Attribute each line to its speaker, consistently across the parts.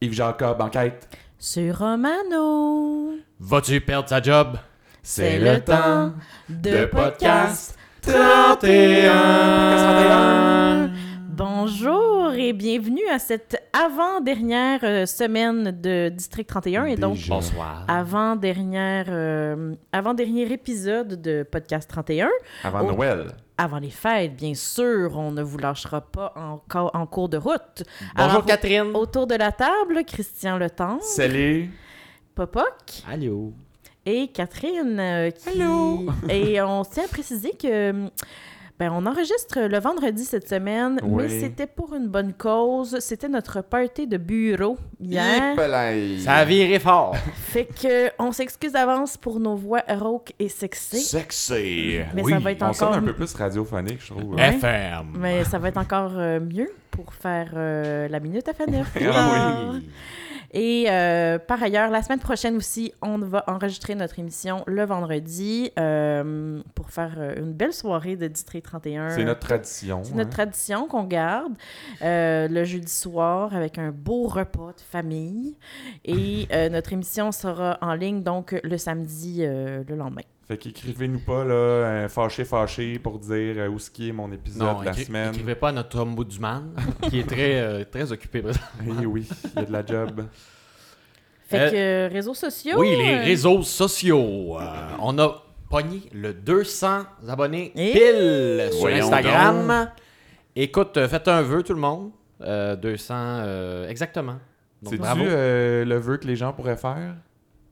Speaker 1: Yves Jacob, enquête.
Speaker 2: Sur Romano,
Speaker 3: Vas-tu perdre sa job?
Speaker 2: c'est le temps de podcast.
Speaker 1: 31.
Speaker 2: Bonjour et bienvenue à cette avant-dernière euh, semaine de District 31 et donc
Speaker 1: Déjà.
Speaker 3: Bonsoir.
Speaker 2: avant-dernière euh, avant-dernier épisode de podcast 31
Speaker 1: Avant
Speaker 2: Oh.
Speaker 1: Noël.
Speaker 2: avant les fêtes bien sûr, on ne vous lâchera pas encore en cours de route.
Speaker 3: Bonjour
Speaker 2: Alors, oh.
Speaker 3: Catherine.
Speaker 2: Autour de la table, Christian Letang,
Speaker 1: Salut.
Speaker 2: Popoc
Speaker 3: Allô.
Speaker 2: et Catherine. euh, qui-
Speaker 1: Allô.
Speaker 2: et on tient à préciser que ben, on enregistre le vendredi cette semaine,
Speaker 1: Oui.
Speaker 2: mais c'était pour une bonne cause. C'était notre party de bureau hier.
Speaker 1: Hippalaï.
Speaker 3: Ça a viré fort.
Speaker 2: Fait que on s'excuse d'avance pour nos voix rauques et sexy.
Speaker 1: Sexy.
Speaker 2: Mais
Speaker 3: Oui,
Speaker 2: ça va être
Speaker 1: On sonne
Speaker 2: encore
Speaker 1: un peu plus radiophonique, je trouve.
Speaker 2: Ouais.
Speaker 3: FM.
Speaker 2: mais ça va être encore euh, mieux pour faire euh, la minute à Faneuf.
Speaker 1: Ah
Speaker 3: Oui.
Speaker 2: Et euh, par ailleurs, la semaine prochaine aussi, on va enregistrer notre émission le vendredi euh, pour faire euh, une belle soirée de District 31.
Speaker 1: C'est notre tradition.
Speaker 2: C'est notre
Speaker 1: hein.
Speaker 2: tradition qu'on garde euh, le jeudi soir avec un beau repas de famille. Et euh, notre émission sera en ligne donc le samedi euh, le lendemain.
Speaker 1: Fait qu'écrivez-nous pas, là, euh, fâché, fâché, pour dire euh, où ce qui est mon épisode
Speaker 3: Non,
Speaker 1: de la
Speaker 3: écri-
Speaker 1: semaine.
Speaker 3: écrivez pas à notre ombudsman qui est très, euh, très occupé.
Speaker 1: Eh oui, il y a de la job.
Speaker 2: Fait que euh, réseaux sociaux.
Speaker 3: Oui, les
Speaker 2: euh,
Speaker 3: réseaux sociaux. Euh, on a pogné le 200 abonnés
Speaker 2: Eh!
Speaker 3: pile sur
Speaker 1: Voyons
Speaker 3: Instagram. Écoute, euh, faites un vœu tout le monde. Euh, 200 euh, exactement. Donc
Speaker 1: C'est-tu
Speaker 3: bravo.
Speaker 1: euh, le vœu que les gens pourraient faire?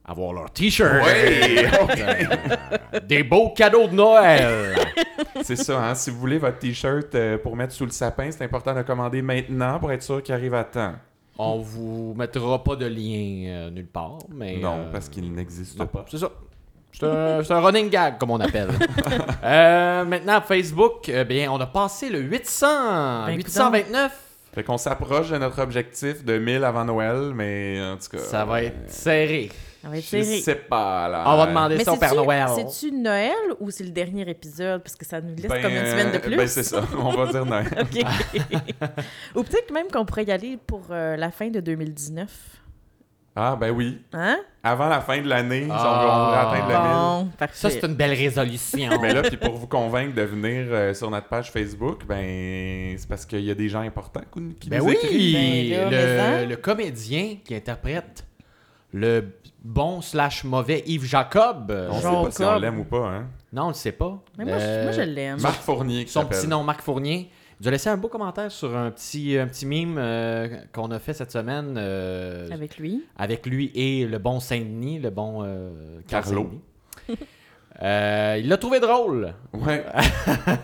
Speaker 3: Avoir leur t-shirt.
Speaker 1: Oui!
Speaker 3: Euh, Des beaux cadeaux de Noël.
Speaker 1: C'est ça, hein? Si vous voulez votre t-shirt euh, pour mettre sous le sapin, c'est important de le commander maintenant pour être sûr qu'il arrive à temps.
Speaker 3: on vous mettra pas de lien euh, nulle part, mais
Speaker 1: non,
Speaker 3: euh,
Speaker 1: parce qu'il n'existe
Speaker 3: Non,
Speaker 1: pas.
Speaker 3: C'est ça. C'est un, c'est un running gag, comme on appelle. Euh, maintenant, Facebook, eh bien, on a passé le 800.
Speaker 2: Ben,
Speaker 3: 829.
Speaker 1: Fait qu'on s'approche de notre objectif de 1000 avant Noël, mais en tout cas. euh,
Speaker 3: Ça va être serré.
Speaker 2: ça va être
Speaker 1: Je
Speaker 2: serré.
Speaker 1: sais pas, là.
Speaker 3: On va demander
Speaker 2: Mais
Speaker 3: ça au Père Noël.
Speaker 2: c'est-tu- c'est-tu Noël ou c'est le dernier épisode? Parce que ça nous laisse
Speaker 1: Ben,
Speaker 2: comme une semaine de plus.
Speaker 1: Ben, c'est ça. On va dire Noël.
Speaker 2: OK. Ou peut-être même qu'on pourrait y aller pour euh, la fin de 2019.
Speaker 1: Ah, ben oui.
Speaker 2: Hein?
Speaker 1: Avant la fin de l'année, on
Speaker 3: Ah.
Speaker 1: va on voudrait atteindre le 1000.
Speaker 2: Bon, parfait.
Speaker 3: Ça, c'est une belle résolution.
Speaker 1: Mais là, puis pour vous convaincre de venir euh, sur notre page Facebook, ben c'est parce qu'il y a des gens importants qui nous qui
Speaker 3: ben
Speaker 1: nous
Speaker 3: oui,
Speaker 1: écrivent.
Speaker 2: Ben là, mais ça.
Speaker 3: le, le comédien qui interprète le bon slash mauvais Yves Jacob.
Speaker 1: On sait
Speaker 2: Jean
Speaker 1: pas si on
Speaker 2: Cobb.
Speaker 1: l'aime ou pas, hein.
Speaker 3: Non, on le sait pas.
Speaker 2: Mais moi, je,
Speaker 3: Euh,
Speaker 2: moi, je l'aime.
Speaker 1: Marc Fournier, qui
Speaker 3: Son petit
Speaker 1: s'appelle.
Speaker 3: nom, Marc Fournier. Il nous a laissé un beau commentaire sur un petit, un petit mime euh, qu'on a fait cette semaine euh, avec...
Speaker 2: Avec lui.
Speaker 3: lui et le bon Saint-Denis, le bon euh, Carl
Speaker 1: Carlo.
Speaker 3: Saint-Denis. Euh, il l'a trouvé drôle.
Speaker 1: Ouais.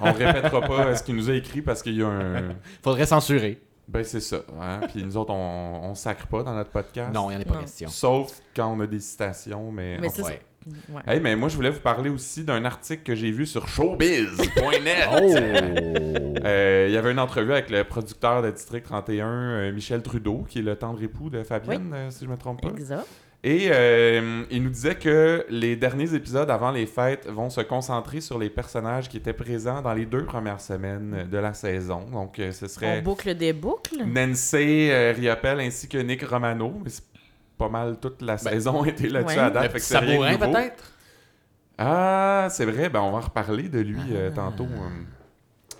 Speaker 1: on répétera pas euh, ce qu'il nous a écrit parce qu'il y a un.
Speaker 3: Faudrait censurer.
Speaker 1: Ben c'est ça. Hein? Puis nous autres, on, on sacre pas dans notre podcast.
Speaker 3: Non, il n'y en a pas
Speaker 2: Non.
Speaker 3: question.
Speaker 1: Sauf quand on a des citations, mais.
Speaker 2: Mais
Speaker 1: enfin.
Speaker 2: c'est
Speaker 3: ouais.
Speaker 2: ça. Ouais.
Speaker 1: Hey, mais moi, je voulais vous parler aussi d'un article que j'ai vu sur showbiz.net.
Speaker 3: Oh!
Speaker 1: Euh, Il y avait une entrevue avec le producteur de District 31, euh, Michel Trudeau, qui est le tendre époux de Fabienne, euh, si je me trompe pas.
Speaker 2: Exact.
Speaker 1: Et euh, il nous disait que les derniers épisodes avant les fêtes vont se concentrer sur les personnages qui étaient présents dans les deux premières semaines de la saison. Donc, euh, ce
Speaker 2: On
Speaker 1: serait
Speaker 2: boucle des boucles.
Speaker 1: Mm. Nancy euh, Riopelle ainsi que Nick Romano. Mais c'est pas mal toute la saison était là-dessus
Speaker 2: ouais.
Speaker 1: à
Speaker 3: Le
Speaker 1: date. fait
Speaker 3: petit
Speaker 1: que c'est rien de
Speaker 3: sabourin,
Speaker 1: nouveau.
Speaker 3: peut-être?
Speaker 1: Ah, c'est vrai, ben on va en reparler de lui euh, tantôt. euh.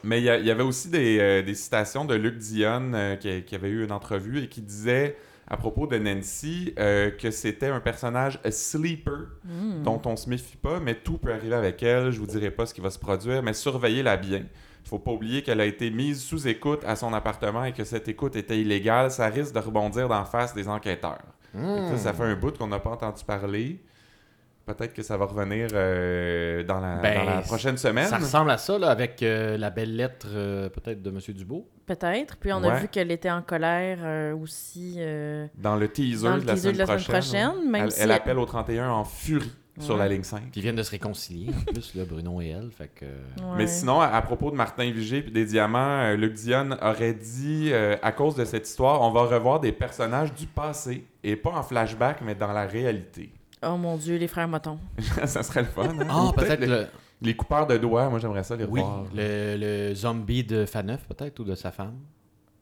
Speaker 1: Mais il y, a- il y avait aussi des, euh, des citations de Luc Dionne euh, qui, qui avait eu une entrevue et qui disait à propos de Nancy euh, que c'était un personnage sleeper
Speaker 2: Mm.
Speaker 1: dont on se méfie pas, mais tout peut arriver avec elle. Je vous dirai pas ce qui va se produire, mais surveillez-la bien. Il faut pas oublier qu'elle a été mise sous écoute à son appartement et que cette écoute était illégale. Ça risque de rebondir d'en face des enquêteurs. Fait que Ça, ça
Speaker 2: Hmm.
Speaker 1: fait un bout qu'on n'a pas entendu parler. Peut-être que ça va revenir euh, dans, la,
Speaker 3: Ben,
Speaker 1: dans la prochaine semaine.
Speaker 3: Ça ressemble à ça, là, avec euh, la belle lettre, euh, peut-être, de M. Dubo.
Speaker 2: Peut-être. Puis on a
Speaker 1: Ouais.
Speaker 2: vu qu'elle était en colère euh, aussi. euh,
Speaker 1: Dans le teaser,
Speaker 2: Dans le
Speaker 1: de, la
Speaker 2: teaser de la semaine prochaine, même
Speaker 1: elle,
Speaker 2: si-
Speaker 1: elle appelle au 31 en furie sur
Speaker 2: Ouais.
Speaker 1: la ligne 5.
Speaker 3: Puis ils viennent de se réconcilier, en plus, là, Bruno et elle. Fait que...
Speaker 2: ouais.
Speaker 1: Mais sinon, à, à propos de Martin Vigé et des diamants, euh, Luc Dionne aurait dit euh, à cause de cette histoire, on va revoir des personnages du passé et pas en flashback, mais dans la réalité.
Speaker 2: Oh mon Dieu, les frères Motons.
Speaker 1: ça serait le fun. hein?
Speaker 3: Ah,
Speaker 1: Ou
Speaker 3: peut-être
Speaker 1: les,
Speaker 3: le...
Speaker 1: les coupeurs de doigts, moi j'aimerais ça les
Speaker 3: Oui,
Speaker 1: revoir.
Speaker 3: le, le zombie de Faneuf, peut-être, ou de sa femme.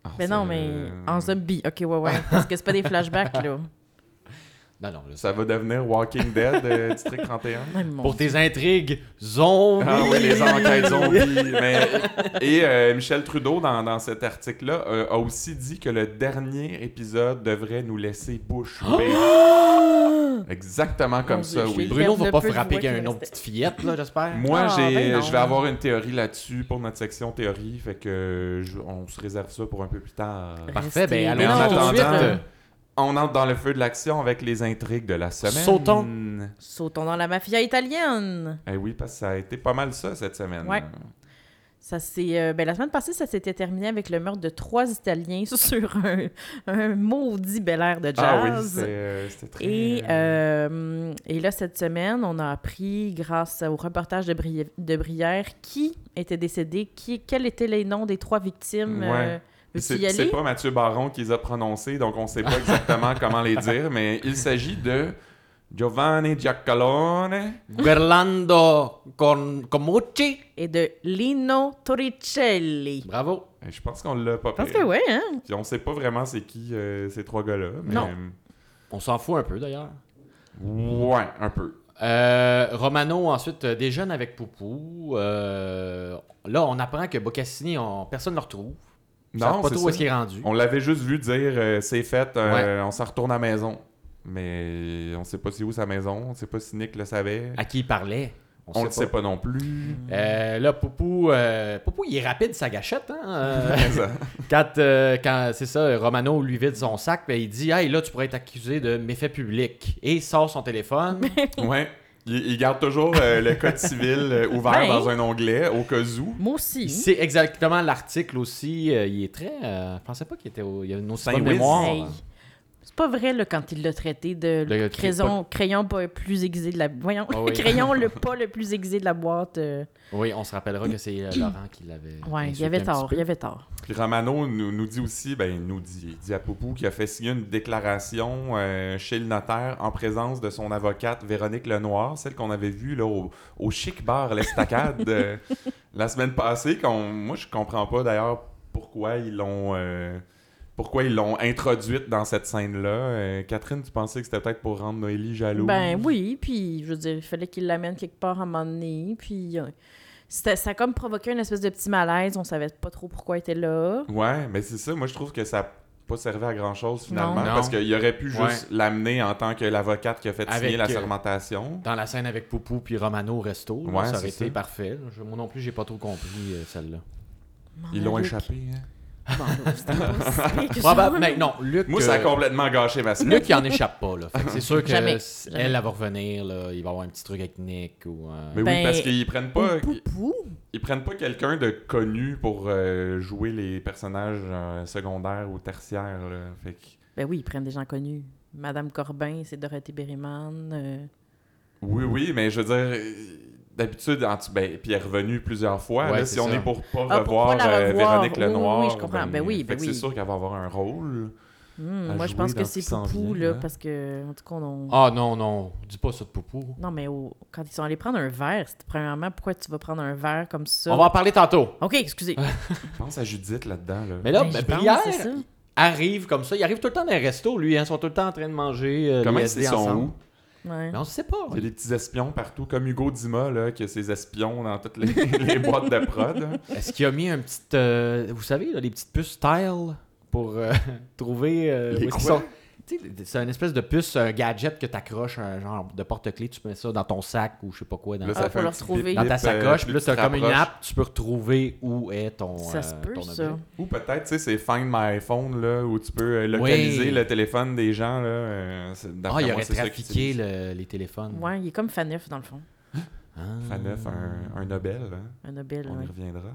Speaker 1: Ah,
Speaker 2: Mais non,
Speaker 1: c'est- euh,
Speaker 2: mais en zombie. Ok, ouais, ouais. Parce que c'est pas des flashbacks, là.
Speaker 3: Non, non, je sais.
Speaker 1: Ça va devenir Walking Dead, euh, District 31.
Speaker 2: Ah, mon
Speaker 3: Pour tes intrigues, zombies.
Speaker 1: Ah ouais, les enquêtes zombies. Mais- Et euh, Michel Trudeau, dans, dans cet article-là, euh, a aussi dit que le dernier épisode devrait nous laisser bouche bée. Exactement
Speaker 2: Ah! Mon
Speaker 1: comme ça,
Speaker 2: Dieu, je
Speaker 1: oui.
Speaker 2: suis-
Speaker 3: Bruno
Speaker 2: Il y a
Speaker 3: va
Speaker 2: le
Speaker 3: pas
Speaker 2: peu de
Speaker 3: frapper
Speaker 2: voix qui
Speaker 3: qu'un une autre
Speaker 2: restait.
Speaker 3: petite fillette, là, j'espère.
Speaker 1: Moi,
Speaker 2: Ah,
Speaker 1: j'ai,
Speaker 2: ben non.
Speaker 1: je vais avoir une théorie là-dessus pour notre section théorie, fait que je- on se réserve ça pour un peu plus tard.
Speaker 2: Restez-
Speaker 3: Parfait, ben
Speaker 1: Mais en
Speaker 3: allons-y tout de suite.
Speaker 1: attendant,
Speaker 3: Euh,
Speaker 1: On entre dans le feu de l'action avec les intrigues de la semaine.
Speaker 3: Sautons.
Speaker 2: Sautons dans la mafia italienne.
Speaker 1: Eh oui, parce que ça a été pas mal ça cette semaine.
Speaker 2: Ouais. Ça s'est, euh, ben, la semaine passée, ça s'était terminé avec le meurtre de trois Italiens sur un, un maudit bel air de
Speaker 1: Ah oui,
Speaker 2: jazz.
Speaker 1: c'était, euh, c'était très...
Speaker 2: Et, euh, et là, cette semaine, on a appris, grâce au reportage de, Bri- de Brière, qui était décédé, qui, quels étaient les noms des trois victimes.
Speaker 1: Ouais.
Speaker 2: euh, veux-tu
Speaker 1: C'est
Speaker 2: y
Speaker 1: c'est
Speaker 2: aller?
Speaker 1: pas Mathieu Baron qui les a prononcés, donc on sait pas exactement comment les dire, mais il s'agit de Giovanni Giacalone,
Speaker 3: Berlando Con- Comucci.
Speaker 2: Et de Lino Torricelli.
Speaker 3: Bravo.
Speaker 1: Et je pense qu'on l'a pas
Speaker 2: Je pense
Speaker 1: pris.
Speaker 2: que oui, hein?
Speaker 1: Puis on sait pas vraiment c'est qui euh, ces trois gars-là, mais...
Speaker 2: Non.
Speaker 3: On s'en fout un peu, d'ailleurs.
Speaker 1: Ouais, un peu.
Speaker 3: Euh, Romano, ensuite, euh, des jeunes avec Poupou. Euh, là, on apprend que Bocassini, on- personne ne le retrouve. Ils savent
Speaker 1: Non,
Speaker 3: pas
Speaker 1: c'est
Speaker 3: trop où
Speaker 1: ça.
Speaker 3: est-ce qu'il est rendu.
Speaker 1: On l'avait juste vu dire euh, c'est fait, euh, on s'en retourne à la maison. Mais on sait pas si où sa maison, on sait pas si Nick le savait.
Speaker 3: À qui il parlait.
Speaker 1: On le sait pas non plus.
Speaker 3: Euh, là, Poupou, euh, Poupou, il est rapide, sa gâchette. Hein? euh,
Speaker 1: Ça-
Speaker 3: quand, euh, quand c'est ça, Romano lui vide son sac, ben, il dit Hey, là, tu pourrais être accusé de méfait public. Et il sort son téléphone.
Speaker 1: ouais. Il, il garde toujours euh, le code civil euh, ouvert
Speaker 2: Ben.
Speaker 1: dans un onglet au cas où.
Speaker 2: Moi aussi.
Speaker 3: C'est exactement l'article aussi. euh, il est très. euh, je pensais pas qu'il était. Au, il a une aussi bonne
Speaker 1: Saint-Whiz.
Speaker 3: mémoire.
Speaker 2: Hey. C'est pas vrai, là, quand il l'a traité de
Speaker 3: Le-
Speaker 2: le crayon, crayon pas le plus aiguisé de la... Voyons,
Speaker 3: Ah oui.
Speaker 2: crayon le pas le plus aiguisé de la boîte. euh.
Speaker 3: Oui, on se rappellera que c'est euh, Laurent qui l'avait.
Speaker 2: Ouais, il y
Speaker 3: insulté un
Speaker 2: avait
Speaker 3: petit
Speaker 2: tort,
Speaker 3: peu.
Speaker 2: il y avait tort.
Speaker 1: Puis Romano nous, nous dit aussi, ben il nous dit, il dit à Poupou qu'il a fait signer une déclaration euh, chez le notaire en présence de son avocate Véronique Lenoir, celle qu'on avait vue là, au, au chic bar l'estacade euh, la semaine passée. qu'on- moi je comprends pas d'ailleurs pourquoi ils l'ont euh, pourquoi ils l'ont introduite dans cette scène là. Catherine, tu pensais que c'était peut-être pour rendre Noélie jaloux
Speaker 2: Ben oui, puis je veux dire, il fallait qu'il l'amène quelque part à un moment donné, puis euh, c'était- ça a comme provoqué une espèce de petit malaise, on savait pas trop pourquoi il était là.
Speaker 1: Ouais, mais c'est ça. Moi, je trouve que ça n'a pas servi à grand chose finalement.
Speaker 2: Non.
Speaker 3: Non.
Speaker 1: Parce qu'il aurait pu
Speaker 3: Ouais.
Speaker 1: juste l'amener en tant que l'avocate qui a fait
Speaker 3: Avec,
Speaker 1: signer la
Speaker 3: euh,
Speaker 1: sermentation.
Speaker 3: Dans la scène avec Poupou puis Romano au resto, là,
Speaker 1: Ouais,
Speaker 3: ça aurait
Speaker 1: c'est
Speaker 3: été
Speaker 1: ça.
Speaker 3: parfait. Je- moi non plus, j'ai pas trop compris euh, celle-là.
Speaker 2: M'en
Speaker 1: Ils l'ont
Speaker 2: allait-
Speaker 1: échappé. hein.
Speaker 2: Bon, c'était pas si pire que ça.
Speaker 3: Probable, mais non, Luc.
Speaker 1: Moi, ça a
Speaker 3: euh,
Speaker 1: complètement gâché ma semaine.
Speaker 3: Luc, il en échappe pas, là. Fait que C'est sûr que
Speaker 2: Jamais,
Speaker 3: s-
Speaker 2: jamais.
Speaker 3: elle, elle va revenir, là. Il va avoir un petit truc avec Nick ou. euh,
Speaker 1: Mais oui,
Speaker 2: Ben,
Speaker 1: parce qu'ils prennent
Speaker 2: Ou
Speaker 1: pas,
Speaker 2: Poupou.
Speaker 1: ils prennent pas quelqu'un de connu pour euh, jouer les personnages euh, secondaires ou tertiaires. là. Fait que-
Speaker 2: Ben oui, ils prennent des gens connus. Madame Corbin, c'est Dorothée Berryman. euh,
Speaker 1: Oui, oui, mais je veux dire, euh, d'habitude, en tout- ben, puis elle est revenue plusieurs fois.
Speaker 3: Ouais,
Speaker 1: là,
Speaker 3: c'est
Speaker 1: si on
Speaker 3: ça.
Speaker 1: est pour pas
Speaker 2: Ah, pour
Speaker 1: revoir,
Speaker 2: pas la
Speaker 1: euh,
Speaker 2: revoir.
Speaker 1: Véronique
Speaker 2: Oui, oui, oui,
Speaker 1: Lenoir,
Speaker 2: je comprends. Ben oui, ben
Speaker 1: fait que
Speaker 2: oui.
Speaker 1: c'est sûr qu'elle va avoir un rôle.
Speaker 2: hmm,
Speaker 1: À
Speaker 2: moi, je
Speaker 1: Ah, jouer
Speaker 2: pense
Speaker 1: dans
Speaker 2: que c'est
Speaker 1: qui s'en
Speaker 2: Poupou,
Speaker 1: vient,
Speaker 2: là,
Speaker 1: hein.
Speaker 2: parce que, en tout cas, on...
Speaker 3: Ah non, non, dis pas ça de Poupou.
Speaker 2: Non, mais au- quand ils sont allés prendre un verre, c'était premièrement, pourquoi tu vas prendre un verre comme ça?
Speaker 3: On va en parler tantôt.
Speaker 2: OK, excusez.
Speaker 1: Je pense à Judith là-dedans. Là.
Speaker 3: Mais là,
Speaker 2: Ben,
Speaker 3: ben,
Speaker 2: je pense,
Speaker 3: Brière
Speaker 2: c'est ça.
Speaker 3: arrive comme ça. Il arrive tout le temps dans les restos, lui. hein. Ils sont tout le temps en train de manger. euh,
Speaker 1: Comment
Speaker 3: les SD
Speaker 1: ils sont
Speaker 3: ensemble.
Speaker 1: où?
Speaker 2: Ouais.
Speaker 3: Mais on sait pas.
Speaker 1: Il y a des petits espions partout, comme Hugo Dima, là, qui a ses espions dans toutes les, les boîtes de prod. là.
Speaker 3: Est-ce qu'il a mis un petit. euh, vous savez, là, les petites puces style pour euh, trouver. euh, où
Speaker 1: Les
Speaker 3: est-ce qu'ils
Speaker 1: quoi?
Speaker 3: sont? Tu sais, C'est une espèce de puce, un gadget que t'accroches, un genre de porte-clés, tu mets ça dans ton sac ou je sais pas quoi, dans,
Speaker 1: Là,
Speaker 2: Ah,
Speaker 1: ça
Speaker 2: faut
Speaker 1: fait un
Speaker 2: le
Speaker 1: petit
Speaker 2: retrouver.
Speaker 1: bip-bip,
Speaker 3: dans ta
Speaker 1: euh,
Speaker 3: sacoche. Puis
Speaker 1: plus
Speaker 3: là,
Speaker 1: tu
Speaker 3: t'as comme une
Speaker 1: rapproches.
Speaker 3: app, tu peux retrouver où est ton.
Speaker 2: Ça
Speaker 3: euh,
Speaker 2: se peut,
Speaker 3: ton
Speaker 2: ça.
Speaker 3: objet.
Speaker 1: Ou peut-être, tu sais, c'est Find My iPhone, là, où tu peux euh, localiser
Speaker 3: Oui.
Speaker 1: le téléphone des gens, là. euh, c'est-
Speaker 3: Ah,
Speaker 1: d'après
Speaker 3: il
Speaker 1: moi,
Speaker 3: aurait
Speaker 1: c'est ça
Speaker 3: trafiqué
Speaker 1: qu'ils utilisent.
Speaker 3: le- les téléphones.
Speaker 2: Ouais, il est comme Faneuf, dans le fond.
Speaker 3: Ah.
Speaker 1: Faneuf, un, un Nobel, hein.
Speaker 2: Un Nobel,
Speaker 1: On
Speaker 2: ouais.
Speaker 1: y reviendra.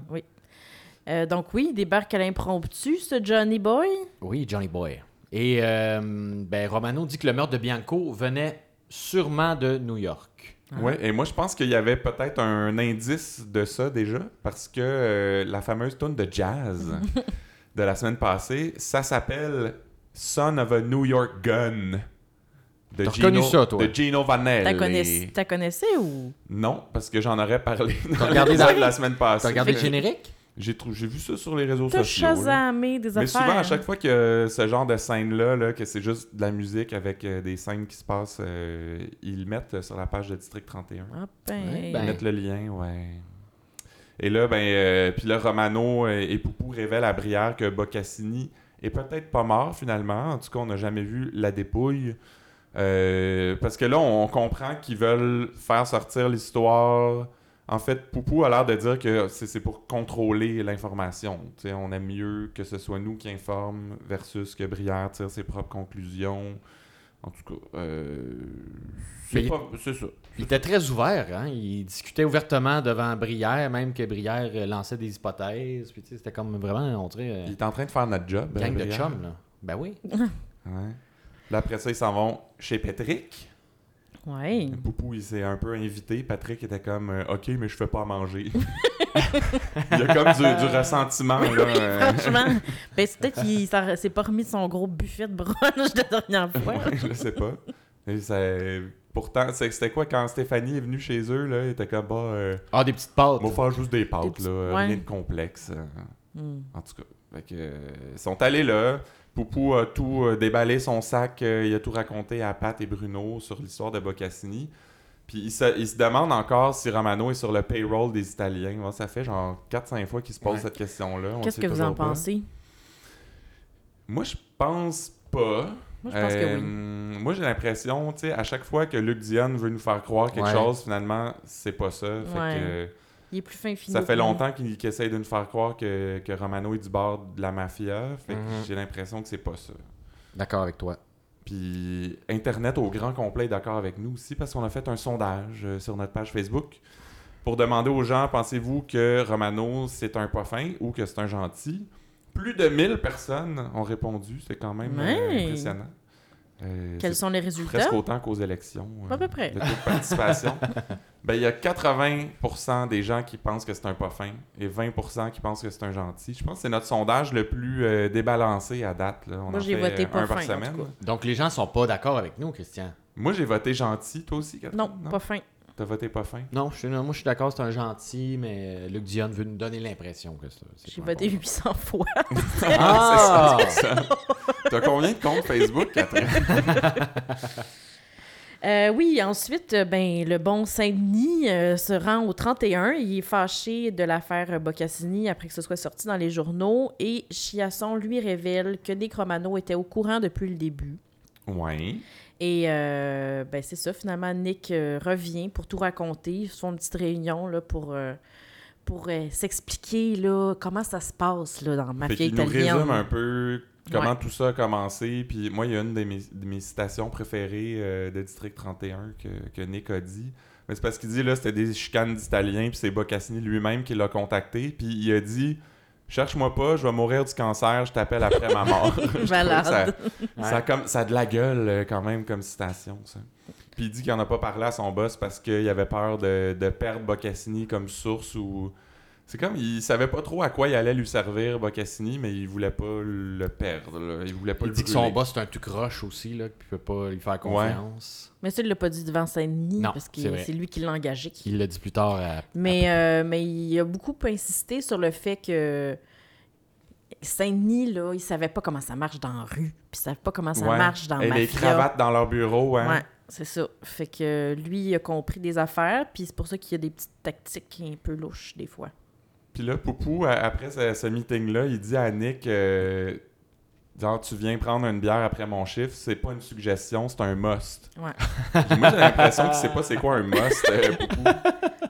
Speaker 2: Euh, donc oui, il débarque à l'impromptu, ce Johnny Boy.
Speaker 3: Oui, Johnny Boy. Et euh, ben, Romano dit que le meurtre de Bianco venait sûrement de New York.
Speaker 2: Ah.
Speaker 1: Ouais, et moi, je pense qu'il y avait peut-être un indice de ça déjà, parce que euh, la fameuse tune de jazz de la semaine passée, ça s'appelle Son of a New York Gun. De
Speaker 3: T'as reconnu ça, toi?
Speaker 1: De Gino Vanelli.
Speaker 2: T'as connaissais, t'as connaissais ou...
Speaker 1: Non, parce que j'en aurais parlé dans
Speaker 3: regardé
Speaker 1: l'épisode
Speaker 3: dans-
Speaker 1: de la semaine passée.
Speaker 3: T'as regardé le
Speaker 1: Fait que
Speaker 3: générique?
Speaker 1: J'ai trou- j'ai vu ça sur les réseaux
Speaker 2: T'as
Speaker 1: sociaux. là.
Speaker 2: chasamé des
Speaker 1: hein. Mais
Speaker 2: affaires.
Speaker 1: souvent, à chaque fois que euh, ce genre de scène-là, là, que c'est juste de la musique avec euh, des scènes qui se passent, euh, ils le mettent euh, sur la page de District 31.
Speaker 2: Ah ben,
Speaker 3: Ouais,
Speaker 1: Ils
Speaker 3: ben.
Speaker 1: mettent le lien, ouais. Et là, ben, euh, puis là, Romano et, et Poupou révèlent à Brière que Boccassini est peut-être pas mort finalement. En tout cas, on n'a jamais vu la dépouille. Euh, parce que là, on comprend qu'ils veulent faire sortir l'histoire. En fait, Poupou a l'air de dire que c'est c'est pour contrôler l'information. Tu sais, on aime mieux que ce soit nous qui informe versus que Brière tire ses propres conclusions. En tout cas, euh,
Speaker 3: Mais
Speaker 1: c'est
Speaker 3: il-
Speaker 1: pas- c'est ça.
Speaker 3: Il était très ouvert, hein? Il discutait ouvertement devant Brière, même que Brière euh, lançait des hypothèses. Puis tu sais, c'était comme vraiment, on dirait, euh,
Speaker 1: Il est en train de faire notre job.
Speaker 3: gang de
Speaker 1: Brière.
Speaker 3: chums, là. Ben oui.
Speaker 1: Ouais. Là, après ça, ils s'en vont chez Patrick.
Speaker 2: Ouais.
Speaker 3: ben.
Speaker 1: Poupou, il s'est un peu invité. Patrick était comme euh, Ok, mais je fais pas à manger. il y a comme du, du ressentiment. Là, euh,
Speaker 2: Franchement, ben c'est peut-être qu'il s'en- s'est pas remis de son gros buffet de brunch de dernière fois.
Speaker 1: ouais, je sais pas. Et ça- Pourtant, c'est- c'était quoi quand Stéphanie est venue chez eux? Là, il était comme Bah, euh,
Speaker 3: Ah, des petites pâtes.
Speaker 1: on va faire juste des pâtes,
Speaker 2: petits-
Speaker 1: là, euh,
Speaker 2: ouais.
Speaker 1: rien de complexe. euh,
Speaker 2: Hmm.
Speaker 1: En tout cas, Fait que, euh, ils sont allés là. Poupou a tout euh, déballé son sac, euh, il a tout raconté à Pat et Bruno sur l'histoire de Boccassini. Puis il se, il se demande encore si Romano est sur le payroll des Italiens. Ouais, ça fait genre 4-5 fois qu'il se pose
Speaker 3: Ouais.
Speaker 1: cette question-là. On le
Speaker 2: Qu'est-ce
Speaker 1: sait
Speaker 2: que vous en
Speaker 1: toujours pas.
Speaker 2: pensez?
Speaker 1: Moi, je pense pas.
Speaker 2: Moi, je pense que oui.
Speaker 1: Euh, Moi, j'ai l'impression, tu sais, à chaque fois que Luc Dionne veut nous faire croire quelque
Speaker 3: Ouais.
Speaker 1: chose, finalement, c'est pas ça. Fait
Speaker 2: Ouais.
Speaker 1: que, euh,
Speaker 2: Il est plus fin fini.
Speaker 1: ça fait longtemps qu'il qu'il essaye de nous faire croire que, que Romano est du bord de la mafia. Fait que
Speaker 3: Mhm.
Speaker 1: j'ai l'impression que c'est pas ça.
Speaker 3: D'accord avec toi.
Speaker 1: Puis Internet au grand complet est d'accord avec nous aussi parce qu'on a fait un sondage euh, sur notre page Facebook pour demander aux gens pensez-vous que Romano c'est un pas fin ou que c'est un gentil Plus de 1000 personnes ont répondu, c'est quand même euh,
Speaker 2: Ouais.
Speaker 1: impressionnant. Euh,
Speaker 2: Quels
Speaker 1: c'est
Speaker 2: sont les résultats?
Speaker 1: presque autant qu'aux élections. euh,
Speaker 2: À peu près.
Speaker 1: Le taux de participation. ben, il y a 80 des gens qui pensent que c'est un pas fin et 20 qui pensent que c'est un gentil. Je pense que c'est notre sondage le plus euh, débalancé à date. là. On
Speaker 2: Moi,
Speaker 1: en
Speaker 2: j'ai
Speaker 1: fait,
Speaker 2: voté
Speaker 1: euh,
Speaker 2: pas
Speaker 1: un par
Speaker 2: fin, en tout
Speaker 1: semaine.
Speaker 2: cas.
Speaker 3: Donc les gens sont pas d'accord avec nous, Christian.
Speaker 1: Moi, j'ai voté gentil, toi aussi, Catherine?
Speaker 2: Non, pas fin.
Speaker 1: T'as voté pas fin?
Speaker 3: Non, je suis, non, moi je suis d'accord, c'est un gentil, mais euh, Luc Dionne veut nous donner l'impression que c'est. c'est
Speaker 2: J'ai
Speaker 3: pas un
Speaker 2: voté
Speaker 3: bon-
Speaker 2: 800 fois.
Speaker 3: Ah!
Speaker 1: T'as combien de comptes Facebook, Catherine?
Speaker 2: Euh, oui, ensuite, euh, ben, le bon Saint-Denis euh, se rend au 31. Il est fâché de l'affaire euh, Boccassini après que ce soit sorti dans les journaux. Et Chiasson lui révèle que Nick Romano était au courant depuis le début.
Speaker 1: ouais.
Speaker 2: Et euh, ben, c'est ça, finalement, Nick euh, revient pour tout raconter. Ils se font une petite réunion là, pour, euh, pour euh, s'expliquer là, comment ça se passe là, dans la
Speaker 1: Fait
Speaker 2: mafia
Speaker 1: qu'il nous
Speaker 2: italienne.
Speaker 1: résume un peu comment
Speaker 2: Ouais.
Speaker 1: tout ça a commencé. Puis moi, il y a une de mes, de mes citations préférées euh, de District 31 que, que Nick a dit. Mais c'est parce qu'il dit, là, c'était des chicanes d'Italiens, puis c'est Boccassini lui-même qui l'a contacté. Puis il a dit... Cherche-moi pas, je vais mourir du cancer, je t'appelle après ma mort. Je trouve que ça,
Speaker 2: Malade.
Speaker 1: Ça, a comme, ça a de la gueule euh, quand même comme citation, ça. Puis il dit qu'il n'en a pas parlé à son boss parce qu'il avait peur de, de perdre Boccassini comme source ou... C'est comme, il savait pas trop à quoi il allait lui servir, Boccassini, mais il voulait pas le perdre. là. Il voulait pas
Speaker 3: Il
Speaker 1: le
Speaker 3: dit que son
Speaker 1: brûler.
Speaker 3: boss c'est un tout croche aussi, là, qu'il peut pas lui faire confiance.
Speaker 2: Mais ça, il l'a pas dit devant Saint-Denis
Speaker 3: Non,
Speaker 2: parce que
Speaker 3: c'est vrai. Ah.
Speaker 2: c'est lui qui l'a engagé.
Speaker 3: Il l'a dit plus tard à.
Speaker 2: Mais, euh, mais il a beaucoup insisté sur le fait que Saint-Denis, là, il savait pas comment ça marche dans la rue, puis il savait pas comment ça
Speaker 1: Ouais.
Speaker 2: marche dans la
Speaker 1: Et les
Speaker 2: mafia.
Speaker 1: cravates dans leur bureau, hein.
Speaker 2: Ouais, c'est ça. Fait que lui, il a compris des affaires, puis c'est pour ça qu'il y a des petites tactiques un peu louches des fois.
Speaker 1: Puis là, Poupou, a- après ce, ce meeting-là, il dit à Nick euh, genre, tu viens prendre une bière après mon chiffre, c'est pas une suggestion, c'est un must.
Speaker 2: Ouais.
Speaker 1: Puis Moi, j'ai l'impression qu'il sait pas c'est quoi un must, euh, Poupou.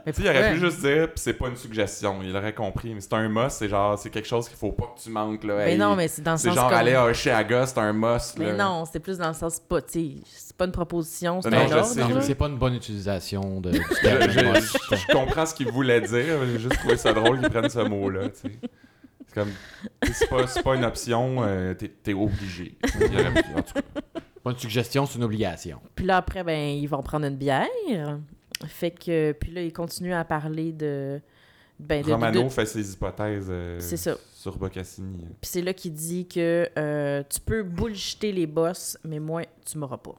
Speaker 2: Mais
Speaker 1: Tu sais, il aurait pu juste dire, pis c'est pas une suggestion, il aurait compris. Mais c'est un must, c'est genre, c'est quelque chose qu'il faut pas que tu manques, là.
Speaker 2: Mais
Speaker 1: Hey,
Speaker 2: non, mais c'est dans le
Speaker 1: C'est
Speaker 2: sens
Speaker 1: genre
Speaker 2: comme-
Speaker 1: aller à Hochelaga, c'est un must,
Speaker 2: Mais
Speaker 1: là.
Speaker 2: non, c'est plus dans le sens pas, tu sais, c'est pas une proposition, c'est
Speaker 1: Non,
Speaker 2: un
Speaker 1: je
Speaker 2: ordre.
Speaker 1: sais,
Speaker 2: là.
Speaker 1: je
Speaker 3: c'est pas une bonne utilisation de. du
Speaker 1: Je,
Speaker 3: terme
Speaker 1: je-
Speaker 3: boss.
Speaker 1: je- je comprends ce qu'il voulait dire, j'ai juste trouvé ça drôle qu'ils prennent ce mot-là, tu sais. C'est comme, tu sais, c'est pas, c'est pas une option, euh, t'es t'es obligé. Il aurait pu- en tout cas.
Speaker 3: Pas une suggestion, c'est une obligation.
Speaker 2: Puis là, après, ben, ils vont prendre une bière. Fait que, puis là, ils continuent à parler de. Ben, de- de-
Speaker 1: Romano
Speaker 2: de-
Speaker 1: fait ses hypothèses euh,
Speaker 2: C'est ça.
Speaker 1: sur Boccassini.
Speaker 2: Puis c'est là qu'il dit que euh, tu peux bullshiter les boss, mais moi, tu m'auras pas.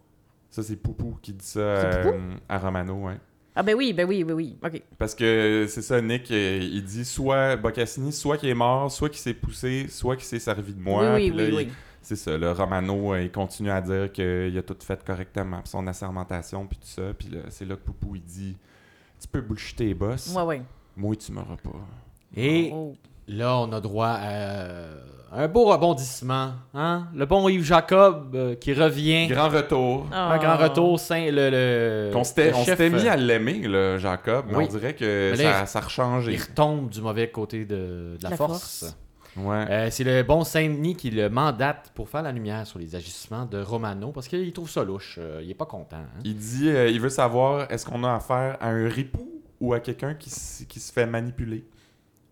Speaker 1: Ça, c'est Poupou qui dit ça
Speaker 2: C'est
Speaker 1: euh, à Romano, ouais.
Speaker 2: Ah ben oui, ben oui, oui, oui. OK.
Speaker 1: Parce que c'est ça, Nick, euh, il dit soit Bocassini, soit qu'il est mort, soit qu'il s'est poussé, soit qu'il s'est servi de moi.
Speaker 2: oui,
Speaker 1: Puis
Speaker 2: oui,
Speaker 1: là,
Speaker 2: oui,
Speaker 1: il-
Speaker 2: oui.
Speaker 1: C'est ça, le Romano, euh, il continue à dire qu'il a tout fait correctement, puis son assermentation, puis tout ça. Puis là, c'est là que Poupou, il dit Tu peux bullshit tes boss,
Speaker 2: Ouais, ouais.
Speaker 1: moi, tu m'auras pas.
Speaker 3: Et
Speaker 2: Oh.
Speaker 3: là, on a droit à euh, un beau rebondissement. Hein? Le bon Yves Jacob euh, qui revient.
Speaker 1: Grand retour.
Speaker 3: Un grand retour, Saint, le, le,
Speaker 1: On s'était
Speaker 3: le
Speaker 1: on
Speaker 3: chef,
Speaker 1: s'était mis
Speaker 3: euh,
Speaker 1: à l'aimer, là, Jacob, mais
Speaker 3: Oui.
Speaker 1: on dirait que
Speaker 3: Mais là,
Speaker 1: ça, ça a rechangé.
Speaker 3: Il retombe du mauvais côté de, de la,
Speaker 2: La
Speaker 3: force.
Speaker 2: force.
Speaker 1: Ouais.
Speaker 3: Euh, c'est le bon Saint-Denis qui le mandate pour faire la lumière sur les agissements de Romano parce qu'il trouve ça louche. Euh, il est pas content. hein.
Speaker 1: Il dit euh, il veut savoir est-ce qu'on a affaire à un ripou ou à quelqu'un qui, s- qui se fait manipuler.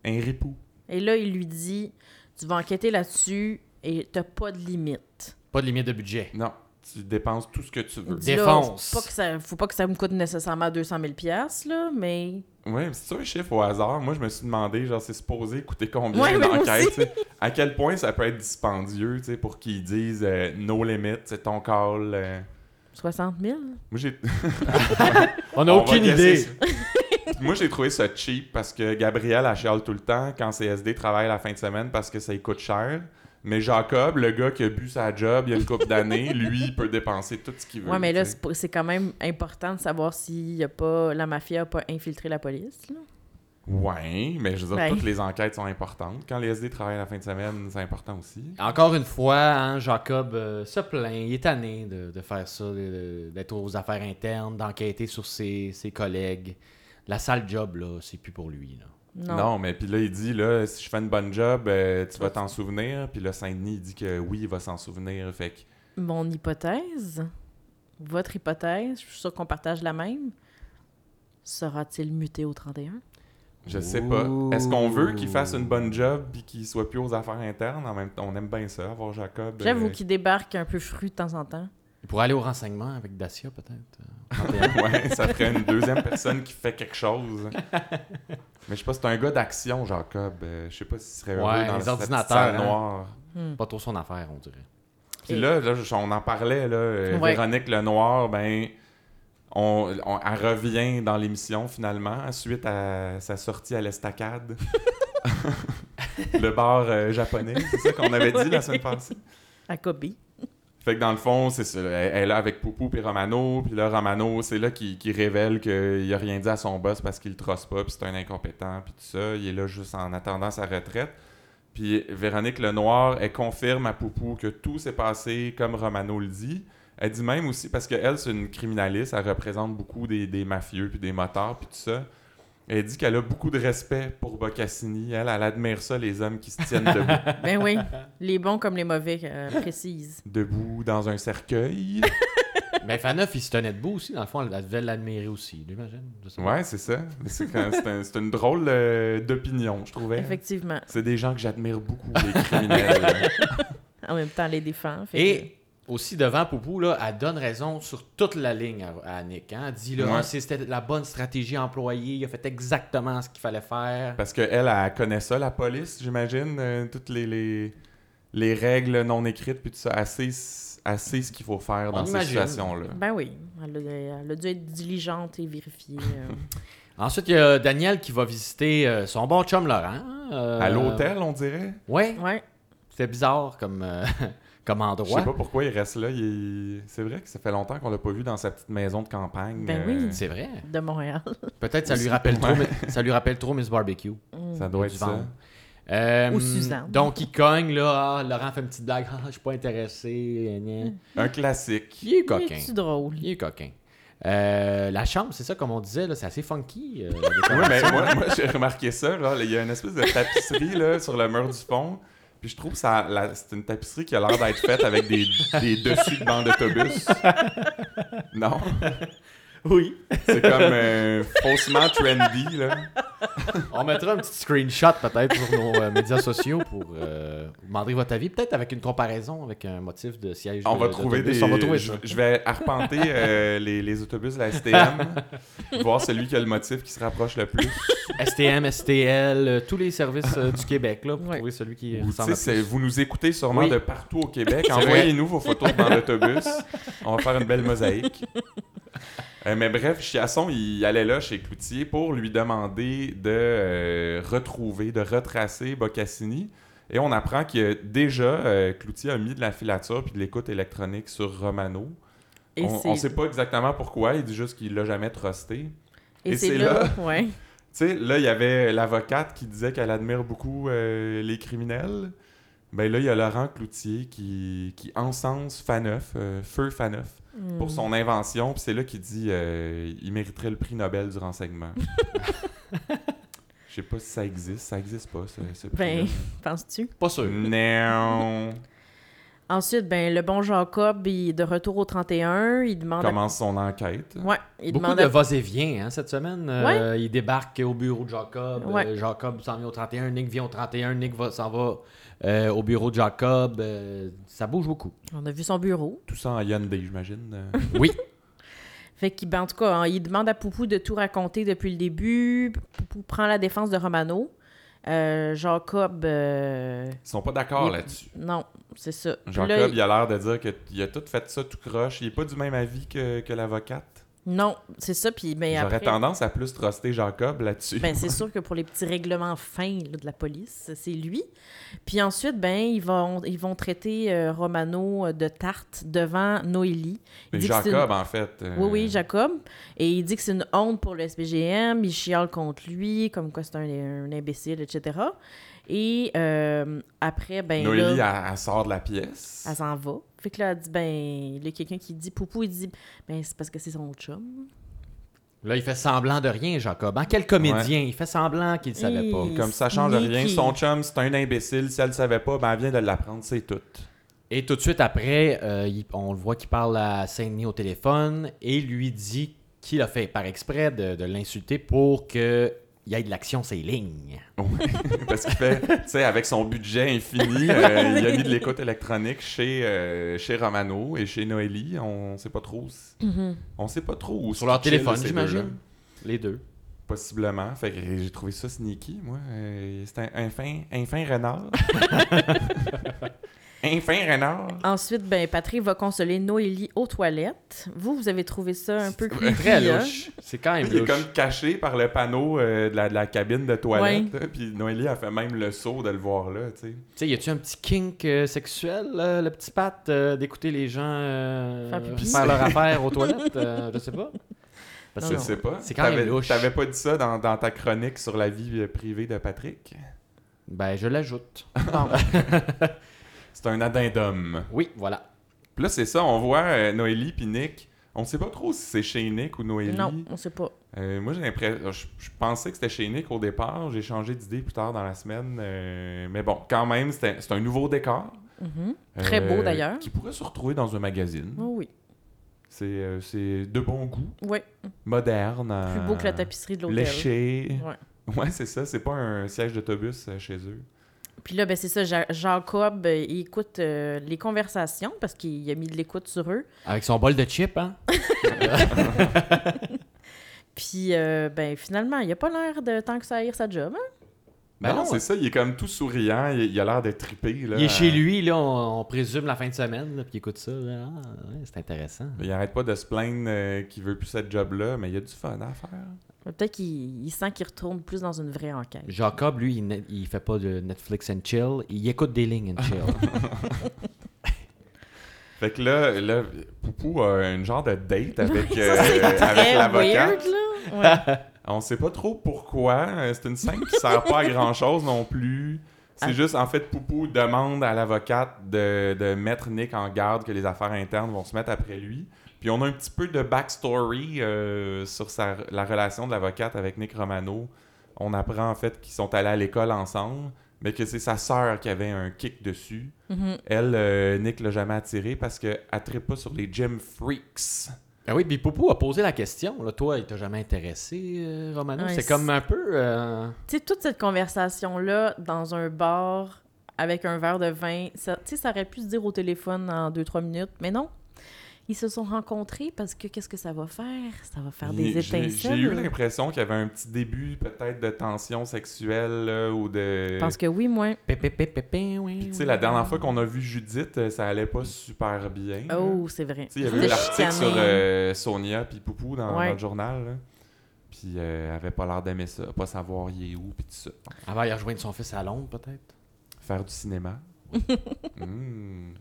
Speaker 1: Un ripou.
Speaker 2: Et là, il lui dit Tu vas enquêter là-dessus et t'as pas de limite.
Speaker 3: Pas de limite de budget.
Speaker 1: Non, tu dépenses tout ce que tu veux.
Speaker 2: Dis-là,
Speaker 3: Défense.
Speaker 2: faut pas que ça- faut pas que ça me coûte nécessairement 200 000 là, mais.
Speaker 1: Ouais, mais c'est ça un chiffre au hasard. Moi, je me suis demandé, genre, c'est supposé coûter combien
Speaker 2: Ouais,
Speaker 1: une
Speaker 2: mais moi
Speaker 1: enquête,
Speaker 2: aussi.
Speaker 1: tu sais. À quel point ça peut être dispendieux, tu sais, pour qu'ils disent euh, no limit, c'est ton call. euh.
Speaker 2: 60 000
Speaker 1: Moi, j'ai.
Speaker 3: On n'a
Speaker 1: On va
Speaker 3: aucune
Speaker 1: guesser
Speaker 3: idée.
Speaker 1: ça. Moi, j'ai trouvé ça cheap parce que Gabriel, elle chiale tout le temps quand CSD travaille la fin de semaine parce que ça lui coûte cher. Mais Jacob, le gars qui a bu sa job il y a une couple d'années, lui, il peut dépenser tout ce qu'il veut.
Speaker 2: Ouais, mais là,
Speaker 1: tu sais.
Speaker 2: c'est pas- c'est quand même important de savoir si y a pas, la mafia a pas infiltré la police. là.
Speaker 1: Ouais, mais je veux dire,
Speaker 2: Ouais.
Speaker 1: toutes les enquêtes sont importantes. Quand les SD travaillent la fin de semaine, c'est important aussi.
Speaker 3: Encore une fois, hein, Jacob euh, se plaint, il est tanné de, de faire ça, de- de- d'être aux affaires internes, d'enquêter sur ses, ses collègues. La sale job, là, c'est plus pour lui. Là.
Speaker 1: Non,
Speaker 2: Non.
Speaker 1: mais puis là, il dit, là, si je fais une bonne job, euh, tu vas t'en souvenir. Puis là, Saint-Denis, il dit que oui, il va s'en souvenir. Fait que
Speaker 2: Mon hypothèse, votre hypothèse, je suis sûr qu'on partage la même. Sera-t-il muté au 31?
Speaker 1: Je sais pas.
Speaker 3: Ouh.
Speaker 1: Est-ce qu'on veut qu'il fasse une bonne job puis qu'il soit plus aux affaires internes en même temps On aime bien ça, avoir Jacob. euh,
Speaker 2: J'avoue qu'il débarque un peu fru de temps en temps.
Speaker 3: Il pourrait aller au renseignement avec Dacia, peut-être. euh, 31.
Speaker 1: ouais, ça ferait une deuxième personne qui fait quelque chose. Mais je sais pas, c'est un gars d'action, Jacob. Euh, Je sais pas s'il serait heureux
Speaker 3: Ouais,
Speaker 1: dans
Speaker 3: les
Speaker 1: cette petite
Speaker 3: ordinateurs,
Speaker 1: salle
Speaker 3: hein.
Speaker 1: noire.
Speaker 3: pas trop son affaire, on dirait.
Speaker 1: Puis là, là, je- on en parlait, là, euh,
Speaker 2: Ouais.
Speaker 1: Véronique Lenoir, ben, on, on- elle revient dans l'émission finalement, suite à sa sortie à l'estacade. Le bar euh, japonais, c'est ça qu'on avait dit la semaine passée.
Speaker 2: À Kobe.
Speaker 1: Fait que dans le fond, c'est ça. Elle elle est là avec Poupou puis Romano. Puis là, Romano, c'est là qu'il qu'il révèle qu'il a rien dit à son boss parce qu'il le trosse pas, puis c'est un incompétent, puis tout ça. Il est là juste en attendant sa retraite. Puis Véronique Lenoir, elle confirme à Poupou que tout s'est passé comme Romano le dit. Elle dit même aussi, parce qu'elle, c'est une criminaliste, elle représente beaucoup des, des mafieux, puis des motards, puis tout ça. Elle dit qu'elle a beaucoup de respect pour Boccassini. Elle, elle admire ça, les hommes qui se tiennent debout.
Speaker 2: Ben oui, les bons comme les mauvais, euh, précise.
Speaker 1: debout dans un cercueil.
Speaker 3: Mais Faneuf, il se tenait debout aussi. Dans le fond, elle elle devait l'admirer aussi, j'imagine. Je sais pas.
Speaker 1: Ouais, c'est ça. C'est quand- c'est un- c'est une drôle euh, d'opinion, je trouvais.
Speaker 2: Effectivement.
Speaker 1: C'est des gens que j'admire beaucoup, les criminels.
Speaker 2: En même temps, les défend. fait
Speaker 3: Et aussi devant Poupou, là, elle donne raison sur toute la ligne à, à Nick. hein. Elle dit là,
Speaker 1: Ouais.
Speaker 3: Ah, c'est- c'était la bonne stratégie employée, il a fait exactement ce qu'il fallait faire.
Speaker 1: Parce qu'elle, elle, elle connaît ça, la police, j'imagine. euh, toutes les, les, les règles non écrites, puis tout ça. Elle sait, s- elle sait ce qu'il faut faire dans
Speaker 3: On
Speaker 1: ces
Speaker 3: imagine.
Speaker 1: situations-là.
Speaker 2: que- Ben oui, elle a, elle a dû être diligente et vérifiée. euh.
Speaker 3: Ensuite, il y a Daniel qui va visiter euh, son bon chum Laurent. euh,
Speaker 1: À l'hôtel, on dirait.
Speaker 3: Ouais,
Speaker 2: Ouais.
Speaker 3: c'était bizarre comme, euh, comme
Speaker 1: Je sais
Speaker 3: endroit.
Speaker 1: pas pourquoi il reste là. il- C'est vrai que ça fait longtemps qu'on l'a pas vu dans sa petite maison de campagne. euh,
Speaker 2: Ben oui.
Speaker 3: C'est vrai.
Speaker 2: De Montréal.
Speaker 3: Peut-être ça lui
Speaker 1: Aussi.
Speaker 3: rappelle trop,
Speaker 1: Ouais.
Speaker 3: mais- ça lui rappelle trop Miss Barbecue.
Speaker 2: Hum.
Speaker 1: Ça doit être
Speaker 3: Du
Speaker 1: ça.
Speaker 3: ventre. Euh,
Speaker 2: Ou Suzanne.
Speaker 3: Donc il cogne là, Ah, Laurent fait une petite blague, Ah, je suis pas intéressé. gna, gna.
Speaker 1: Un classique.
Speaker 3: Il est coquin.
Speaker 2: C'est drôle.
Speaker 3: Il est coquin. Euh, la chambre, c'est ça, comme on disait, là, c'est assez funky. euh, la
Speaker 1: Ouais,
Speaker 3: décoration.
Speaker 1: mais moi, moi, j'ai remarqué ça. genre, il y a une espèce de tapisserie là, sur le mur du fond. Puis je trouve que ça- la- c'est une tapisserie qui a l'air d'être faite avec des, des dessus de bancs d'autobus. Non?
Speaker 3: Oui.
Speaker 1: C'est comme euh, faussement trendy. Là.
Speaker 3: On mettra un petit screenshot peut-être sur nos euh, médias sociaux pour euh, vous demander votre avis, peut-être avec une comparaison avec un motif de siège.
Speaker 1: On
Speaker 3: de-
Speaker 1: va
Speaker 3: de-
Speaker 1: trouver
Speaker 3: d'autobus.
Speaker 1: des.
Speaker 3: On va trouver
Speaker 1: je,
Speaker 3: ça.
Speaker 1: je vais arpenter euh, les, les autobus de la STM, voir celui qui a le motif qui se rapproche le plus.
Speaker 3: STM, STL, euh, tous les services euh, du Québec là, pour
Speaker 2: Ouais.
Speaker 3: trouver celui qui
Speaker 1: Ou, tu sais,
Speaker 3: ressemble. le
Speaker 1: c'est-
Speaker 3: plus.
Speaker 1: vous nous écoutez sûrement
Speaker 3: Oui.
Speaker 1: de partout au Québec.
Speaker 3: vrai.
Speaker 1: Envoyez-nous vos photos de bancs d'autobus. On va faire une belle mosaïque. Euh, mais bref, Chiasson, il allait là chez Cloutier pour lui demander de euh, retrouver, de retracer Boccassini. Et on apprend que déjà, euh, Cloutier a mis de la filature puis de l'écoute électronique sur Romano.
Speaker 2: Et
Speaker 1: on
Speaker 2: c'est-
Speaker 1: ne sait pas exactement pourquoi, il dit juste qu'il l'a jamais trusté.
Speaker 2: Et
Speaker 1: et
Speaker 2: c'est
Speaker 1: c'est
Speaker 2: là, ouais.
Speaker 1: Tu sais, là, il y avait l'avocate qui disait qu'elle admire beaucoup euh, les criminels. Ben là, il y a Laurent Cloutier qui, qui encense Faneuf, euh, Feu Faneuf,
Speaker 2: Hmm.
Speaker 1: pour
Speaker 2: Mm.
Speaker 1: son invention. Puis c'est là qu'il dit euh, il mériterait le prix Nobel du renseignement. Je sais pas si ça existe. Ça existe pas, ce, ce prix-là.
Speaker 2: Ben, penses-tu?
Speaker 3: Pas sûr.
Speaker 1: Non.
Speaker 2: Ensuite, ben, le bon Jacob, il est de retour au 31. Il demande. à-
Speaker 1: Commence son enquête.
Speaker 2: Ouais, il
Speaker 3: Beaucoup
Speaker 2: demande.
Speaker 3: de
Speaker 2: à-
Speaker 3: va-et-vient hein, cette semaine. Euh, Il débarque au bureau de Jacob.
Speaker 2: Ouais.
Speaker 3: Euh, Jacob s'en vient au 31. Nick vient au 31. Nick va- s'en va euh, au bureau de Jacob. Euh, ça bouge beaucoup.
Speaker 2: On a vu son bureau.
Speaker 1: Tout ça en Hyundai, j'imagine. Euh,
Speaker 3: Oui.
Speaker 2: Fait qu'il, ben, en tout cas, hein, il demande à Poupou de tout raconter depuis le début. Poupou prend la défense de Romano. Euh, Jacob, euh,
Speaker 1: Ils sont pas d'accord
Speaker 2: Il-
Speaker 1: là-dessus.
Speaker 2: non, c'est ça. Puis là,
Speaker 1: Jacob,
Speaker 2: il-
Speaker 1: il a l'air de dire qu'il a tout fait ça tout croche. Il est pas du même avis que, que l'avocate.
Speaker 2: Non, c'est ça. Puis, ben,
Speaker 1: J'aurais
Speaker 2: après,
Speaker 1: tendance à plus truster Jacob là-dessus.
Speaker 2: ben, c'est sûr que pour les petits règlements fins là, de la police, c'est lui. Puis ensuite, ben, ils vont, ils vont traiter euh, Romano euh, de tarte devant Noélie.
Speaker 1: Mais
Speaker 2: dit que c'est
Speaker 1: Jacob, en fait. euh,
Speaker 2: Oui, oui, Jacob. Et il dit que c'est une honte pour le SBGM. Il chiale contre lui, comme quoi c'est un, un imbécile, etc. Et euh, après, ben.
Speaker 1: Noélie,
Speaker 2: là,
Speaker 1: elle, elle sort de la pièce.
Speaker 2: elle s'en va. Fait que là, elle dit, ben. Il y a quelqu'un qui dit, Poupou, il dit, ben, c'est parce que c'est son chum.
Speaker 3: Là, il fait semblant de rien, Jacob. En quel comédien Il fait semblant qu'il ne savait pas.
Speaker 2: Et-
Speaker 1: Comme ça change rien.
Speaker 2: Sneaky.
Speaker 1: Son chum, c'est un imbécile. Si elle le savait pas, ben, elle vient de l'apprendre, c'est tout.
Speaker 3: Et tout de suite après, euh, il- on le voit qu'il parle à Saint-Denis au téléphone et lui dit qu'il a fait par exprès de, de l'insulter pour qu'il y ait de l'action, ces lignes.
Speaker 1: Parce qu'il fait, tu sais, avec son budget infini, euh, il a mis de l'écoute électronique chez, euh, chez Romano et chez Noélie. On sait pas trop. où- On sait pas trop où.
Speaker 3: Sur leur
Speaker 1: chill,
Speaker 3: téléphone,
Speaker 1: ces deux-là.
Speaker 3: j'imagine. Les deux.
Speaker 1: Possiblement. Fait que j'ai trouvé ça sneaky, moi. Euh, c'est un, un fin, un fin renard. un fin renard.
Speaker 2: Ensuite, ben, Patrick va consoler Noélie aux toilettes. Vous, vous avez trouvé ça un peu creepy,
Speaker 3: Très
Speaker 2: hein?
Speaker 3: louche. C'est quand même
Speaker 1: Il est
Speaker 3: louche.
Speaker 1: comme caché par le panneau euh, de, la, de la cabine de toilette. hein, Puis Noélie a fait même le saut de le voir là, tu sais.
Speaker 3: Tu sais, y a-tu un petit kink euh, sexuel, euh, le petit pat, euh, d'écouter les gens euh,
Speaker 2: Faire pipi.
Speaker 3: faire leur affaire aux toilettes euh, Je sais pas. Parce
Speaker 2: Non,
Speaker 1: Je
Speaker 3: que
Speaker 2: non.
Speaker 1: sais pas.
Speaker 3: Ah C'est quand même
Speaker 1: T'avais-
Speaker 3: louche.
Speaker 1: T'avais pas dit ça dans, dans ta chronique sur la vie euh, privée de Patrick?
Speaker 3: Ben, je l'ajoute.
Speaker 2: Bon.
Speaker 1: C'est un addendum.
Speaker 3: Oui, voilà.
Speaker 1: Puis là, c'est ça, on voit euh, Noélie puis Nick. On sait pas trop si c'est chez Nick ou Noélie.
Speaker 2: non, on sait pas.
Speaker 1: Euh, moi, j'ai l'impression. Je, je pensais que c'était chez Nick au départ. J'ai changé d'idée plus tard dans la semaine. euh, mais bon, quand même, c'était- c'est un nouveau décor. euh,
Speaker 2: Mhm. Très beau, d'ailleurs.
Speaker 1: Qui pourrait se retrouver dans un magazine.
Speaker 2: Oh oui.
Speaker 1: C'est euh, c'est de bon goût,
Speaker 2: Ouais,
Speaker 1: moderne. euh,
Speaker 2: plus beau que la tapisserie de l'hôtel.
Speaker 1: Léché.
Speaker 2: Ouais.
Speaker 1: Ouais, c'est ça. C'est pas un siège d'autobus euh, chez eux.
Speaker 2: Puis là, ben, c'est ça, Ja- Jacob, euh, il écoute euh, les conversations parce qu'il a mis de l'écoute sur eux.
Speaker 3: Avec son bol de chips, hein
Speaker 2: Puis, euh, ben, finalement, il a pas l'air de tant que ça aille sa job. hein?
Speaker 3: Ben
Speaker 1: non,
Speaker 3: non.
Speaker 1: c'est ça. Il est comme tout souriant. Il, il a l'air d'être trippé. Là,
Speaker 3: Il est chez
Speaker 1: Euh,
Speaker 3: lui, là, on, on présume la fin de semaine, là, puis il écoute ça. là. Ah, ouais, c'est intéressant.
Speaker 1: Il arrête pas de se plaindre euh, qu'il veut plus cette job-là, mais il y a du fun à faire.
Speaker 2: Peut-être qu'il il sent qu'il retourne plus dans une vraie enquête.
Speaker 3: Jacob, lui, il, ne- il fait pas de Netflix and chill, il écoute des lignes and chill.
Speaker 1: Fait que là, là Poupou a une genre de date avec, euh,
Speaker 2: Très
Speaker 1: avec l'avocat.
Speaker 2: weird, là. Ouais.
Speaker 1: On sait pas trop pourquoi. Euh, C'est une scène qui sert pas à grand chose non plus. C'est
Speaker 2: Ah.
Speaker 1: juste, en fait, Poupou demande à l'avocate de, de mettre Nick en garde que les affaires internes vont se mettre après lui. Puis on a un petit peu de backstory euh, sur sa, la relation de l'avocate avec Nick Romano. On apprend en fait qu'ils sont allés à l'école ensemble, mais que c'est sa sœur qui avait un kick dessus.
Speaker 2: Mhm.
Speaker 1: Elle, euh, Nick l'a jamais attirée parce qu'elle ne pas sur les gym freaks.
Speaker 3: ah oui, puis Poupou a posé la question. Là, toi, il t'a jamais intéressé, euh, Romano?
Speaker 2: Ouais,
Speaker 3: c'est
Speaker 2: c'est-
Speaker 3: comme un peu... euh,
Speaker 2: Tu sais, toute cette conversation-là dans un bar avec un verre de vin, ça, tu sais, ça aurait pu se dire au téléphone en 2-3 minutes, mais non. Ils se sont rencontrés parce que qu'est-ce que ça va faire? Ça va faire des
Speaker 1: J'ai- j'ai-
Speaker 2: étincelles.
Speaker 1: J'ai eu l'impression qu'il y avait un petit début peut-être de tension sexuelle là, ou de...
Speaker 2: Parce que oui, moi.
Speaker 1: Puis, tu sais, la dernière fois qu'on a vu Judith, euh, ça allait pas super bien. là.
Speaker 2: Oh, c'est vrai.
Speaker 1: Mm-hmm. Tu sais, il y avait eu
Speaker 2: C'était
Speaker 1: l'article sur
Speaker 2: chicané.
Speaker 1: euh, Sonia puis Poupou dans, dans
Speaker 2: Ouais.
Speaker 1: le journal. là. Puis euh, elle avait pas l'air d'aimer ça, pas savoir il est où puis tout ça.
Speaker 3: Avant, Ah, il a rejoint son fils à Londres, peut-être.
Speaker 1: Faire du cinéma. Hmm.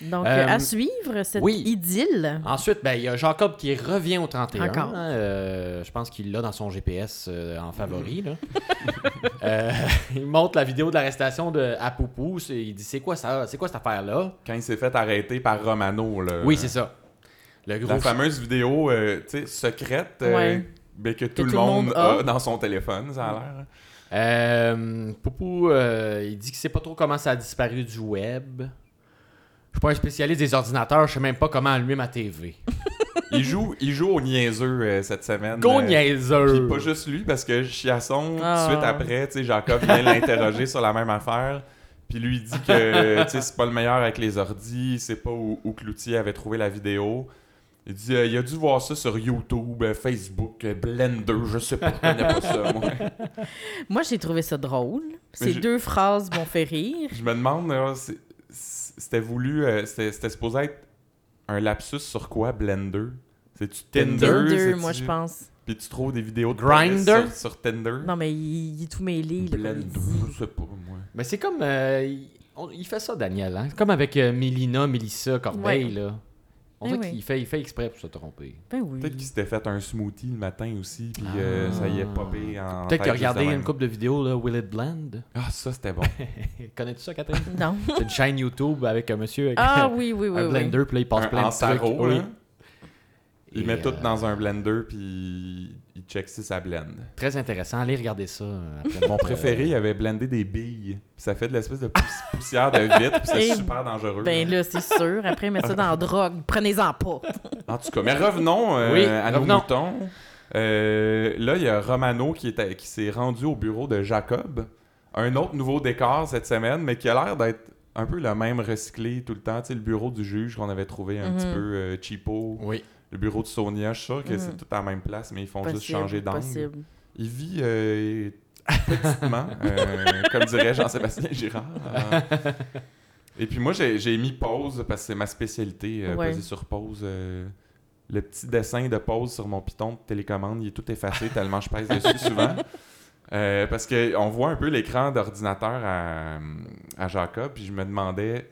Speaker 2: Donc,
Speaker 3: Euh,
Speaker 2: euh, à suivre cette
Speaker 3: oui.
Speaker 2: idylle.
Speaker 3: Ensuite, ben, il y a Jacob qui revient au 31.
Speaker 2: Encore.
Speaker 3: hein, euh, je pense qu'il l'a dans son GPS euh, en favori. là. Euh, il montre la vidéo de l'arrestation de Apoupou. C'est- Il dit C'est quoi ça C'est quoi cette affaire-là
Speaker 1: Quand il s'est fait arrêter par Romano. Là,
Speaker 3: Oui, c'est ça. Le gros.
Speaker 1: Euh. La fameuse vidéo euh, tu sais, secrète euh,
Speaker 2: Ouais.
Speaker 1: ben, que, tout, le monde, a dans son téléphone, ça a l'air. hein.
Speaker 3: Euh, Poupou, euh, il dit qu'il sait pas trop comment ça a disparu du web. Je suis pas un spécialiste des ordinateurs, je sais même pas comment allumer ma TV.
Speaker 1: Il joue, il joue au niaiseux euh, cette semaine.
Speaker 3: Go
Speaker 1: euh,
Speaker 3: niaiseux!
Speaker 1: Puis pas juste lui, parce que Chiasson, tout de suite
Speaker 2: Ah.
Speaker 1: après, tu sais, Jacob vient l'interroger sur la même affaire. Puis lui, il dit que tu sais, c'est pas le meilleur avec les ordis, c'est pas où, où Cloutier avait trouvé la vidéo. Il dit euh, il a dû voir ça sur YouTube, euh, Facebook, euh, Blender, je sais pas, je connais pas ça, moi.
Speaker 2: Moi, j'ai trouvé ça drôle. Ces
Speaker 1: je-
Speaker 2: deux phrases m'ont fait rire.
Speaker 1: Je me demande, là, c'est- c'était voulu, euh, c'était c'était supposé être un lapsus sur quoi, Blender C'est-tu Tinder
Speaker 2: Tinder,
Speaker 1: C'est-tu-
Speaker 2: moi, je pense.
Speaker 1: Puis tu trouves des vidéos de
Speaker 3: Grindr?
Speaker 1: sur, sur Tinder
Speaker 2: Non, mais il, il est tout mêlé. là, comme il
Speaker 1: Blender,
Speaker 2: dit.
Speaker 1: je sais pas, moi.
Speaker 3: Mais c'est comme. euh, il, on- il fait ça, Daniel. Hein? C'est comme avec euh, Mélina, Mélissa, Corbeil.
Speaker 2: Ouais.
Speaker 3: Là. On
Speaker 2: Eh
Speaker 3: dirait
Speaker 2: oui.
Speaker 3: qu'il fait, il fait exprès pour se tromper.
Speaker 2: Ben oui.
Speaker 1: Peut-être qu'il s'était fait un smoothie le matin aussi, puis euh,
Speaker 3: Mm. Ah.
Speaker 1: ça y est popé en.
Speaker 3: Peut-être qu'il
Speaker 1: tête
Speaker 3: a regardé
Speaker 1: juste de
Speaker 3: une
Speaker 1: même.
Speaker 3: couple de vidéos, là, Will It Blend.
Speaker 1: Ah, ça c'était bon.
Speaker 3: Connais-tu ça, Catherine
Speaker 2: Non.
Speaker 3: C'est une chaîne YouTube avec un monsieur avec
Speaker 2: Ah oui, oui, oui.
Speaker 3: un
Speaker 2: oui.
Speaker 3: blender, puis là, il passe
Speaker 1: un,
Speaker 3: plein de
Speaker 1: en
Speaker 3: trucs.
Speaker 1: sarreau,
Speaker 3: Oui.
Speaker 1: là. Il
Speaker 3: Et,
Speaker 1: met tout
Speaker 3: euh,
Speaker 1: dans un blender, puis il check si ça blend.
Speaker 3: Très intéressant. Allez regarder ça. euh, après
Speaker 1: Mon
Speaker 3: notre,
Speaker 1: préféré, il avait blendé des billes. Puis ça fait de l'espèce de pouss- poussière de vitre, puis c'est
Speaker 2: Et
Speaker 1: super dangereux.
Speaker 2: Ben là, c'est sûr. Après, mettre ça dans la drogue. Prenez-en pas.
Speaker 1: En tout cas, mais revenons euh,
Speaker 3: Oui,
Speaker 1: à nos
Speaker 3: revenons.
Speaker 1: moutons. Euh, là, il y a Romano qui, est à- qui s'est rendu au bureau de Jacob. Un autre nouveau décor cette semaine, mais qui a l'air d'être un peu le même recyclé tout le temps. Tu sais, le bureau du juge qu'on avait trouvé un
Speaker 2: Mhm.
Speaker 1: petit peu euh, cheapo.
Speaker 3: euh, Oui.
Speaker 1: Le bureau de Sonia, je suis sûr que
Speaker 2: Mhm.
Speaker 1: c'est tout à la même place, mais ils font juste
Speaker 2: Possible,
Speaker 1: changer d'angle.
Speaker 2: possible.
Speaker 1: Il vit euh, petitement, euh, comme dirait Jean-Sébastien Girard. Euh, Et puis moi, j'ai j'ai mis pause parce que c'est ma spécialité, euh,
Speaker 2: Ouais.
Speaker 1: poser sur pause. euh, le petit dessin de pause sur mon piton de télécommande, il est tout effacé tellement je pèse dessus souvent. Euh, parce qu'on voit un peu l'écran d'ordinateur à, à Jacob, puis je me demandais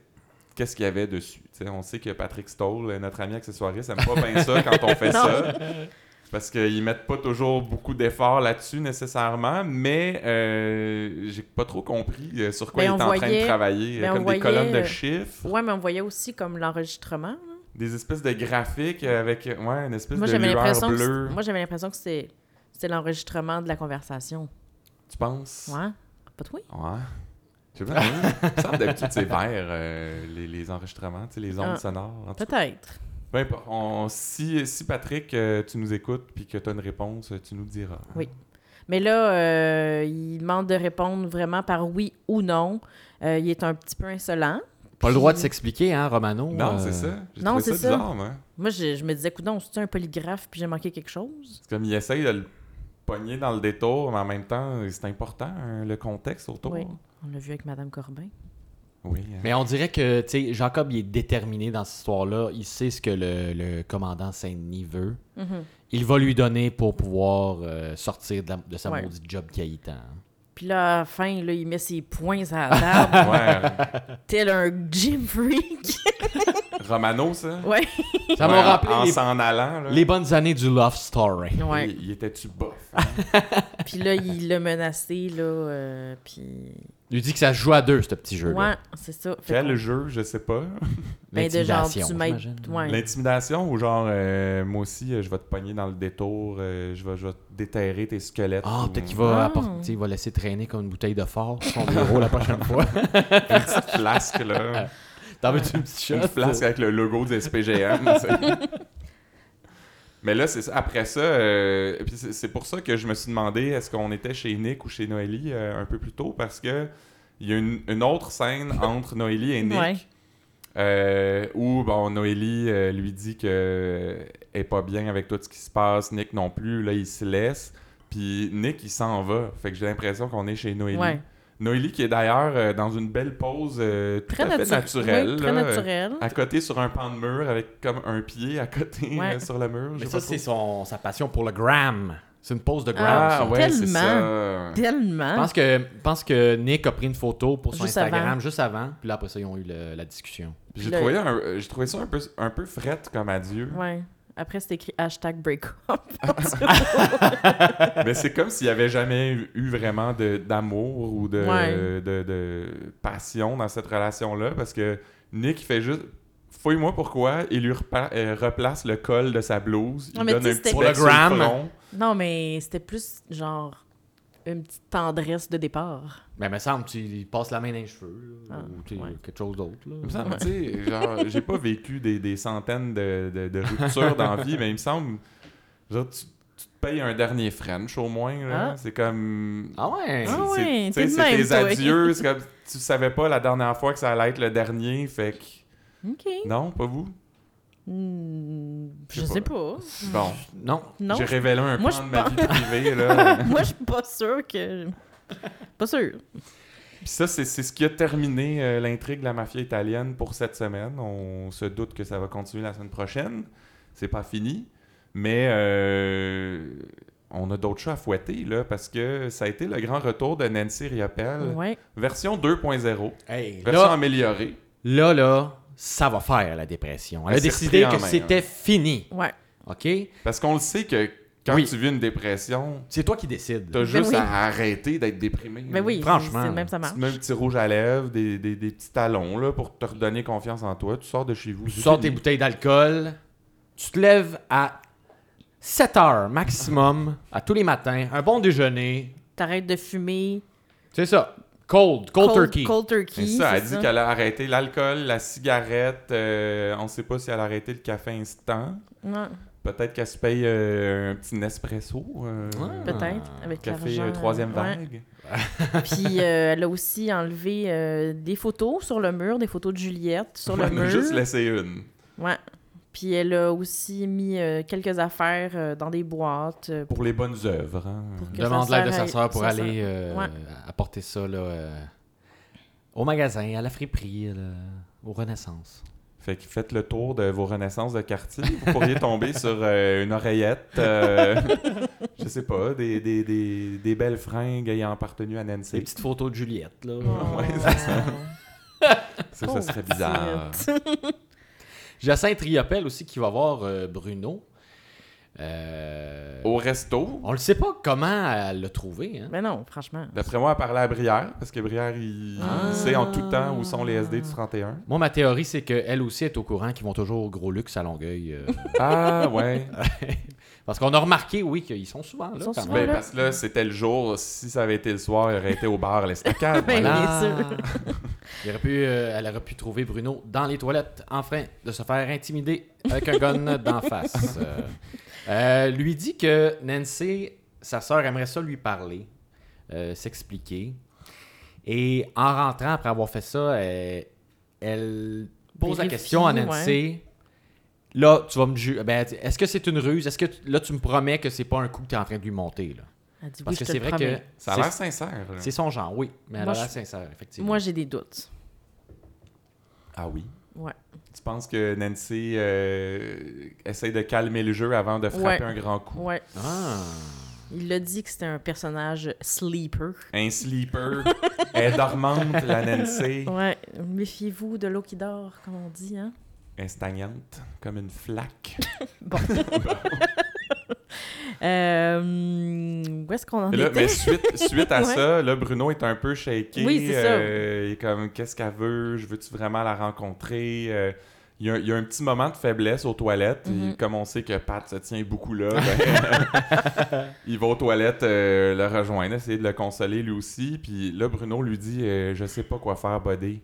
Speaker 1: qu'est-ce qu'il y avait dessus. Tu sais, on sait que Patrick Stoll, notre ami accessoiriste, aime pas bien ça quand on fait
Speaker 2: Non.
Speaker 1: ça. Parce qu'ils mettent pas toujours beaucoup d'efforts là-dessus nécessairement, mais euh, j'ai pas trop compris euh, sur quoi
Speaker 2: Ben,
Speaker 1: ils
Speaker 2: on
Speaker 1: étaient en train de
Speaker 2: voyait-
Speaker 1: travailler.
Speaker 2: ben, on
Speaker 1: comme
Speaker 2: voyait,
Speaker 1: des colonnes de
Speaker 2: euh,
Speaker 1: chiffres,
Speaker 2: Ouais, mais on voyait aussi comme l'enregistrement. là.
Speaker 1: des espèces de graphiques avec euh, ouais, une espèce
Speaker 2: Moi,
Speaker 1: de
Speaker 2: j'avais
Speaker 1: lueur
Speaker 2: l'impression que
Speaker 1: bleue.
Speaker 2: c'est- moi, j'avais l'impression que c'était c'était l'enregistrement de la conversation.
Speaker 1: Tu penses?
Speaker 2: Ouais. Pas toi?
Speaker 1: Ouais. Je sais pas. hein. Il me semble d'habitude c'est vert, euh, les, les enregistrements, tu sais, les ondes
Speaker 2: Ah.
Speaker 1: sonores. En tout cas,
Speaker 2: Peut-être.
Speaker 1: peu importe. On- si, si Patrick, euh, tu nous écoutes puis que tu as une réponse, tu nous diras.
Speaker 2: Oui. Mais là, euh, il demande de répondre vraiment par oui ou non. Euh, il est un petit peu insolent.
Speaker 3: Pas le
Speaker 2: Puis-
Speaker 3: droit de s'expliquer, hein, Romano.
Speaker 1: Non,
Speaker 3: euh,
Speaker 1: c'est ça. J'ai
Speaker 2: non,
Speaker 1: trouvé
Speaker 2: c'est
Speaker 1: ça
Speaker 2: ça.
Speaker 1: bizarre, moi.
Speaker 2: Moi, je, je me disais, coudon, c'est un polygraphe, puis j'ai manqué quelque chose.
Speaker 1: C'est comme il essaye de le pogner dans le détour, mais en même temps, c'est important, hein, le contexte autour.
Speaker 2: Oui. On l'a vu avec Madame Corbin.
Speaker 1: Oui, hein.
Speaker 3: Mais on dirait que, tu sais, Jacob, il est déterminé dans cette histoire-là. Il sait ce que le, le commandant Saint-Denis veut. Il va lui donner pour pouvoir euh, sortir de, la- de sa
Speaker 2: Ouais.
Speaker 3: maudite job caïtan.
Speaker 2: Puis là, à la fin, là, il met ses poings à la table,
Speaker 1: Ouais, euh,
Speaker 2: tel un gym freak.
Speaker 1: Romano, ça.
Speaker 2: ouais.
Speaker 3: Ça
Speaker 1: Ouais,
Speaker 3: m'a
Speaker 1: en- En
Speaker 3: rappelé
Speaker 1: s'en allant, là.
Speaker 3: les, les bonnes années du Love Story.
Speaker 2: ouais.
Speaker 1: Il, il était-tu bof?
Speaker 2: Puis là, il l'a menacé, là, euh, puis...
Speaker 3: Il dit que ça se joue à deux, ce petit
Speaker 2: Ouais,
Speaker 3: jeu-là.
Speaker 2: c'est ça. Fait
Speaker 1: Quel
Speaker 2: qu'on-
Speaker 1: jeu, je sais pas.
Speaker 2: ben, de genre, tu
Speaker 3: L'intimidation,
Speaker 2: m'aides-
Speaker 3: j'imagine.
Speaker 2: ouais.
Speaker 1: L'intimidation ou genre, euh, moi aussi, euh, je vais te pogner dans le détour, euh, je, vais, je vais déterrer tes squelettes.
Speaker 3: Ah,
Speaker 1: ou-
Speaker 3: peut-être qu'il va,
Speaker 2: Ah.
Speaker 3: apporter, il va laisser traîner comme une bouteille de fort sur son bureau la prochaine fois.
Speaker 1: Une petite flasque, là.
Speaker 3: T'en veux-tu une petite shot?
Speaker 1: Une flasque avec le logo du SPGM. c'est- Mais là, c'est ça. Après ça, euh, puis c'est c'est pour ça que je me suis demandé est-ce qu'on était chez Nick ou chez Noélie euh, un peu plus tôt, parce que il y a une, une autre scène entre Noélie et Nick.
Speaker 2: Ouais.
Speaker 1: euh, où bon, Noélie euh, lui dit qu'elle est pas bien avec tout ce qui se passe, Nick non plus, là, il se laisse. Puis Nick, il s'en va. Fait que j'ai l'impression qu'on est chez Noélie.
Speaker 2: Ouais.
Speaker 1: Noélie qui est d'ailleurs euh, dans une belle pose euh, tout à fait
Speaker 2: natu-
Speaker 1: naturelle.
Speaker 2: oui, très
Speaker 1: là, euh,
Speaker 2: naturel.
Speaker 1: à côté sur un pan de mur avec comme un pied à côté
Speaker 2: Ouais.
Speaker 1: euh, sur le mur. je
Speaker 3: Mais
Speaker 1: sais
Speaker 3: ça,
Speaker 1: pas trop.
Speaker 3: c'est son, sa passion pour le gram. C'est une pose de gram.
Speaker 1: Ah,
Speaker 3: ça.
Speaker 1: ouais, c'est
Speaker 2: tellement.
Speaker 1: ça.
Speaker 3: Je
Speaker 2: Tellement.
Speaker 3: pense que, je pense que Nick a pris une photo pour son
Speaker 2: Hein? Juste
Speaker 3: Instagram
Speaker 2: avant.
Speaker 3: juste avant. Puis là, après ça, ils ont eu le- la discussion.
Speaker 1: Puis J'ai
Speaker 2: Le-
Speaker 1: trouvé, un- euh, j'ai trouvé ça un peu, un peu frette comme adieu.
Speaker 2: Ouais. Après, c'est écrit hashtag breakup.
Speaker 1: Mais c'est comme s'il n'y avait jamais eu- eu vraiment de- d'amour ou de,
Speaker 2: Ouais.
Speaker 1: de, de passion dans cette relation-là. Parce que Nick, il fait juste. Fouille-moi pourquoi. Il lui repa- euh, replace le col de sa blouse. Il
Speaker 2: Non, mais
Speaker 1: donne
Speaker 2: tu sais,
Speaker 1: un
Speaker 2: c'était-
Speaker 1: petit
Speaker 3: Pour le
Speaker 1: bec sur le
Speaker 3: gram.
Speaker 1: front.
Speaker 2: non, mais c'était plus genre une petite tendresse de départ.
Speaker 3: Mais il me semble qu'il passe la main dans les cheveux. là,
Speaker 2: Ah,
Speaker 3: ou tu sais,
Speaker 2: ouais.
Speaker 3: quelque chose d'autre. là.
Speaker 1: Il me semble, tu sais, genre, j'ai pas vécu des, des centaines de, de- de ruptures dans la vie, mais il me semble, genre, tu, tu te payes un dernier French au moins, là.
Speaker 2: Ah.
Speaker 1: C'est comme.
Speaker 3: Ah ouais!
Speaker 1: c'est-
Speaker 2: Ah ouais,
Speaker 1: c'est- tu
Speaker 2: t'es
Speaker 1: sais,
Speaker 2: de
Speaker 1: c'est
Speaker 2: même,
Speaker 1: tes
Speaker 2: toi.
Speaker 1: adieux, c'est comme, tu savais pas la dernière fois que ça allait être le dernier, fait que.
Speaker 2: OK.
Speaker 1: Non, pas vous?
Speaker 2: Hmm,
Speaker 1: Je
Speaker 2: je
Speaker 1: sais
Speaker 2: sais pas.
Speaker 1: Bon,
Speaker 3: Non.
Speaker 2: Hmm. Non.
Speaker 1: j'ai révélé un
Speaker 2: Moi,
Speaker 1: pan
Speaker 2: je
Speaker 1: de ma vie privée, là.
Speaker 2: Moi, je suis pas sûre que. Pas sûre.
Speaker 1: Puis ça, c'est c'est ce qui a terminé euh, l'intrigue de la mafia italienne pour cette semaine. On se doute que ça va continuer la semaine prochaine. C'est pas fini. Mais euh, on a d'autres chats à fouetter, là, parce que ça a été le grand retour de Nancy Riopelle.
Speaker 2: Ouais.
Speaker 1: Version 2.0.
Speaker 3: Hey,
Speaker 1: Version
Speaker 3: là,
Speaker 1: améliorée.
Speaker 3: là, là, ça va faire la dépression. Elle a
Speaker 1: Elle s'est
Speaker 3: décidé
Speaker 1: repris en
Speaker 3: que
Speaker 1: main, hein.
Speaker 3: c'était fini.
Speaker 2: Ouais.
Speaker 3: OK?
Speaker 1: Parce qu'on le sait que quand
Speaker 3: Oui.
Speaker 1: tu vis une dépression,
Speaker 3: C'est toi qui décides.
Speaker 1: t'as juste
Speaker 2: Ben oui.
Speaker 1: à arrêter d'être déprimé.
Speaker 2: Mais Ben oui,
Speaker 3: Franchement.
Speaker 2: c'est le même ça
Speaker 1: Tu
Speaker 2: marche.
Speaker 1: te mets un petit rouge à lèvres, des, des- des petits talons là, pour te redonner confiance en toi. Tu sors de chez vous.
Speaker 3: Tu
Speaker 1: c'est
Speaker 3: sors
Speaker 1: fini.
Speaker 3: tes bouteilles d'alcool. Tu te lèves à 7 heures maximum, à tous les matins. Un bon déjeuner.
Speaker 2: T'arrêtes de fumer.
Speaker 3: C'est ça. Cold, cold, turkey.
Speaker 2: Cold
Speaker 1: C'est
Speaker 2: turkey.
Speaker 1: ça, elle
Speaker 2: c'est
Speaker 1: dit qu'elle a arrêté l'alcool, la cigarette, euh, on sait pas si elle a arrêté le café instant.
Speaker 2: Ouais,
Speaker 1: Peut-être qu'elle se paye euh, un petit Nespresso, euh,
Speaker 3: Ouais.
Speaker 2: peut-être.
Speaker 3: Ah,
Speaker 2: avec
Speaker 1: café
Speaker 2: l'argent,
Speaker 1: euh,
Speaker 2: euh,
Speaker 1: troisième
Speaker 2: ouais.
Speaker 1: vague.
Speaker 2: Puis euh, elle a aussi enlevé euh, des photos sur le mur, des photos de Juliette sur
Speaker 1: On
Speaker 2: le
Speaker 1: en a
Speaker 2: mur.
Speaker 1: juste laissé une.
Speaker 2: Ouais. Puis elle a aussi mis euh, quelques affaires euh, dans des boîtes. euh,
Speaker 1: Pour les bonnes œuvres. hein.
Speaker 2: pour que
Speaker 3: Demande
Speaker 2: sa
Speaker 3: l'aide de sa
Speaker 2: aille-
Speaker 3: soeur pour
Speaker 2: sa
Speaker 3: aller euh,
Speaker 2: Ouais.
Speaker 3: apporter ça là, euh, au magasin, à la friperie, euh, là, au Renaissance.
Speaker 1: Fait que faites le tour de vos renaissances de quartier. Vous pourriez tomber sur euh, une oreillette, euh, je sais pas, des, des, des, des belles fringues ayant appartenu à
Speaker 3: Des
Speaker 1: Nancy.
Speaker 3: petites photos de Juliette. Là.
Speaker 2: Oh.
Speaker 1: Ouais, c'est Ça, ça
Speaker 2: Pauvre
Speaker 1: serait bizarre.
Speaker 2: petite.
Speaker 3: Jacinthe Riopelle aussi qui va voir euh, Bruno. Euh,
Speaker 1: Au resto,
Speaker 3: On le sait pas comment elle l'a trouvé. hein.
Speaker 2: Mais non, franchement.
Speaker 1: D'après moi, elle parlait à Brière, parce que Brière, il
Speaker 3: Ah.
Speaker 1: sait en tout temps où sont les SD du 31.
Speaker 3: Moi, ma théorie, c'est qu'elle aussi est au courant qu'ils vont toujours au gros luxe à Longueuil. euh,
Speaker 1: Ah, ouais.
Speaker 3: parce qu'on a remarqué, oui, qu'ils sont souvent là.
Speaker 2: Ils sont
Speaker 3: quand
Speaker 2: souvent
Speaker 3: même.
Speaker 1: ben, parce que là, c'était le jour. Si ça avait été le soir, il aurait été au bar à l'estacade.
Speaker 2: Ben,
Speaker 1: voilà.
Speaker 2: bien
Speaker 3: Il aurait pu, euh, elle aurait pu trouver Bruno dans les toilettes, enfin, de se faire intimider avec un gun d'en face. Euh, euh, lui dit que Nancy, sa sœur, aimerait ça lui parler, euh, s'expliquer. Et en rentrant, après avoir fait ça, elle, elle pose la
Speaker 2: Vérifie,
Speaker 3: question à Nancy. Là, tu vas me juger. Ben, elle dit, est-ce que c'est une ruse? Est-ce que tu- là, tu me promets que c'est pas un coup que tu es en train de lui monter? Là?
Speaker 2: Elle dit oui,
Speaker 3: Parce
Speaker 2: je
Speaker 3: que
Speaker 2: te
Speaker 3: c'est
Speaker 2: le
Speaker 3: vrai
Speaker 2: promets.
Speaker 3: que
Speaker 1: Ça a
Speaker 3: c'est-
Speaker 1: l'air sincère. là.
Speaker 3: c'est son genre, oui. Mais elle
Speaker 2: Moi,
Speaker 3: a l'air
Speaker 2: je-
Speaker 3: sincère, effectivement.
Speaker 2: Moi, j'ai des doutes.
Speaker 1: Ah oui.
Speaker 2: Ouais.
Speaker 1: Tu penses que Nancy euh, essaie de calmer le jeu avant de frapper
Speaker 2: Ouais.
Speaker 1: un grand coup?
Speaker 2: Ouais.
Speaker 3: Ah.
Speaker 2: Il l'a dit que c'était un personnage sleeper.
Speaker 1: Un sleeper. Elle est dormante, la Nancy.
Speaker 2: Ouais. Méfiez-vous de l'eau qui dort, comme on dit, hein.
Speaker 1: Instagnante, comme une flaque.
Speaker 2: Bon. Euh, où est-ce qu'on en
Speaker 1: Et là,
Speaker 2: était?
Speaker 1: mais suite, suite à
Speaker 2: Ouais.
Speaker 1: ça, là, Bruno est un peu shaké.
Speaker 2: Oui, c'est ça.
Speaker 1: euh, il est comme, qu'est-ce qu'elle veut? Je veux-tu vraiment la rencontrer? Euh, il, y a, il y a un petit moment de faiblesse aux toilettes.
Speaker 2: Mhm.
Speaker 1: Et comme on sait que Pat se tient beaucoup là, ben, il va aux toilettes euh, le rejoindre, essayer de le consoler lui aussi. Puis là, Bruno lui dit, euh, je sais pas quoi faire, Buddy.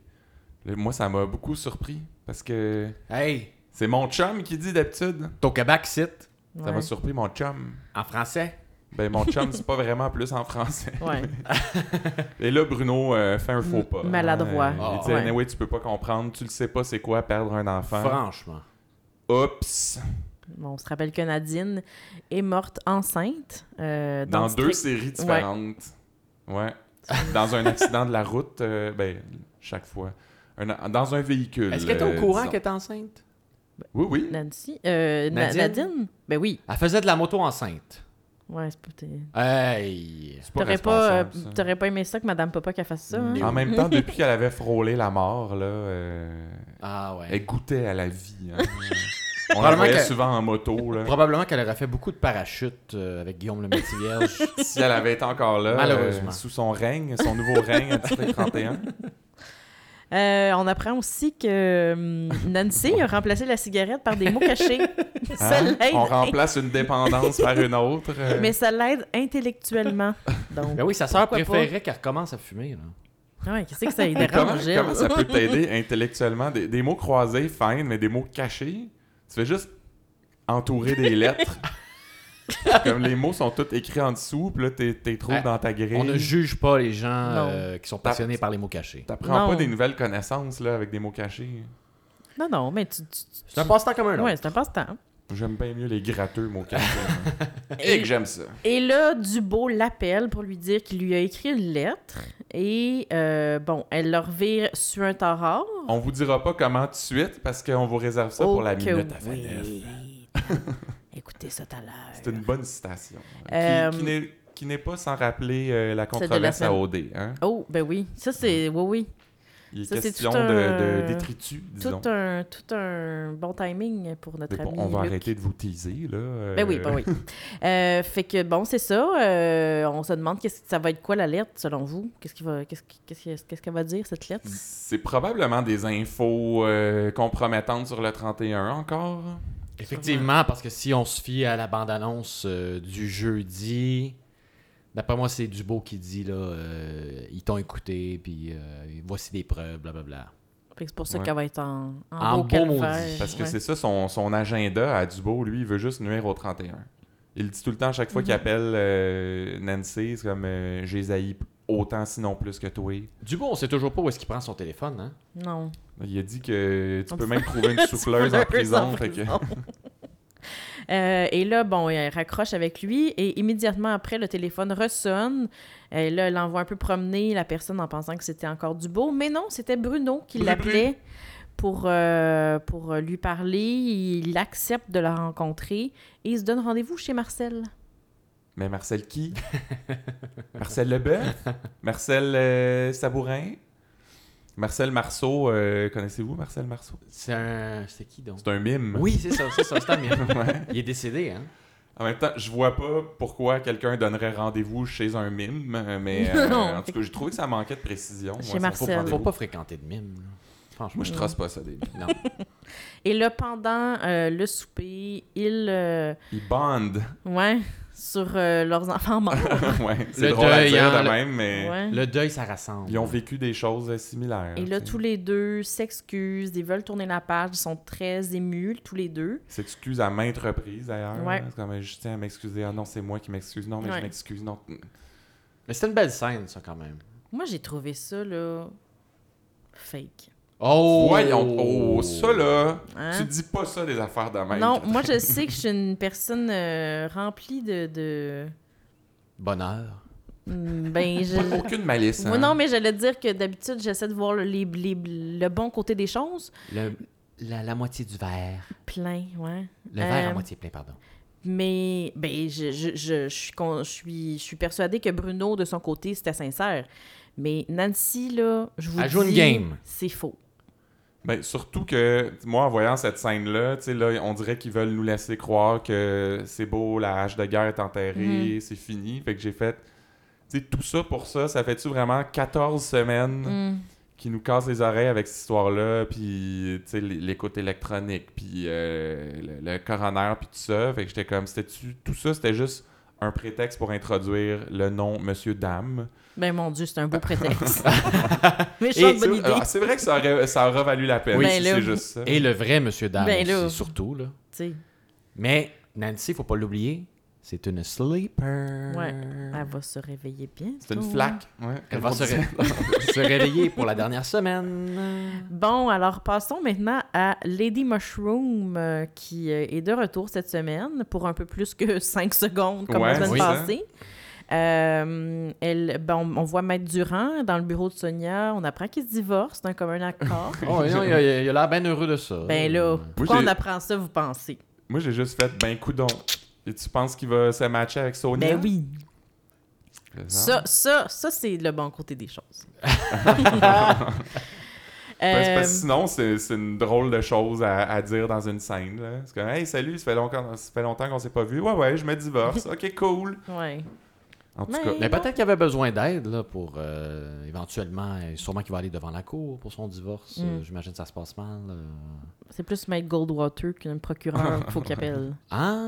Speaker 1: Là, Moi, ça m'a beaucoup surpris parce que
Speaker 3: Hey,
Speaker 1: c'est mon chum qui dit d'habitude.
Speaker 3: t'es au Québec, site,
Speaker 1: Ça
Speaker 2: Ouais.
Speaker 1: m'a surpris, mon chum.
Speaker 3: en français.
Speaker 1: Ben, mon chum, c'est pas vraiment plus en français.
Speaker 2: Ouais.
Speaker 1: Et là, Bruno euh, fait un faux
Speaker 2: M-
Speaker 1: pas.
Speaker 2: maladroit.
Speaker 1: Hein, il
Speaker 3: Ah,
Speaker 1: dit
Speaker 2: ouais.
Speaker 1: Anyway, tu peux pas comprendre, tu le sais pas c'est quoi perdre un enfant.
Speaker 3: Franchement.
Speaker 1: Oups
Speaker 2: Bon, on se rappelle que Nadine est morte enceinte. euh,
Speaker 1: Dans,
Speaker 2: dans
Speaker 1: deux
Speaker 2: District-
Speaker 1: séries différentes. Ouais. Dans un accident de la route, euh, ben, chaque fois. Un- dans un véhicule.
Speaker 3: Est-ce que t'es
Speaker 1: euh,
Speaker 3: au courant
Speaker 1: disons.
Speaker 3: qu'elle est enceinte?
Speaker 1: Oui, oui.
Speaker 2: Nancy. euh, Na-
Speaker 3: Nadine?
Speaker 2: Nadine? Ben oui.
Speaker 3: Elle faisait de la moto enceinte.
Speaker 2: Ouais, c'est pas. t'es-
Speaker 3: Hey!
Speaker 1: C'est pas
Speaker 2: T'aurais pas, euh,
Speaker 1: responsable, ça.
Speaker 2: t'aurais pas aimé ça que Madame Papa qu'elle fasse ça. hein?
Speaker 3: Non.
Speaker 1: En même temps, depuis qu'elle avait frôlé la mort, là, euh,
Speaker 3: Ah ouais.
Speaker 1: elle goûtait à la vie. hein. On la
Speaker 3: Probablement
Speaker 1: voyait
Speaker 3: qu'elle-
Speaker 1: souvent en moto. Là.
Speaker 3: Probablement qu'elle aurait fait beaucoup de parachutes euh, avec Guillaume le métier vierge.
Speaker 1: Si elle avait été encore là,
Speaker 3: Malheureusement.
Speaker 1: euh, sous son règne, son nouveau règne à District 31.
Speaker 2: Euh, on apprend aussi que hum, Nancy a remplacé la cigarette par des mots cachés. ça
Speaker 1: hein,
Speaker 2: l'aide.
Speaker 1: On remplace une dépendance par une autre. euh,
Speaker 2: Mais ça l'aide intellectuellement. Donc,
Speaker 3: ben oui, sa sœur
Speaker 2: Pourquoi
Speaker 3: préférait qu'elle recommence à fumer. Là.
Speaker 2: ouais, qu'est-ce que ça lui
Speaker 1: mais comment,
Speaker 2: dérange, Gilles?
Speaker 1: comment ça peut t'aider intellectuellement? Des, des mots croisés, fine, mais des mots cachés, tu fais juste entourer des lettres. Comme les mots sont tous écrits en dessous, puis là, t'es t'es trop
Speaker 3: Ouais.
Speaker 1: dans ta grille.
Speaker 3: On ne juge pas les gens
Speaker 2: Non.
Speaker 3: euh, qui sont passionnés par les mots cachés.
Speaker 1: T'apprends pas
Speaker 2: Non.
Speaker 1: des nouvelles connaissances là, avec des mots cachés.
Speaker 2: Non, non, mais tu... tu- tu-
Speaker 3: C'est un passe-temps comme un autre.
Speaker 2: Ouais, c'est un passe-temps.
Speaker 1: J'aime bien mieux les gratteux mots cachés. hein. Et que j'aime ça.
Speaker 2: Et là, Dubo l'appelle pour lui dire qu'il lui a écrit une lettre. Et, euh, bon, elle leur vire sur un tarard.
Speaker 1: On vous dira pas comment tout de suite parce qu'on vous réserve ça
Speaker 2: Oh
Speaker 1: pour la
Speaker 2: que
Speaker 1: minute à
Speaker 2: oui.
Speaker 1: FNF.
Speaker 2: Écoutez ça tout à l'heure.
Speaker 1: C'est une bonne citation. Qui-
Speaker 2: Euh,
Speaker 1: qui n'est- qui n'est pas sans rappeler euh, la
Speaker 2: de la
Speaker 1: controverse à
Speaker 2: semaine.
Speaker 1: OD. Hein?
Speaker 2: Oh, ben oui. Ça, c'est... Oui, oui.
Speaker 1: Il est
Speaker 2: Ça, c'est
Speaker 1: question
Speaker 2: tout un-
Speaker 1: de, de- détritus, disons.
Speaker 2: Tout un, tout un bon timing pour notre
Speaker 1: Mais bon,
Speaker 2: ami
Speaker 1: on va
Speaker 2: Luc.
Speaker 1: arrêter de vous teaser. Là, euh,
Speaker 2: Ben oui, ben oui. Euh, fait que bon, c'est ça. euh, on se demande qu'est-ce que ça va être quoi la lettre selon vous Qu'est-ce qui va, qu'est-ce qui- qu'est-ce qui- qu'est-ce qu'elle va dire cette lettre
Speaker 1: C'est probablement des infos euh, compromettantes sur le 31 encore.
Speaker 3: Effectivement, parce que si on se fie à la bande-annonce euh, du jeudi, d'après moi, c'est Dubo qui dit là, euh, ils t'ont écouté, puis euh, voici des preuves, blablabla.
Speaker 2: Fait que c'est pour ça
Speaker 1: Ouais.
Speaker 2: qu'elle va être en, en,
Speaker 3: En
Speaker 2: beau
Speaker 3: beau
Speaker 2: calvaire.
Speaker 3: maudit,
Speaker 1: Parce que
Speaker 2: Euh, Ouais.
Speaker 1: c'est ça, son, son agenda à Dubo, lui, il veut juste nuire au 31. Il dit tout le temps, à chaque fois
Speaker 2: Mhm.
Speaker 1: qu'il appelle euh, Nancy, c'est comme euh, J'ai zaï autant, sinon plus que toi.
Speaker 3: Dubo, on sait toujours pas où est-ce qu'il prend son téléphone, hein?
Speaker 2: Non.
Speaker 1: Il a dit que tu
Speaker 2: On
Speaker 1: peux
Speaker 2: peut-
Speaker 1: même trouver une souffleuse en prison. fait que-
Speaker 2: prison. Euh, et là, bon, elle raccroche avec lui et immédiatement après, le téléphone ressonne. Euh, Et là, elle envoie un peu promener la personne en pensant que c'était encore Dubo. Mais non, c'était Bruno qui
Speaker 1: Bru-bru.
Speaker 2: l'appelait pour, euh, pour lui parler. Il accepte de la rencontrer et il se donne rendez-vous chez Marcel.
Speaker 1: Mais Marcel qui Marcel Leboeuf Marcel euh, Sabourin Marcel Marceau, euh, connaissez-vous Marcel Marceau
Speaker 3: C'est un. C'est qui donc?
Speaker 1: C'est un mime.
Speaker 3: Oui, c'est ça, c'est ça, c'est un mien.
Speaker 1: Ouais.
Speaker 3: Il est décédé, hein?
Speaker 1: En même temps, je vois pas pourquoi quelqu'un donnerait rendez-vous chez un mime, mais euh,
Speaker 2: Non.
Speaker 1: en tout cas, j'ai trouvé que ça manquait de précision.
Speaker 2: Chez
Speaker 1: Moi, ça,
Speaker 2: Marcel.
Speaker 1: faut prendre des
Speaker 3: Faut
Speaker 1: mots.
Speaker 3: pas fréquenter de mime, là. Franchement.
Speaker 1: Moi, je trace pas ça des mimes.
Speaker 3: Non.
Speaker 2: Et là, pendant euh, le souper, il. euh,
Speaker 1: Ils bondent.
Speaker 2: ouais, sur euh, leurs enfants morts.
Speaker 1: ouais, c'est
Speaker 3: Le
Speaker 1: drôle à
Speaker 3: deuil,
Speaker 1: dire
Speaker 3: hein,
Speaker 1: de
Speaker 3: le-
Speaker 1: même, mais
Speaker 2: Ouais.
Speaker 3: Le deuil, ça rassemble.
Speaker 1: ils ont vécu des choses euh,
Speaker 3: Ah,
Speaker 1: similaires.
Speaker 2: Et là,
Speaker 1: tu sais.
Speaker 2: tous les deux s'excusent, ils veulent tourner la page, ils sont très émus, tous les deux.
Speaker 1: s'excuse à maintes reprises d'ailleurs.
Speaker 2: Ouais.
Speaker 1: hein. C'est comme je tiens à m'excuser. Ah non, c'est moi qui m'excuse. Non, mais
Speaker 2: Ouais.
Speaker 1: je m'excuse. Non.
Speaker 3: Mais c'était une belle scène, ça, quand même.
Speaker 2: Moi, j'ai trouvé ça, là, fake.
Speaker 3: Oh!
Speaker 1: Voyons. Oh, ça là,
Speaker 2: Hein?
Speaker 1: tu dis pas ça des affaires de même.
Speaker 2: Non, moi, je sais que je suis une personne euh, remplie de... de...
Speaker 3: Bonheur.
Speaker 2: Hmm, Ben, je...
Speaker 1: Pas- Aucune malice.
Speaker 2: Moi,
Speaker 1: hein.
Speaker 2: non, mais j'allais dire que d'habitude, j'essaie de voir le, les- les- le bon côté des choses.
Speaker 3: Le- la, la moitié du verre.
Speaker 2: Plein, ouais.
Speaker 3: Le verre à
Speaker 2: Euh,
Speaker 3: moitié plein, pardon.
Speaker 2: Mais ben, je, je, je, je suis con- je suis, je suis persuadée que Bruno, de son côté, c'était sincère. Mais Nancy, là, je vous
Speaker 3: Elle joue une
Speaker 2: dis,
Speaker 3: game.
Speaker 2: c'est faux.
Speaker 1: Ben, surtout que moi, en voyant cette scène-là, tu sais, là, on dirait qu'ils veulent nous laisser croire que c'est beau, la hache de guerre est
Speaker 2: Mhm.
Speaker 1: enterrée, c'est fini. Fait que j'ai fait. Tu sais, tout ça pour ça, ça fait-tu vraiment 14 semaines
Speaker 2: Hmm.
Speaker 1: qui nous casse les oreilles avec cette histoire-là, puis tu sais, l- l'écoute électronique, puis euh, le, le coroner, puis tout ça. Fait que j'étais comme, c'était-tu... Tout ça, c'était juste un prétexte pour introduire le nom Monsieur Dame.
Speaker 2: Ben mon Dieu, c'est un beau prétexte.
Speaker 1: Et
Speaker 2: Méchante
Speaker 1: c'est
Speaker 2: bonne idée.
Speaker 1: alors, c'est vrai que ça aurait, ça aurait valu la peine,
Speaker 2: Oui.
Speaker 1: si
Speaker 2: Ben là,
Speaker 1: c'est juste ça.
Speaker 3: Et le vrai Monsieur Dame
Speaker 2: Ben là.
Speaker 3: aussi, surtout, là.
Speaker 2: Tu sais,
Speaker 3: Mais Nancy, faut pas l'oublier, C'est une sleeper.
Speaker 2: Ouais. Elle va se réveiller bien.
Speaker 1: C'est une flaque. ouais,
Speaker 3: Elle va
Speaker 1: comme on
Speaker 3: se,
Speaker 1: dit.
Speaker 3: ré- se réveiller pour la dernière semaine.
Speaker 2: Bon, alors passons maintenant à Lady Mushroom euh, qui euh, est de retour cette semaine pour un peu plus que 5 secondes comme
Speaker 1: Ouais, hein.
Speaker 2: la semaine
Speaker 3: oui.
Speaker 2: passée. Euh, elle, ben, on, on voit Maître Durand dans le bureau de Sonia. On apprend qu'ils se divorcent d'un commun accord.
Speaker 3: Oh, non, il a il a l'air bien heureux de ça.
Speaker 2: ben là, pourquoi
Speaker 1: j'ai-
Speaker 2: on apprend ça, vous pensez?
Speaker 1: Moi, j'ai juste fait ben coudon. Et tu penses qu'il va se matcher avec Sonia?
Speaker 2: Ben oui.
Speaker 1: Le genre.
Speaker 2: Ça, ça, ça c'est le bon côté des choses.
Speaker 1: Parce, parce que
Speaker 2: Euh,
Speaker 1: sinon, Ben, c'est c'est une drôle de chose à, à dire dans une scène. là. C'est comme, hey, salut, ça fait longtemps, ça fait longtemps qu'on s'est pas vu. Ouais, ouais, je me divorce. Ok, cool.
Speaker 2: ouais.
Speaker 1: En tout
Speaker 2: Mais-
Speaker 1: cas,
Speaker 3: Mais peut-être qu'il avait besoin d'aide là, pour euh, éventuellement, euh, sûrement qu'il va aller devant la cour pour son divorce.
Speaker 2: Mm.
Speaker 3: Euh, J'imagine que ça se passe mal. euh.
Speaker 2: C'est plus Maître Goldwater qu'un procureur qu'il faut qu'il appelle.
Speaker 3: Ah!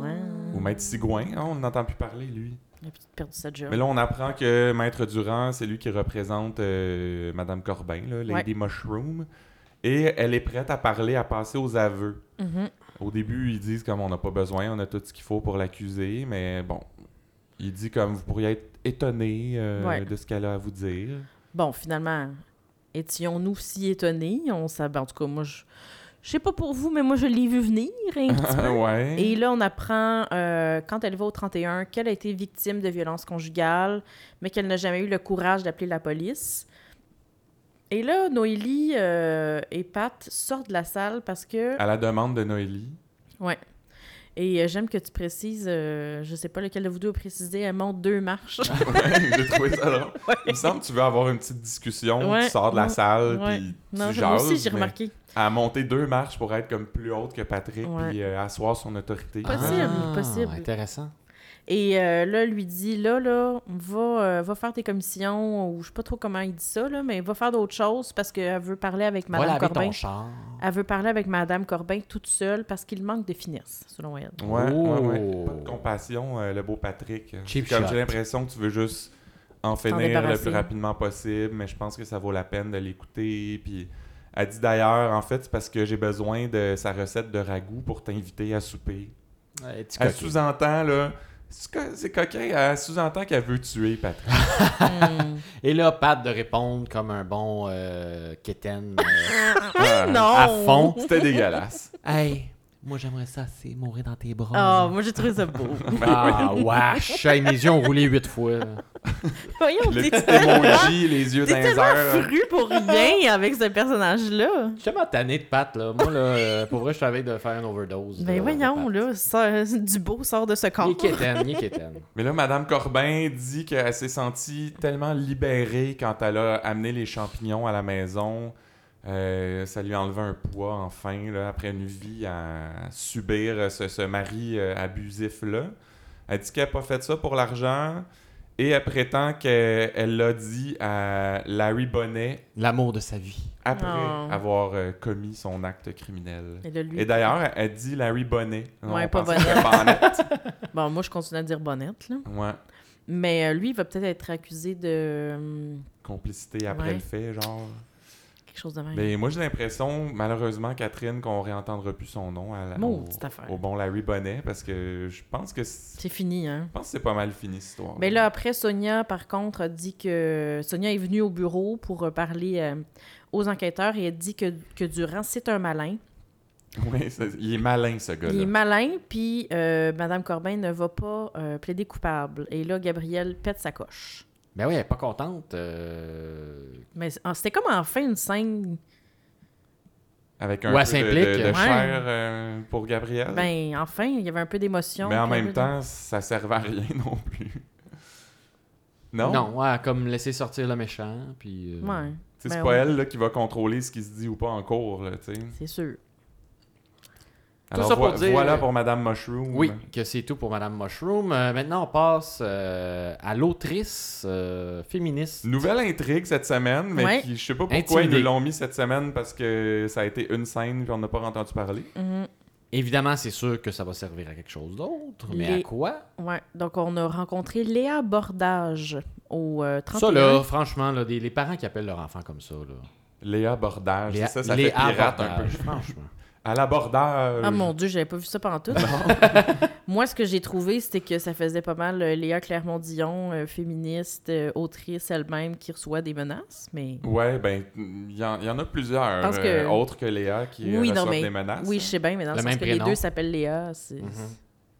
Speaker 2: Ouais.
Speaker 1: ou Maître Sigouin, hein, on n'entend plus parler, lui.
Speaker 2: Il a perdu sa job.
Speaker 1: Mais là, on apprend que Maître Durand, c'est lui qui représente euh, Madame Corbin, là, Lady Mushroom. Et elle est prête à parler, à passer aux aveux.
Speaker 2: Mhm.
Speaker 1: Au début, ils disent comme on n'a pas besoin, on a tout ce qu'il faut pour l'accuser, mais bon, il dit comme vous pourriez être étonné euh,
Speaker 2: Ouais.
Speaker 1: de ce qu'elle a à vous dire.
Speaker 2: Bon, finalement, étions-nous si étonnés? On s'ab- En tout cas, moi, je je sais pas pour vous, mais moi, je l'ai vu venir un petit peu.
Speaker 1: ouais.
Speaker 2: Et là, on apprend, euh, quand elle va au 31, qu'elle a été victime de violences conjugales, mais qu'elle n'a jamais eu le courage d'appeler la police. Et là, Noélie euh, et Pat sortent de la salle parce que...
Speaker 1: À la demande de Noélie.
Speaker 2: Et euh, j'aime que tu précises, euh, je sais pas lequel de vous deux a précisé, elle monte deux marches.
Speaker 1: Ah, Ouais, j'ai trouvé ça drôle. Il me semble que tu veux avoir une petite discussion,
Speaker 2: Ouais,
Speaker 1: tu sors de la
Speaker 2: ouais,
Speaker 1: salle,
Speaker 2: ouais.
Speaker 1: puis tu
Speaker 2: non,
Speaker 1: jases.
Speaker 2: moi aussi, j'ai
Speaker 1: mais
Speaker 2: remarqué.
Speaker 1: Elle a monté deux marches pour être comme plus haute que Patrick,
Speaker 2: Ouais.
Speaker 1: puis euh, asseoir son autorité.
Speaker 2: Possible, possible.
Speaker 3: Ah, Intéressant.
Speaker 2: Et euh, là, lui dit, là, là, va, euh, va faire tes commissions, ou je sais pas trop comment il dit ça, là, mais va faire d'autres choses parce qu'elle veut parler avec Madame
Speaker 3: voilà, avec
Speaker 2: Corbin.
Speaker 3: ton char.
Speaker 2: Elle veut parler avec Madame Corbin toute seule parce qu'il manque de finesse, selon elle.
Speaker 1: Ouais, ouais, ouais.
Speaker 3: Oh.
Speaker 1: Pas de compassion, euh, le beau Patrick.
Speaker 3: Cheap
Speaker 1: C'est comme
Speaker 3: shot.
Speaker 1: j'ai l'impression que tu veux juste en finir le
Speaker 2: débarrasser.
Speaker 1: plus rapidement possible, mais je pense que ça vaut la peine de l'écouter. Puis elle dit d'ailleurs, en fait, c'est parce que j'ai besoin de sa recette de ragoût pour t'inviter à souper.
Speaker 3: Ouais, petit
Speaker 1: Elle
Speaker 3: coquin.
Speaker 1: sous-entend, là. c'est co- C'est coquin, elle sous-entend qu'elle veut tuer Patrick.
Speaker 2: Hmm.
Speaker 3: Et là, Pat de répondre comme un bon euh, quétaine, euh,
Speaker 1: Ah,
Speaker 2: non!
Speaker 3: à fond.
Speaker 1: C'était dégueulasse.
Speaker 3: hey, moi j'aimerais ça, c'est mourir dans tes
Speaker 2: Ah,
Speaker 3: bras.
Speaker 2: moi j'ai trouvé ça beau.
Speaker 3: ah, wesh! Hey, mes yeux ont roulé huit fois.
Speaker 2: Voyons,
Speaker 1: Le
Speaker 2: t'es
Speaker 1: petit
Speaker 2: tellement,
Speaker 1: emoji, les yeux
Speaker 2: t'es
Speaker 1: d'un
Speaker 2: tellement fru pour rien avec ce personnage-là.
Speaker 3: Je suis tellement tanné de Pat, là. Moi, là, euh, pour vrai, je savais de faire une overdose.
Speaker 2: Ben
Speaker 3: là,
Speaker 2: voyons,
Speaker 3: de Pat.
Speaker 2: là, ça- du beau sort de ce corps.
Speaker 3: Il est quétaine, il est quétaine.
Speaker 1: Mais là, Madame Corbin dit qu'elle s'est sentie tellement libérée quand elle a amené les champignons à la maison. Euh, ça lui enlevait un poids, enfin, là, après une vie à subir ce, ce mari euh, abusif-là. Elle dit qu'elle n'a pas fait ça pour l'argent et elle prétend qu'elle elle l'a dit à Larry Bonnet
Speaker 3: L'amour de sa vie.
Speaker 1: après
Speaker 2: Oh.
Speaker 1: avoir euh, commis son acte criminel.
Speaker 2: Et là, lui-
Speaker 1: Et d'ailleurs, elle- elle dit Larry Bonnet. Non,
Speaker 2: Ouais,
Speaker 1: on
Speaker 2: pas
Speaker 1: pensait que c'était Bonnet.
Speaker 2: Bon, moi je continue à dire bonnette, là.
Speaker 1: Ouais.
Speaker 2: Mais euh, lui, il va peut-être être accusé de hum,
Speaker 1: Complicité après
Speaker 2: Ouais.
Speaker 1: le fait, genre.
Speaker 2: quelque chose de même.
Speaker 1: Ben, moi, j'ai l'impression, malheureusement, Catherine, qu'on réentendra plus son nom à la- au,
Speaker 2: Maudite affaire.
Speaker 1: au bon Larry Bonnet parce que je pense que c'est-
Speaker 2: C'est fini, hein?
Speaker 1: je pense que c'est pas mal fini cette histoire.
Speaker 2: Mais là, après, Sonia, par contre, a dit que... Sonia est venue au bureau pour euh, parler euh, aux enquêteurs et elle dit que, que Durand, c'est un malin.
Speaker 1: Ouais, ça- il est malin, ce gars-là.
Speaker 2: Il est malin, puis euh, Madame Corbin ne va pas euh, plaider coupable. Et là, Gabrielle pète sa coche.
Speaker 3: Ben oui, elle est pas contente. euh,
Speaker 2: Mais ah, c'était comme enfin une scène...
Speaker 1: Avec un
Speaker 3: Ouais,
Speaker 1: peu de-
Speaker 3: s'implique.
Speaker 1: de, de
Speaker 3: Ouais.
Speaker 1: chair euh, pour Gabriel.
Speaker 2: Ben, enfin, il y avait un peu d'émotion.
Speaker 1: Mais en
Speaker 2: puis un
Speaker 1: même
Speaker 2: peu de-
Speaker 1: temps, ça servait à rien non plus. Non?
Speaker 3: Non, ouais, comme laisser sortir le méchant, puis... euh,
Speaker 2: Ouais,
Speaker 1: Tu sais, C'est
Speaker 2: Ben
Speaker 1: pas
Speaker 2: ouais.
Speaker 1: elle là, qui va contrôler ce qui se dit ou pas en cours. Là, tu sais.
Speaker 2: c'est sûr.
Speaker 1: Alors,
Speaker 3: ça pour
Speaker 1: vo-
Speaker 3: dire- euh,
Speaker 1: voilà pour Madame Mushroom.
Speaker 3: Oui, que c'est tout pour Madame Mushroom. Euh, maintenant, on passe euh, à l'autrice euh, féministe.
Speaker 1: Nouvelle intrigue cette semaine, mais
Speaker 2: Ouais.
Speaker 1: qui, je sais pas pourquoi
Speaker 3: Intimidée.
Speaker 1: ils nous l'ont mis cette semaine parce que ça a été une scène puis on n'a pas entendu parler.
Speaker 2: Mhm.
Speaker 3: Évidemment, c'est sûr que ça va servir à quelque chose d'autre, mais
Speaker 2: Les-
Speaker 3: à quoi?
Speaker 2: Ouais, donc on a rencontré Léa Bordage au euh, 31.
Speaker 3: Ça, là, franchement, là, des- les parents qui appellent leur enfant comme ça, là.
Speaker 1: Léa Bordage,
Speaker 3: Les-
Speaker 1: Ah, c'est ça, ça
Speaker 3: les
Speaker 1: fait
Speaker 3: abordages,
Speaker 1: pirate un peu. Euh,
Speaker 3: franchement.
Speaker 1: à l'abordage.
Speaker 2: Ah mon Dieu, j'avais pas vu ça pendant tout. Moi, ce que j'ai trouvé, c'était que ça faisait pas mal euh, Léa Clermont-Dion, euh, féministe, euh, autrice elle-même, qui reçoit des menaces, mais...
Speaker 1: Ouais, ben, il y, en- il y en a plusieurs,
Speaker 2: Parce que-
Speaker 1: euh, autres que Léa, qui
Speaker 2: Oui,
Speaker 1: reçoivent
Speaker 2: non, mais-
Speaker 1: des menaces.
Speaker 2: Oui, je sais bien, mais dans le,
Speaker 3: Le
Speaker 2: sens
Speaker 3: même
Speaker 2: que les
Speaker 3: prénom.
Speaker 2: deux s'appellent Léa, c'est...
Speaker 3: Mhm.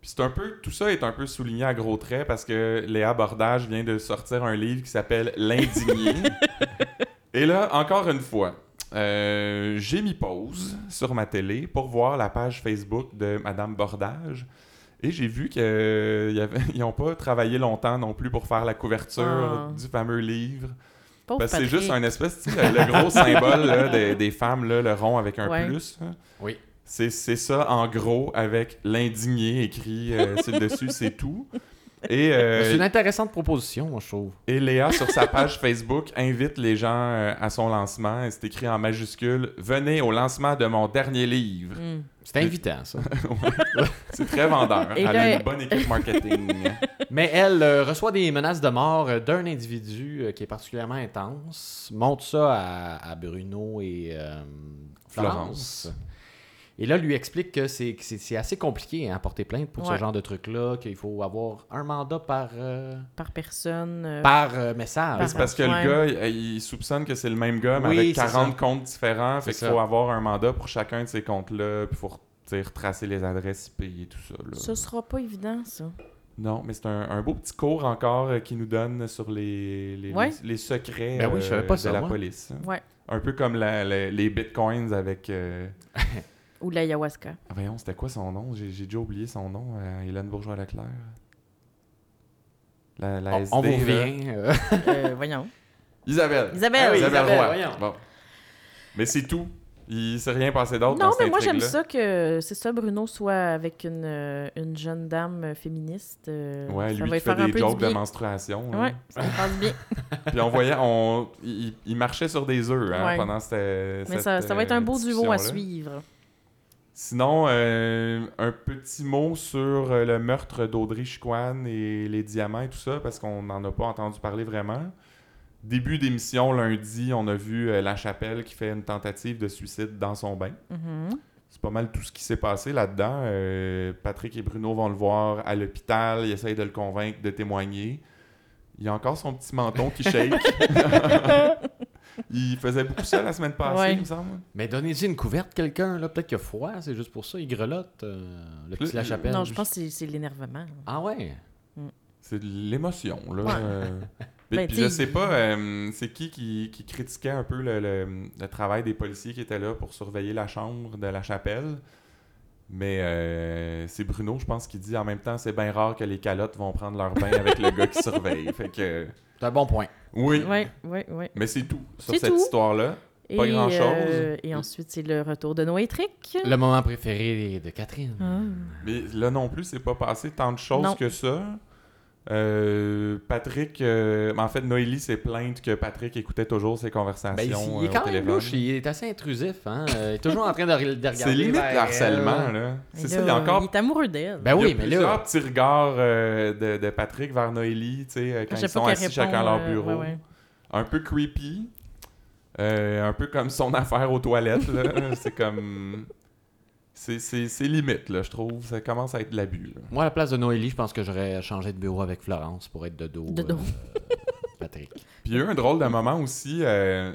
Speaker 1: Puis c'est un peu, tout ça est un peu souligné à gros traits parce que Léa Bordage vient de sortir un livre qui s'appelle L'indigné. Et là, encore une fois, euh, j'ai mis pause sur ma télé pour voir la page Facebook de Madame Bordage. Et j'ai vu euh, qu'ils n'ont pas travaillé longtemps non plus pour faire la couverture
Speaker 2: Ah.
Speaker 1: du fameux livre.
Speaker 2: Pauvre
Speaker 1: Parce que c'est
Speaker 2: Patrick.
Speaker 1: juste un espèce, tu sais, le, le gros symbole là, des, des femmes, là, le rond avec un
Speaker 2: Ouais.
Speaker 1: plus. hein.
Speaker 3: Oui.
Speaker 1: C'est, c'est ça, en gros, avec l'indigné écrit euh, sur le dessus, c'est tout. Et, euh,
Speaker 3: C'est une intéressante proposition, moi, je trouve.
Speaker 1: et Léa, sur sa page Facebook, invite les gens euh, à son lancement. Et c'est écrit en majuscule « Venez au lancement de mon dernier livre
Speaker 2: Mm.
Speaker 3: C'est invitant, ça. ».
Speaker 1: C'est très vendeur.
Speaker 2: Et
Speaker 1: Elle
Speaker 2: là,
Speaker 1: a une
Speaker 2: elle-
Speaker 1: bonne équipe marketing.
Speaker 3: Mais elle euh, reçoit des menaces de mort euh, d'un individu euh, qui est particulièrement intense, montre ça à, à Bruno et euh, Florence.
Speaker 1: Florence.
Speaker 3: Et là, lui explique que c'est que c'est- c'est assez compliqué hein, à porter plainte pour
Speaker 2: Ouais.
Speaker 3: ce genre de truc-là, qu'il faut avoir un mandat par, euh,
Speaker 2: Par personne... euh,
Speaker 3: par euh, message.
Speaker 2: Par-
Speaker 1: C'est parce que
Speaker 2: Ouais.
Speaker 1: le gars, il, il soupçonne que c'est le même gars, mais
Speaker 3: Oui,
Speaker 1: avec
Speaker 3: c'est
Speaker 1: 40
Speaker 3: ça.
Speaker 1: comptes différents. Fait
Speaker 3: C'est
Speaker 1: qu'il faut
Speaker 3: ça.
Speaker 1: avoir un mandat pour chacun de ces comptes-là, puis faut tu sais, retracer les adresses IP et tout ça. là.
Speaker 2: Ce sera pas évident, ça.
Speaker 1: Non, mais c'est un, un beau petit cours encore euh, qui nous donne sur les, les,
Speaker 2: Ouais.
Speaker 1: les- les secrets euh,
Speaker 3: Ben oui, je savais pas
Speaker 1: de
Speaker 3: ça,
Speaker 1: la
Speaker 3: moi.
Speaker 1: police. hein.
Speaker 2: Ouais.
Speaker 1: Un peu comme la- la- les bitcoins avec... euh,
Speaker 2: Ou l'ayahuasca.
Speaker 1: ah, Voyons, c'était quoi son nom? J'ai j'ai déjà oublié son nom. euh, Hélène Bourgeois-Leclerc. La, la
Speaker 3: On-
Speaker 1: SD,
Speaker 3: Ah, on vous
Speaker 1: là.
Speaker 3: revient. euh.
Speaker 2: Euh, voyons.
Speaker 1: Isabelle.
Speaker 2: Isabelle.
Speaker 1: Ah oui,
Speaker 3: Isabelle,
Speaker 1: Roy.
Speaker 3: voyons.
Speaker 1: Bon. Mais c'est tout. Il s'est rien passé d'autre.
Speaker 2: Non,
Speaker 1: dans
Speaker 2: mais
Speaker 1: cette
Speaker 2: moi j'aime
Speaker 1: intrigue-là.
Speaker 2: ça que c'est ça Bruno soit avec une, euh, une jeune dame euh, féministe. euh,
Speaker 1: Ouais,
Speaker 2: ça
Speaker 1: lui
Speaker 2: va
Speaker 1: qui fait
Speaker 2: faire un
Speaker 1: des
Speaker 2: peu
Speaker 1: jokes
Speaker 2: du
Speaker 1: de
Speaker 2: bien.
Speaker 1: menstruation.
Speaker 2: Ouais,
Speaker 1: hein.
Speaker 2: ça me passe bien.
Speaker 1: Puis on voyait, on, il, il marchait sur des œufs hein,
Speaker 2: Ouais.
Speaker 1: pendant cette.
Speaker 2: Mais
Speaker 1: cette,
Speaker 2: ça, ça va être
Speaker 1: euh,
Speaker 2: un beau duo à
Speaker 1: discussion-là.
Speaker 2: suivre.
Speaker 1: Sinon, euh, un petit mot sur euh, le meurtre d'Audrey Chicoine et les diamants et tout ça, parce qu'on n'en a pas entendu parler vraiment. Début d'émission lundi, on a vu euh, La Chapelle qui fait une tentative de suicide dans son bain.
Speaker 2: Mhm.
Speaker 1: C'est pas mal tout ce qui s'est passé là-dedans. Euh, Patrick et Bruno vont le voir à l'hôpital. Ils essayent de le convaincre de témoigner. Il a encore son petit menton qui shake. il faisait beaucoup ça la semaine passée,
Speaker 2: Ouais.
Speaker 1: il me semble.
Speaker 3: Mais donnez-y une couverte, quelqu'un, là. Peut-être qu'il a froid, c'est juste pour ça. Il grelotte, euh, le petit
Speaker 1: Le-
Speaker 3: La Chapelle.
Speaker 2: Non, Ben, je pense que c'est- c'est l'énervement.
Speaker 3: Ah ouais?
Speaker 1: C'est de l'émotion, là.
Speaker 2: Ouais.
Speaker 1: Euh, et
Speaker 2: Ben,
Speaker 1: puis
Speaker 2: t'sais,
Speaker 1: je sais
Speaker 2: il-
Speaker 1: pas, euh, c'est qui, qui qui critiquait un peu le, le- le travail des policiers qui étaient là pour surveiller la chambre de la chapelle. Mais euh, c'est Bruno, je pense, qui dit en même temps, c'est bien rare que les calottes vont prendre leur bain avec le gars qui surveille. Fait que...
Speaker 3: C'est un bon point.
Speaker 1: Oui,
Speaker 2: Oui, oui, oui.
Speaker 1: mais c'est tout sur
Speaker 2: C'est
Speaker 1: cette
Speaker 2: tout.
Speaker 1: histoire-là. Pas grand-chose.
Speaker 2: euh, et ensuite, c'est le retour de Noé Trick.
Speaker 3: Le moment préféré de Catherine.
Speaker 2: Ah.
Speaker 1: Mais là non plus, c'est pas passé tant de choses
Speaker 2: Non.
Speaker 1: que ça. Euh, Patrick, euh, en fait, Noélie s'est plainte que Patrick écoutait toujours ses conversations
Speaker 3: Ben, il, il
Speaker 1: euh,
Speaker 3: est
Speaker 1: au
Speaker 3: quand même
Speaker 1: téléphone.
Speaker 3: louche, il est assez intrusif. Hein? Euh, Il est toujours en train de, re- de regarder.
Speaker 1: C'est limite
Speaker 3: vers
Speaker 1: le harcèlement,
Speaker 3: elle.
Speaker 1: là.
Speaker 2: Mais
Speaker 1: C'est
Speaker 2: là,
Speaker 1: ça, il y a encore...
Speaker 2: Il est amoureux d'elle.
Speaker 3: Ben
Speaker 1: il y a
Speaker 3: oui, mais
Speaker 1: plusieurs
Speaker 3: là,
Speaker 1: petits regards euh, de, de Patrick vers Noélie, tu sais, euh, quand
Speaker 2: À
Speaker 1: ils
Speaker 2: chaque
Speaker 1: sont
Speaker 2: fois
Speaker 1: assis
Speaker 2: qu'elle
Speaker 1: chacun à
Speaker 2: répond,
Speaker 1: leur
Speaker 2: euh,
Speaker 1: bureau.
Speaker 2: ouais, ouais.
Speaker 1: Un peu creepy. Euh, un peu comme son affaire aux toilettes, là. c'est comme... C'est c'est- c'est limite, là, je trouve. Ça commence à être de l'abus, là.
Speaker 3: moi, à la place de Noélie, je pense que j'aurais changé de bureau avec Florence pour être de dos.
Speaker 2: De dos.
Speaker 3: euh, Patrick.
Speaker 1: Puis il y a eu un drôle de moment aussi euh,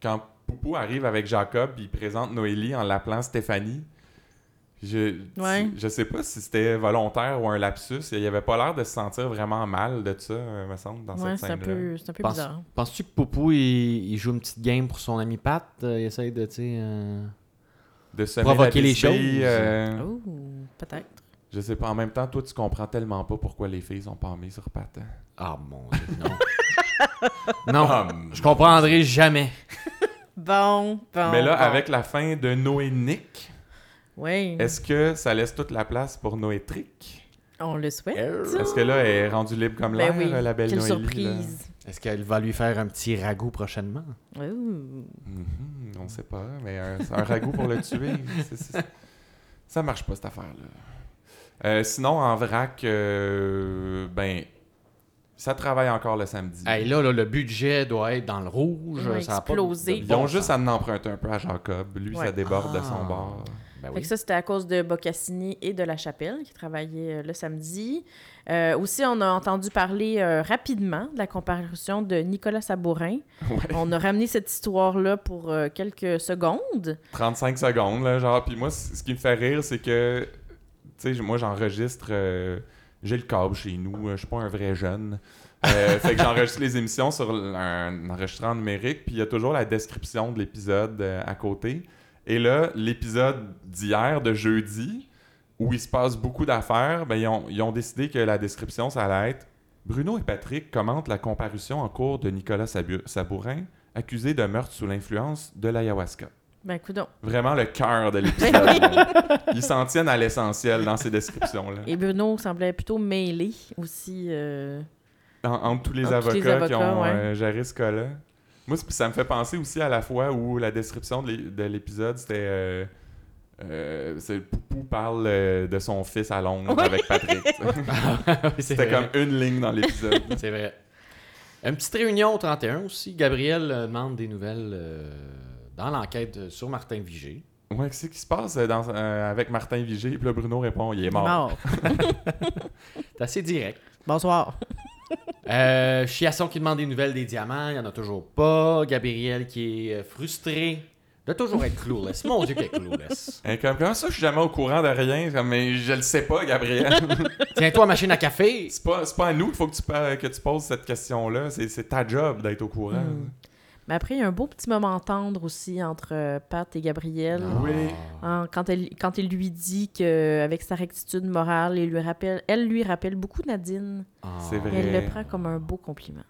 Speaker 1: quand Poupou arrive avec Jacob puis il présente Noélie en l'appelant Stéphanie. Je,
Speaker 2: Ouais.
Speaker 1: je sais pas si c'était volontaire ou un lapsus. Il avait pas l'air de se sentir vraiment mal de ça, euh, me semble, dans
Speaker 2: Ouais,
Speaker 1: cette
Speaker 2: c'est un
Speaker 1: scène-là.
Speaker 2: peu, c'est un peu
Speaker 3: Pense-
Speaker 2: bizarre.
Speaker 3: Penses-tu que Poupou, il, il joue une petite game pour son ami Pat Euh, Il essaye de, tu sais. euh,
Speaker 1: De se
Speaker 3: Provoquer les choses.
Speaker 2: Oh, peut-être.
Speaker 1: euh, je sais pas. En même temps, toi, tu comprends tellement pas pourquoi les filles ont pas mis sur Pat. hein.
Speaker 3: Ah mon dieu, non. non,
Speaker 1: Ah,
Speaker 3: je comprendrai jamais.
Speaker 2: Bon, bon.
Speaker 1: Mais là,
Speaker 2: bon.
Speaker 1: avec la fin de Noé Nick,
Speaker 2: Oui,
Speaker 1: est-ce que ça laisse toute la place pour Noé Trick?
Speaker 2: on le souhaite.
Speaker 1: Est-ce que là, elle est rendue libre comme l'air,
Speaker 2: Ben oui,
Speaker 1: la belle
Speaker 2: quelle
Speaker 1: Noélie, là?
Speaker 2: surprise.
Speaker 3: Est-ce qu'elle va lui faire un petit ragoût prochainement
Speaker 2: Oh.
Speaker 1: Mhm, on sait pas, mais un, c'est un ragoût pour le tuer. C'est- c'est- ça marche pas, cette affaire-là. Euh, sinon, en vrac, euh, ben, ça travaille encore le samedi.
Speaker 3: Hey, là, là, le budget doit être dans le rouge.
Speaker 2: Ils vont
Speaker 3: ça a pas de-
Speaker 2: exploser.
Speaker 3: de
Speaker 1: Ils
Speaker 3: bon
Speaker 1: ont juste
Speaker 3: sens.
Speaker 1: à en emprunter un peu à Jacob. Lui,
Speaker 2: Ouais.
Speaker 1: ça déborde de son
Speaker 3: Ah.
Speaker 1: bord.
Speaker 3: Ben
Speaker 2: Fait
Speaker 3: oui.
Speaker 2: que ça, c'était à cause de Boccassini et de La Chapelle qui travaillaient euh, le samedi. Euh, aussi, on a entendu parler euh, rapidement de la comparution de Nicolas Sabourin. On a ramené cette histoire-là pour euh, quelques secondes.
Speaker 1: 35 secondes, là, genre. Puis moi, c- ce qui me fait rire, c'est que, tu sais, moi, j'enregistre. euh, j'ai le câble chez nous, euh, je suis pas un vrai jeune. Euh, fait que j'enregistre les émissions sur l- un enregistrant numérique, puis il y a toujours la description de l'épisode euh, à côté. Et là, l'épisode d'hier, de jeudi, où il se passe beaucoup d'affaires, ben, ils, ont, ils ont décidé que la description, ça allait être Bruno et Patrick commentent la comparution en cours de Nicolas Sabu- Sabourin, accusé de meurtre sous l'influence de l'ayahuasca
Speaker 2: Ben, coudon.
Speaker 1: vraiment le cœur de l'épisode. Ils s'en tiennent à l'essentiel dans ces descriptions-là.
Speaker 2: Et Bruno semblait plutôt mêlé aussi. euh,
Speaker 1: En- entre tous les,
Speaker 2: Entre tous
Speaker 1: avocats,
Speaker 2: les
Speaker 1: qui
Speaker 2: avocats,
Speaker 1: ont
Speaker 2: ouais.
Speaker 1: euh, géré ce cas-là. Moi, c'est- ça me fait penser aussi à la fois où la description de l'é- de l'épisode, c'était... euh, euh, c'est- Poupou parle euh, de son fils à Londres
Speaker 2: Oui.
Speaker 1: avec Patrick. tu sais.
Speaker 3: Oui, c'est
Speaker 1: C'était comme
Speaker 3: vrai.
Speaker 1: une ligne dans l'épisode.
Speaker 3: C'est vrai. Une petite réunion au 31 aussi. Gabriel euh, demande des nouvelles euh, dans l'enquête euh, sur Martin Vigé.
Speaker 1: ouais, qu'est-ce qui se passe euh, dans- euh, avec Martin Vigé? Puis là, Bruno répond, il est mort.
Speaker 3: C'est assez direct.
Speaker 2: Bonsoir.
Speaker 3: Euh, Chiasson qui demande des nouvelles des diamants, il n'y en a toujours pas. Gabriel qui est euh, frustré de toujours être clueless. Mon Dieu, qu'il est clueless.
Speaker 1: Et comme, comment ça, je suis jamais au courant de rien? Comme, Mais je le sais pas, Gabriel.
Speaker 3: Tiens-toi, machine à café.
Speaker 1: C'est pas, c'est pas à nous qu'il faut que tu, pa- que tu poses cette question-là. C'est, c'est ta job d'être au courant.
Speaker 2: Mm. Mais après, il y a un beau petit moment tendre aussi entre euh, Pat et Gabriel.
Speaker 3: Ah.
Speaker 1: Oui.
Speaker 2: Hein, quand, elle, quand il lui dit que avec sa rectitude morale, il lui rappelle, elle lui rappelle beaucoup Nadine.
Speaker 3: Ah.
Speaker 1: C'est vrai.
Speaker 2: Et elle
Speaker 1: Ouais.
Speaker 2: le prend comme un beau compliment.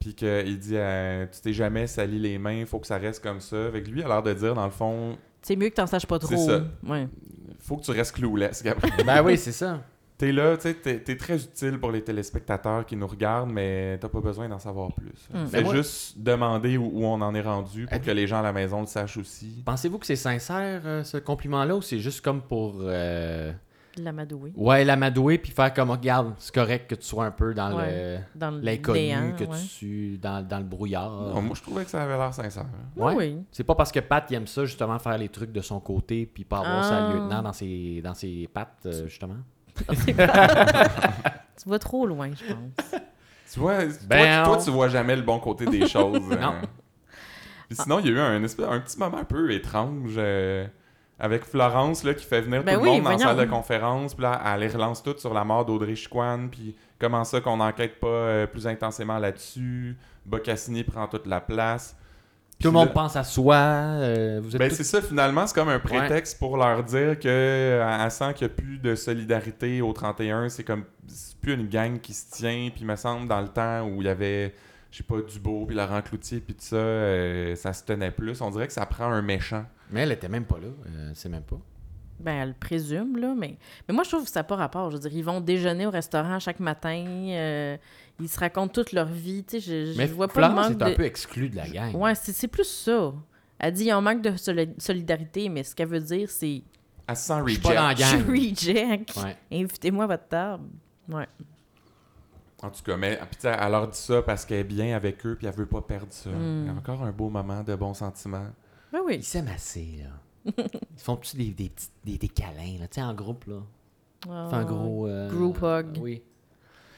Speaker 1: Puis qu'il dit à- Tu t'es jamais sali les mains, faut que ça reste comme ça. Fait que lui a l'air de dire, dans le fond,
Speaker 2: C'est mieux que t'en saches pas
Speaker 1: C'est
Speaker 2: trop.
Speaker 1: ça.
Speaker 2: Ouais.
Speaker 1: faut que tu restes clouless, Gabriel.
Speaker 3: Ben oui, c'est ça.
Speaker 1: t'es là, tu sais, t'es, t'es très utile pour les téléspectateurs qui nous regardent, mais t'as pas besoin d'en savoir plus.
Speaker 2: Mm.
Speaker 1: Fais
Speaker 3: Ben moi-
Speaker 1: juste demander où, où on en est rendu pour
Speaker 3: Êtes-
Speaker 1: que les gens à la maison le sachent aussi.
Speaker 3: Pensez-vous que c'est sincère, euh, ce compliment-là, ou c'est juste comme pour. euh,
Speaker 2: L'amadouer.
Speaker 3: Ouais, l'amadouer, puis faire comme, regarde, c'est correct que tu sois un peu dans le.
Speaker 2: Dans le
Speaker 3: L'inconnu
Speaker 2: néant,
Speaker 3: que
Speaker 2: ouais.
Speaker 3: tu dans, dans le brouillard.
Speaker 1: Non, moi, je trouvais que ça avait l'air sincère.
Speaker 3: Ouais.
Speaker 2: Oui.
Speaker 3: C'est pas parce que Pat il aime ça, justement, faire les trucs de son côté, puis pas avoir sa
Speaker 2: Ah.
Speaker 3: lieutenant dans ses, dans ses pattes, euh, justement.
Speaker 2: Tu vas trop loin, je pense.
Speaker 1: Tu vois,
Speaker 3: Ben,
Speaker 1: toi,
Speaker 3: on-
Speaker 1: toi, tu vois jamais le bon côté des choses. euh.
Speaker 3: Non.
Speaker 1: Puis sinon, il y a eu un, espèce- un petit moment un peu étrange euh, avec Florence là, qui fait venir
Speaker 2: Ben
Speaker 1: tout
Speaker 2: oui,
Speaker 1: le monde dans
Speaker 2: voyons.
Speaker 1: la salle de conférence. Puis là, elle les relance toutes sur la mort d'Audrey Chicoine. Puis comment ça qu'on n'enquête pas euh, plus intensément là-dessus. Bocassini prend toute la place.
Speaker 3: Tout le
Speaker 1: Puis là-
Speaker 3: monde pense à soi. euh, vous êtes
Speaker 1: Ben,
Speaker 3: tous-
Speaker 1: c'est ça, finalement, c'est comme un prétexte pour leur dire que euh, elle sent qu'il n'y a plus de solidarité au 31. C'est comme, c'est plus une gang qui se tient. Puis, il me semble, dans le temps où il y avait, je sais pas, Dubois, puis Laurent Cloutier, puis tout ça, euh, ça se tenait plus. On dirait que ça prend un méchant.
Speaker 3: Mais elle était même pas là. euh, c'est même pas.
Speaker 2: Ben, elle le présume, là, mais... Mais moi, je trouve que ça n'a pas rapport. Je veux dire, ils vont déjeuner au restaurant chaque matin, euh, ils se racontent toute leur vie, tu sais, je, je
Speaker 3: Mais
Speaker 2: vois pas le
Speaker 3: Florence
Speaker 2: manque
Speaker 3: est un
Speaker 2: de...
Speaker 3: peu exclue de la gang.
Speaker 2: Ouais, c'est c'est plus ça. Elle dit, il y a un manque de soli- solidarité, mais ce qu'elle veut dire, c'est...
Speaker 1: Elle se sent
Speaker 3: Je suis pas dans la
Speaker 1: reject.
Speaker 2: Je
Speaker 3: gang.
Speaker 2: reject.
Speaker 3: Ouais.
Speaker 2: Invitez-moi à votre table. Ouais.
Speaker 1: En tout cas, mais ah, puis, tu sais, elle leur dit ça parce qu'elle est bien avec eux, puis elle veut pas perdre ça.
Speaker 2: Mm.
Speaker 3: Hmm.
Speaker 1: Il y a encore un beau moment de bons sentiments.
Speaker 2: Ben
Speaker 3: Ils
Speaker 2: oui.
Speaker 3: s'aiment assez, là. Ils font tous des, des, petits- des, des câlins, là, tu sais, en groupe, là. Ils font un gros... euh,
Speaker 2: Group hug.
Speaker 3: Oui.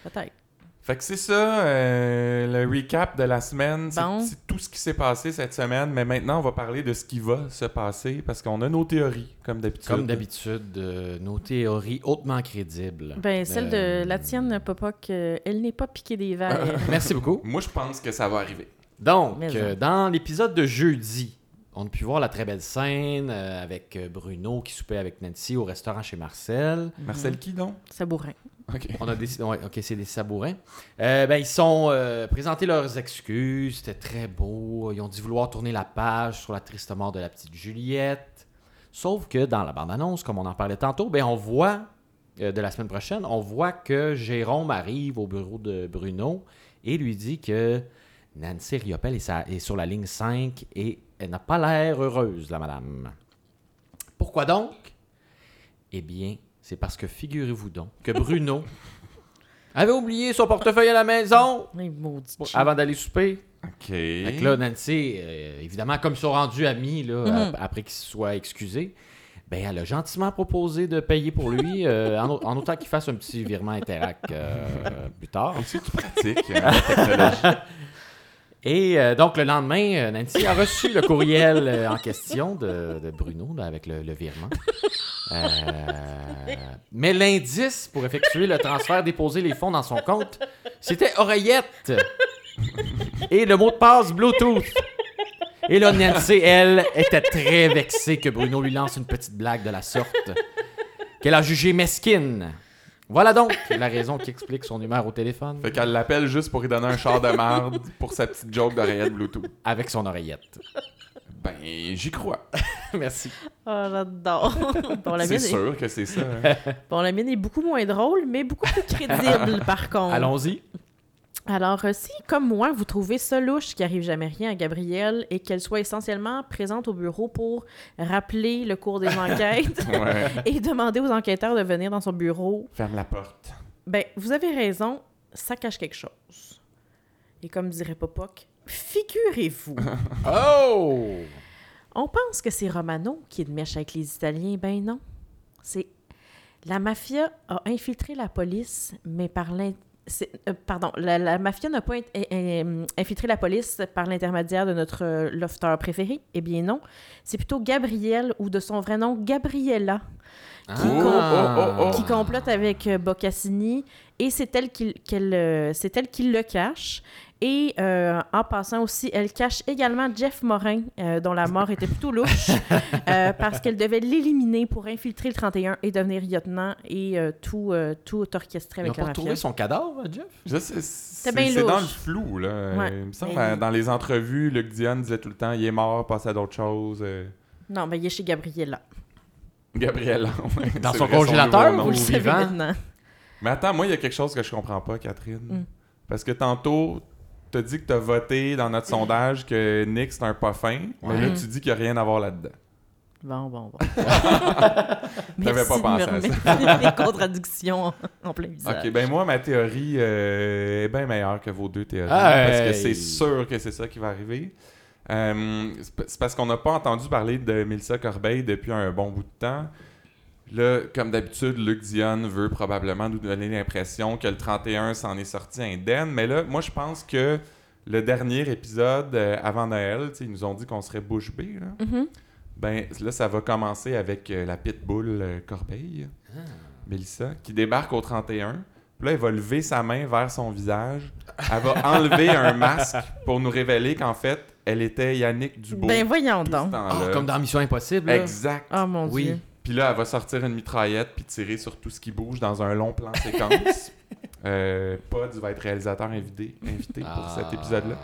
Speaker 2: Ah, Peut-être.
Speaker 1: Fait que c'est ça, euh, le recap de la semaine. C'est-
Speaker 2: Bon.
Speaker 1: C'est tout ce qui s'est passé cette semaine. Mais maintenant, on va parler de ce qui va se passer parce qu'on a nos théories, comme d'habitude.
Speaker 3: Comme d'habitude, euh, nos théories hautement crédibles.
Speaker 2: Ben, celle
Speaker 3: Euh,
Speaker 2: de la tienne, Popoc, euh, elle n'est pas piquée des verres.
Speaker 3: Merci beaucoup.
Speaker 1: Moi, je pense que ça va arriver.
Speaker 3: Donc,
Speaker 2: Mais
Speaker 3: euh, dans l'épisode de jeudi, on a pu voir la très belle scène euh, avec euh, Bruno qui soupait avec Nancy au restaurant chez Marcel.
Speaker 2: Mhm.
Speaker 1: Marcel, qui donc
Speaker 2: Sabourin.
Speaker 1: Ok.
Speaker 3: On a décidé, ouais, ok, c'est des sabourins. Euh, ben, ils sont euh, présenté leurs excuses, c'était très beau. Ils ont dit vouloir tourner la page sur la triste mort de la petite Juliette. Sauf que dans la bande-annonce, comme on en parlait tantôt, ben, on voit, euh, de la semaine prochaine, on voit que Jérôme arrive au bureau de Bruno et lui dit que Nancy Riopelle est, sa- est sur la ligne 5 et elle n'a pas l'air heureuse, la madame. Pourquoi donc? Eh bien, c'est parce que figurez-vous donc que Bruno avait oublié son portefeuille à la maison
Speaker 2: Mais maudit. chien.
Speaker 3: avant d'aller souper.
Speaker 1: Ok.
Speaker 3: Fait que là, Nancy, euh, évidemment, comme ils sont rendus amis, là, ap- après qu'ils se soient excusés, Ben, elle a gentiment proposé de payer pour lui euh, en, au- en autant qu'il fasse un petit virement Interac euh, plus tard.
Speaker 1: C'est pratique, hein, la technologie.
Speaker 3: Et euh, donc, le lendemain, euh, Nancy a reçu le courriel euh, en question de, de Bruno là, avec le, le virement. Euh, mais l'indice pour effectuer le transfert, déposer les fonds dans son compte, c'était oreillette et le mot de passe Bluetooth. Et là, Nancy, elle, était très vexée que Bruno lui lance une petite blague de la sorte qu'elle a jugée mesquine. Voilà donc la raison qui explique son humeur au téléphone
Speaker 1: Fait qu'elle l'appelle juste pour lui donner un char de marde pour sa petite joke d'oreillette Bluetooth.
Speaker 3: avec son oreillette.
Speaker 1: Ben, j'y crois.
Speaker 3: Merci.
Speaker 2: Oh, j'adore. bon, la
Speaker 1: C'est
Speaker 2: mienne est-
Speaker 1: sûr que c'est ça. hein.
Speaker 2: bon, la mienne est beaucoup moins drôle, mais beaucoup plus crédible, par contre.
Speaker 3: Allons-y.
Speaker 2: Alors, euh, si, comme moi, vous trouvez ça louche qu'il arrive jamais rien à Gabrielle et qu'elle soit essentiellement présente au bureau pour rappeler le cours des enquêtes
Speaker 1: Ouais.
Speaker 2: et demander aux enquêteurs de venir dans son bureau,
Speaker 1: Ferme la porte.
Speaker 2: ben, vous avez raison, ça cache quelque chose. Et comme dirait Popoc, figurez-vous,
Speaker 3: Oh!
Speaker 2: on pense que c'est Romano qui est de mèche avec les Italiens. Ben non, c'est... La mafia a infiltré la police, mais par l'in- c'est- euh, pardon, la, la mafia n'a pas int- euh, euh, infiltré la police par l'intermédiaire de notre euh, lofter préféré. Eh bien non, c'est plutôt Gabriel ou de son vrai nom Gabriella
Speaker 3: Ah.
Speaker 1: Oh, oh,
Speaker 2: qui complote avec euh, Boccassini et c'est elle qui, qu'elle, euh, c'est elle qui le cache. Et euh, en passant aussi, elle cache également Jeff Morin, euh, dont la mort était plutôt louche, euh, parce qu'elle devait l'éliminer pour infiltrer le 31 et devenir lieutenant et euh, tout, euh, tout orchestré
Speaker 3: Ils n'ont
Speaker 2: avec la
Speaker 3: pas
Speaker 2: mafia.
Speaker 3: retrouvé son cadavre, Jeff?
Speaker 1: Je sais, c'est
Speaker 2: bien
Speaker 1: c'est dans le
Speaker 2: louche.
Speaker 1: flou, là.
Speaker 2: Ouais. Ben
Speaker 1: Il me semble,
Speaker 2: Mais-
Speaker 1: euh, dans les entrevues, Luc Dion disait tout le temps, il est mort, passe à d'autres choses. euh.
Speaker 2: Non, mais il est chez Gabriella.
Speaker 1: Gabriel, ouais,
Speaker 3: Dans
Speaker 1: c'est
Speaker 3: son
Speaker 1: vrai,
Speaker 3: congélateur,
Speaker 1: nouveau nom.
Speaker 2: Vous le savez
Speaker 3: vivant.
Speaker 2: maintenant.
Speaker 1: Mais attends, moi, il y a quelque chose que je comprends pas, Catherine.
Speaker 2: Mm.
Speaker 1: Parce que tantôt, t'as dit que t'as voté dans notre sondage que Nick, c'est un pas fin.
Speaker 3: Ouais.
Speaker 1: Mais là, tu dis qu'il n'y a rien à voir là-dedans.
Speaker 2: Bon, bon, bon.
Speaker 1: T'avais pas pensé à ça.
Speaker 2: à Des contradictions en, en plein visage.
Speaker 1: Ok, ben moi, ma théorie euh, est bien meilleure que vos deux théories.
Speaker 3: Hey!
Speaker 1: Parce que c'est sûr que c'est ça qui va arriver. Euh, c'est p- c'est parce qu'on n'a pas entendu parler de Milsa Corbeil depuis un bon bout de temps. Là, comme d'habitude, Luc Dion veut probablement nous donner l'impression que le 31 s'en est sorti indemne. Mais là, moi, je pense que le dernier épisode euh, avant Noël, tu sais, ils nous ont dit qu'on serait bouche bée. là.
Speaker 2: Mhm.
Speaker 1: Ben là, ça va commencer avec euh, la pitbull euh, Corbeil,
Speaker 3: Ah.
Speaker 1: Mélissa, qui débarque au 31. Puis là, elle va lever sa main vers son visage. Elle va enlever un masque pour nous révéler qu'en fait, elle était Yannick Dubois.
Speaker 2: Ben voyons
Speaker 1: tout ce
Speaker 2: donc.
Speaker 1: temps-là.
Speaker 3: Ah, comme dans Mission Impossible. là.
Speaker 1: Exact.
Speaker 2: Oh mon
Speaker 3: Oui.
Speaker 2: dieu.
Speaker 1: Puis là, elle va sortir une mitraillette puis tirer sur tout ce qui bouge dans un long plan séquence. euh, Pod va être réalisateur invité, invité pour
Speaker 3: Ah.
Speaker 1: cet épisode-là.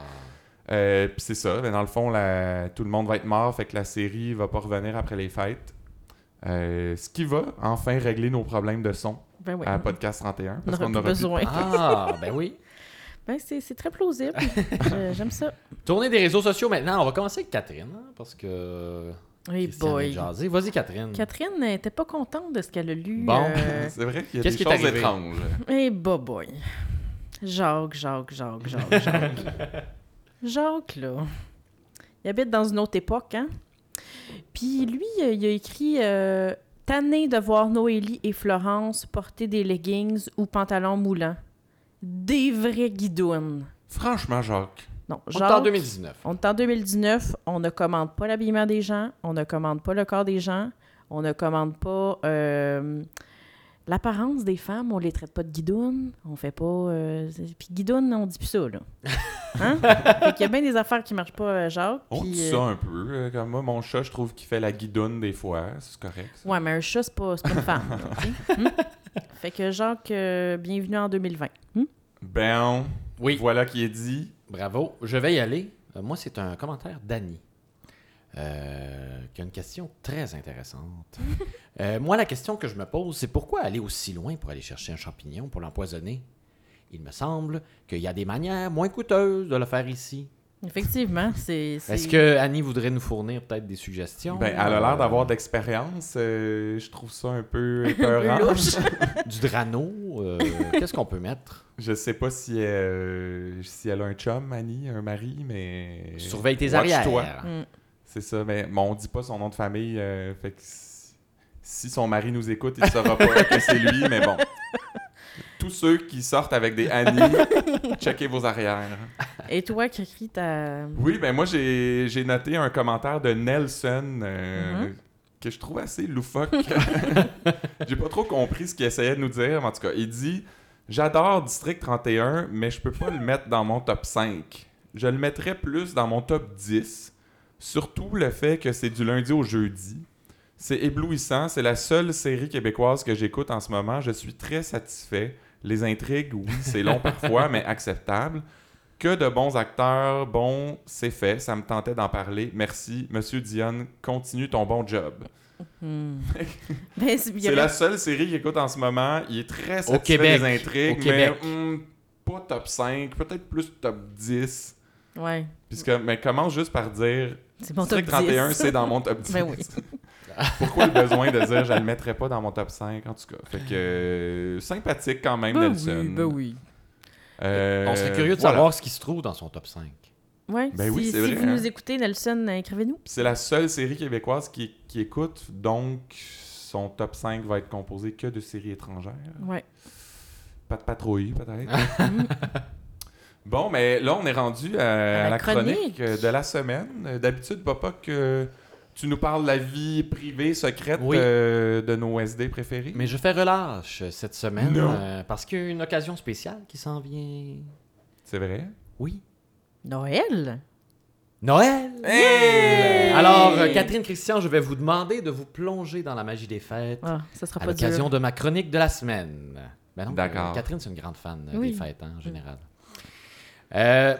Speaker 1: Euh, puis c'est ça. Ben, dans le fond, la- tout le monde va être mort, fait que la série va pas revenir après les fêtes. Euh, ce qui va enfin régler nos problèmes Ah, de son
Speaker 2: Ben oui.
Speaker 1: à Podcast 31.
Speaker 2: on
Speaker 1: Parce qu'on
Speaker 2: n'aurait
Speaker 1: aura
Speaker 2: plus besoin.
Speaker 3: Ah, ben oui.
Speaker 2: Ben, c'est c'est très plausible. Euh, J'aime ça.
Speaker 3: Tournée des réseaux sociaux maintenant. On va commencer avec Catherine, hein, parce que.
Speaker 2: Oui,
Speaker 3: Christiane est
Speaker 2: boy.
Speaker 3: jasée. Vas-y, Catherine.
Speaker 2: Catherine n'était pas contente de ce qu'elle a lu.
Speaker 3: Bon.
Speaker 1: plus-
Speaker 2: euh,
Speaker 1: C'est vrai qu'il y a
Speaker 3: Qu'est-ce
Speaker 1: des
Speaker 3: qui est
Speaker 1: choses
Speaker 3: arrivé?
Speaker 1: étranges.
Speaker 2: Eh, bah, boy. Jacques, Jacques, Jacques, Jacques, Jacques. Jacques, là, il habite dans une autre époque, hein? Puis lui, euh, il a écrit euh, Tanné de voir Noélie et Florence porter des leggings ou pantalons moulants. Des vrais guidounes.
Speaker 1: Franchement, Jacques,
Speaker 2: Non,
Speaker 3: On est en
Speaker 2: Jacques.
Speaker 3: 2019.
Speaker 2: On est en 2019, on ne commande pas l'habillement des gens, on ne commande pas le corps des gens, on ne commande pas euh, l'apparence des femmes, on les traite pas de guidounes, on fait pas... euh, c'est- puis guidounes, on dit plus ça, là. Hein? fait qu'il y a bien des affaires qui marchent pas, euh, Jacques.
Speaker 1: on
Speaker 2: puis,
Speaker 1: dit
Speaker 2: euh,
Speaker 1: ça un peu. euh, Comme moi, mon chat, je trouve qu'il fait la guidoune des fois. C'est correct. ça.
Speaker 2: Ouais, mais un chat, c'est pas, c'est pas une femme, là, ok? Hmm? Fait que Jacques, euh, bienvenue en 2020. Hmm?
Speaker 1: Ben,
Speaker 3: Oui.
Speaker 1: voilà qui est dit.
Speaker 3: Bravo. Je vais y aller. Euh, Moi, c'est un commentaire d'Annie. euh, qui a une question très intéressante. Euh, moi, la question que je me pose, c'est pourquoi aller aussi loin pour aller chercher un champignon pour l'empoisonner? Il me semble qu'il y a des manières moins coûteuses de le faire ici.
Speaker 2: Effectivement, c'est... c'est-
Speaker 3: Est-ce que Annie voudrait nous fournir peut-être des suggestions?
Speaker 1: Ben, elle a l'air d'avoir
Speaker 3: Euh,
Speaker 1: d'expérience. euh, je trouve ça un peu
Speaker 2: Un peu
Speaker 1: épeurant.
Speaker 2: louche.
Speaker 3: du drano. euh, Qu'est-ce qu'on peut mettre?
Speaker 1: Je sais pas si elle, euh, si elle a un chum, Annie, un mari, mais.
Speaker 3: Surveille tes
Speaker 1: Euh, Watch-toi.
Speaker 3: arrières.
Speaker 2: Hmm.
Speaker 1: C'est ça, mais bon, on dit pas son nom de famille. euh, fait que c- Si son mari nous écoute, il ne saura pas que c'est lui, mais bon. Tous ceux qui sortent avec des Annie, checkez vos arrières.
Speaker 2: Et toi, Cricri, t'as.
Speaker 1: Oui, ben moi, j'ai j'ai noté un commentaire de Nelson euh,
Speaker 2: Mhm.
Speaker 1: que je trouve assez loufoque. j'ai pas trop compris ce qu'il essayait de nous dire, mais en tout cas, il dit J'adore District 31, mais je peux pas le mettre dans mon top 5. Je le mettrais plus dans mon top 10, surtout le fait que c'est du lundi au jeudi. C'est éblouissant, c'est la seule série québécoise que j'écoute en ce moment. Je suis très satisfait. Les intrigues, oui, c'est long parfois, mais acceptable que de bons acteurs. Bon, c'est fait. Ça me tentait d'en parler. Merci. Monsieur Dion, continue ton bon job.
Speaker 2: Hmm. ben, c'est il y
Speaker 1: C'est
Speaker 2: a-
Speaker 1: la seule série qu'il écoute en ce moment. Il est très satisfait
Speaker 3: Québec.
Speaker 1: des intrigues,
Speaker 3: Au
Speaker 1: mais
Speaker 3: Québec.
Speaker 1: hum, pas top 5, peut-être plus top 10.
Speaker 2: Ouais.
Speaker 1: Puisque, mais commence juste par dire
Speaker 2: C'est mon top
Speaker 1: District
Speaker 2: 31,
Speaker 1: 31, c'est dans mon top 10.
Speaker 2: Ben oui.
Speaker 1: Pourquoi le besoin de dire je le mettrais pas dans mon top 5 en tout cas? Fait que euh, sympathique quand même,
Speaker 2: Ben
Speaker 1: Nelson.
Speaker 2: oui, ben oui.
Speaker 1: Euh,
Speaker 3: On serait curieux de
Speaker 1: voilà.
Speaker 3: savoir ce qui se trouve dans son top 5.
Speaker 2: Ouais,
Speaker 1: Ben
Speaker 2: si,
Speaker 1: oui, c'est
Speaker 2: si
Speaker 1: vrai,
Speaker 2: vous
Speaker 1: hein.
Speaker 2: nous écoutez, Nelson, euh, écrivez-nous.
Speaker 1: Puis C'est la seule série québécoise qui, qui écoute, donc son top 5 va être composé que de séries étrangères.
Speaker 2: Ouais.
Speaker 1: Pas de patrouille, peut-être. bon, mais là, on est rendu à,
Speaker 2: À la
Speaker 1: la, chronique.
Speaker 2: chronique.
Speaker 1: euh, de la semaine. Euh, D'habitude, Papa, que tu nous parles de la vie privée, secrète
Speaker 3: Oui.
Speaker 1: euh, de nos SD préférés.
Speaker 3: Mais je fais relâche cette semaine
Speaker 1: Non.
Speaker 3: euh, parce qu'il y a une occasion spéciale qui s'en vient.
Speaker 1: C'est vrai.
Speaker 3: Oui.
Speaker 2: Noël?
Speaker 3: Noël!
Speaker 1: Hey!
Speaker 3: Alors, euh, Catherine Christian, je vais vous demander de vous plonger dans la magie des fêtes
Speaker 2: Ah, ça sera
Speaker 3: à
Speaker 2: pas
Speaker 3: l'occasion
Speaker 2: dur.
Speaker 3: de ma chronique de la semaine. Ben non,
Speaker 1: D'accord.
Speaker 3: euh, Catherine, c'est une grande fan euh,
Speaker 2: Oui. Mm.
Speaker 3: des fêtes hein, en général. Euh,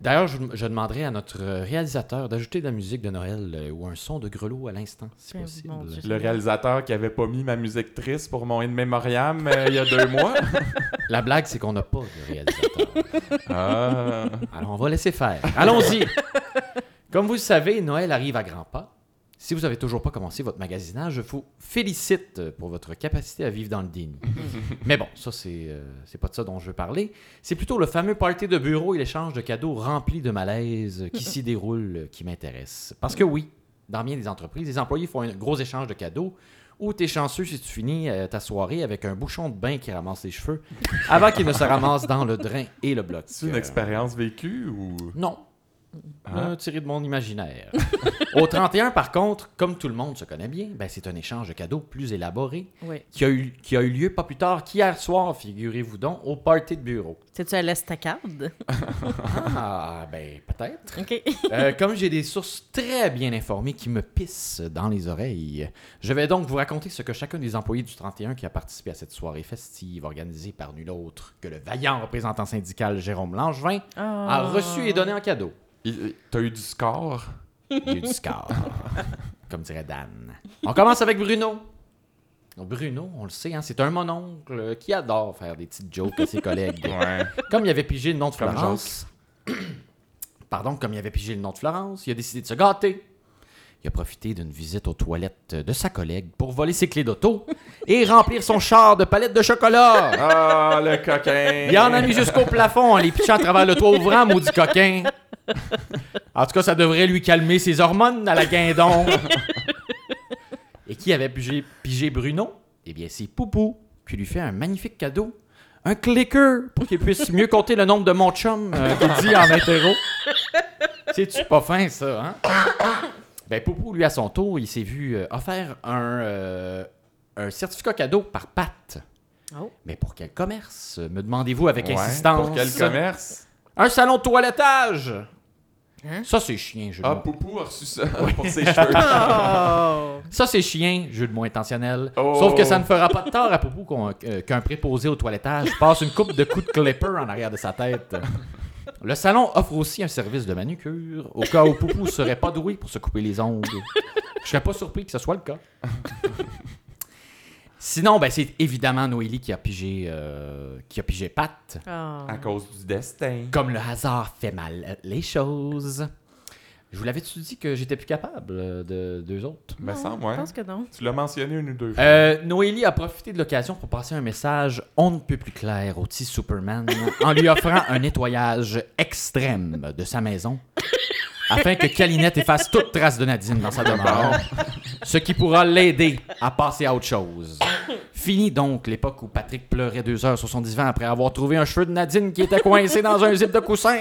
Speaker 3: D'ailleurs, je, je demanderai à notre réalisateur d'ajouter de la musique de Noël euh, ou un son de grelot à l'instant, si
Speaker 2: Ben,
Speaker 3: possible.
Speaker 2: mon Dieu.
Speaker 1: Le réalisateur qui avait pas mis ma musique triste pour mon In Memoriam euh, il y a deux mois.
Speaker 3: La blague, c'est qu'on n'a pas de réalisateur.
Speaker 1: Ah.
Speaker 3: Alors, on va laisser faire. Allons-y. Comme vous le savez, Noël arrive à grands pas. Si vous n'avez toujours pas commencé votre magasinage, je vous félicite pour votre capacité à vivre dans le digne. Mais bon, ça, c'est euh, c'est pas de ça dont je veux parler. C'est plutôt le fameux party de bureau et l'échange de cadeaux rempli de malaise qui s'y déroule euh, qui m'intéresse. Parce que oui, dans bien des entreprises, les employés font un gros échange de cadeaux ou t'es chanceux si tu finis euh, ta soirée avec un bouchon de bain qui ramasse les cheveux avant qu'il ne se ramasse dans le drain et le bloc.
Speaker 1: C'est une
Speaker 3: Euh,
Speaker 1: expérience vécue ou.
Speaker 3: non.
Speaker 1: Ah.
Speaker 3: Euh, tiré de mon imaginaire. Au 31, par contre, comme tout le monde se connaît bien, ben, c'est un échange de cadeaux plus élaboré
Speaker 2: Oui.
Speaker 3: qui a, eu, qui a eu lieu pas plus tard qu'hier soir, figurez-vous donc, au party de bureau.
Speaker 2: C'est-tu à l'estacade?
Speaker 3: Ah, ben peut-être.
Speaker 2: OK.
Speaker 3: Euh, comme j'ai des sources très bien informées qui me pissent dans les oreilles, je vais donc vous raconter ce que chacun des employés du 31 qui a participé à cette soirée festive organisée par nul autre que le vaillant représentant syndical Jérôme Langevin a
Speaker 2: Ah.
Speaker 3: reçu et donné en cadeau.
Speaker 1: Il- il- T'as eu du score?
Speaker 3: J'ai du score. Comme dirait Dan. On commence avec Bruno. Donc, Bruno, on le sait, hein, c'est un mononcle qui adore faire des petites jokes à ses collègues.
Speaker 1: Ouais.
Speaker 3: Comme il avait pigé le nom de
Speaker 1: Comme
Speaker 3: Florence. Pardon, comme il avait pigé le nom de Florence, il a décidé de se gâter. Il a profité d'une visite aux toilettes de sa collègue pour voler ses clés d'auto et remplir son char de palettes de chocolat.
Speaker 1: Ah, le coquin!
Speaker 3: Il en a mis jusqu'au plafond en les pichant à travers le toit ouvrant, maudit coquin. En tout cas, ça devrait lui calmer ses hormones à la guindon. Et qui avait pigé, pigé Bruno? Eh bien, c'est Poupou, qui lui fait un magnifique cadeau. Un clicker pour qu'il puisse mieux compter le nombre de mon chum euh, qu'il dit en interro. C'est-tu pas fin, ça, hein? Ben, Poupou, lui, à son tour, il s'est vu euh, offert un, euh, un certificat cadeau par Pat.
Speaker 2: Oh.
Speaker 3: Mais pour quel commerce, me demandez-vous avec
Speaker 1: Ouais,
Speaker 3: insistance?
Speaker 1: Pour quel commerce?
Speaker 3: Un salon de toilettage!
Speaker 2: Hein?
Speaker 3: Ça, c'est chien, jeu de
Speaker 1: Ah,
Speaker 3: mots.
Speaker 1: Poupou a reçu ça pour ses cheveux.
Speaker 3: Ah!
Speaker 2: Oh!
Speaker 3: Ça, c'est chien, jeu de mots intentionnel.
Speaker 1: Oh.
Speaker 3: Sauf que ça ne fera pas de tort à Poupou qu'on- euh, qu'un préposé au toilettage passe une coupe de coups de clipper en arrière de sa tête. Le salon offre aussi un service de manucure, au cas où Poupou serait pas doué pour se couper les ongles. Je serais pas surpris que ce soit le cas. Sinon, ben, c'est évidemment Noélie qui a pigé, euh, qui a pigé Pat.
Speaker 2: Ah.
Speaker 1: À cause du destin.
Speaker 3: Comme le hasard fait mal les choses. Je vous l'avais-tu dit que j'étais plus capable euh, de deux autres?
Speaker 1: Me
Speaker 2: Non,
Speaker 1: semble, ben,
Speaker 2: Ah,
Speaker 1: ouais.
Speaker 2: Je pense que non.
Speaker 1: Tu l'as mentionné une ou deux fois.
Speaker 3: Euh, Noélie a profité de l'occasion pour passer un message on ne peut plus clair au petit Superman en lui offrant un nettoyage extrême de sa maison afin que Calinette efface toute trace de Nadine dans sa demeure, ce qui pourra l'aider à passer à autre chose. Fini donc l'époque où Patrick pleurait deux heures sur son divan après avoir trouvé un cheveu de Nadine qui était coincé dans un zip de coussin.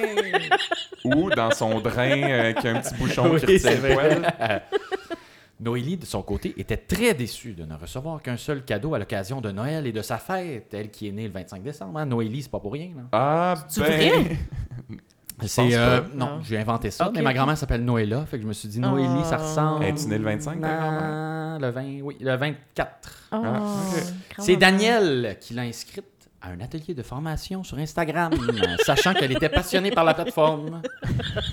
Speaker 1: Ou dans son drain euh, qui a un petit bouchon
Speaker 3: Oui,
Speaker 1: qui retient
Speaker 3: c'est
Speaker 1: le poil.
Speaker 3: vrai. Noélie, de son côté, était très déçue de ne recevoir qu'un seul cadeau à l'occasion de Noël et de sa fête, elle qui est née le 25 décembre. hein. Noélie, c'est pas pour rien. là.
Speaker 1: Ah,
Speaker 2: C'est-tu
Speaker 1: ben.
Speaker 3: C'est
Speaker 1: pense
Speaker 3: euh,
Speaker 1: pas.
Speaker 3: non,
Speaker 2: Non.
Speaker 3: j'ai inventé ça,
Speaker 2: Ok.
Speaker 3: mais ma grand-mère s'appelle Noëlla, fait que je me suis dit Noélie, ça
Speaker 2: Ah.
Speaker 3: ressemble.
Speaker 1: Es-tu née le 25, ta
Speaker 3: Ah, Le 20, oui, le 24.
Speaker 2: Oh,
Speaker 1: Ah, ok.
Speaker 3: C'est Daniel qui l'a inscrite à un atelier de formation sur Instagram, sachant qu'elle était passionnée par la plateforme.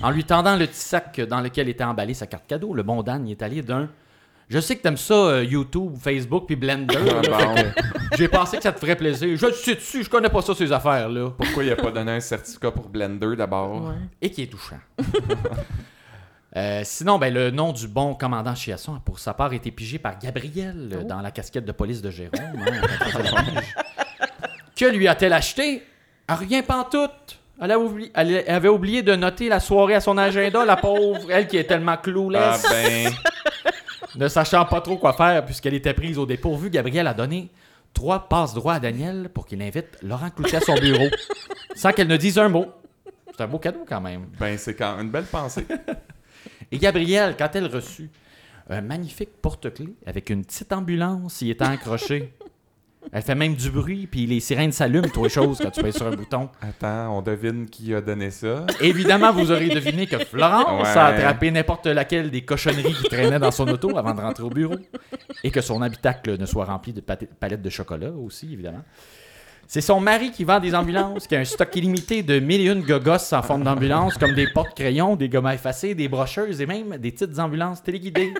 Speaker 3: En lui tendant le petit sac dans lequel était emballée sa carte cadeau, le bon Dan y est allé d'un Je sais que t'aimes ça, euh, YouTube, Facebook, puis Blender.
Speaker 1: Ah, bon.
Speaker 3: J'ai pensé que ça te ferait plaisir. Je le sais dessus, je connais pas ça, ces affaires-là.
Speaker 1: Pourquoi il a pas donné un certificat pour Blender d'abord?
Speaker 2: Ouais.
Speaker 3: et qui est touchant. Euh, sinon, ben, le nom du bon commandant Chiasson a pour sa part été pigé par Gabriel euh,
Speaker 2: Oh.
Speaker 3: dans la casquette de police de Jérôme. hein, quand on faisait la pige. que lui a-t-elle acheté? Ah, Rien pantoute! Elle, a oubli- elle avait oublié de noter la soirée à son agenda, la pauvre, elle qui est tellement
Speaker 1: Ah
Speaker 3: clouless.
Speaker 1: ben,
Speaker 3: Ne sachant pas trop quoi faire puisqu'elle était prise au dépourvu, Gabrielle a donné trois passes droits à Daniel pour qu'il invite Laurent Cloutier à son bureau, sans qu'elle ne dise un mot. C'est un beau cadeau quand même.
Speaker 1: ben c'est quand même une belle pensée.
Speaker 3: Et Gabrielle, quand elle reçut un magnifique porte-clés avec une petite ambulance y étant accrochée, elle fait même du bruit, puis les sirènes s'allument, toi chose, quand tu pèses sur un bouton.
Speaker 1: Attends, on devine qui a donné ça.
Speaker 3: Évidemment, vous aurez deviné que Florence a
Speaker 1: Ouais.
Speaker 3: attrapé n'importe laquelle des cochonneries qui traînaient dans son auto avant de rentrer au bureau et que son habitacle ne soit rempli de pati- palettes de chocolat aussi, évidemment. C'est son mari qui vend des ambulances, qui a un stock illimité de mille et une gogosses en forme d'ambulance, comme des porte-crayons, des gommes à effacer, des brocheuses et même des petites ambulances téléguidées.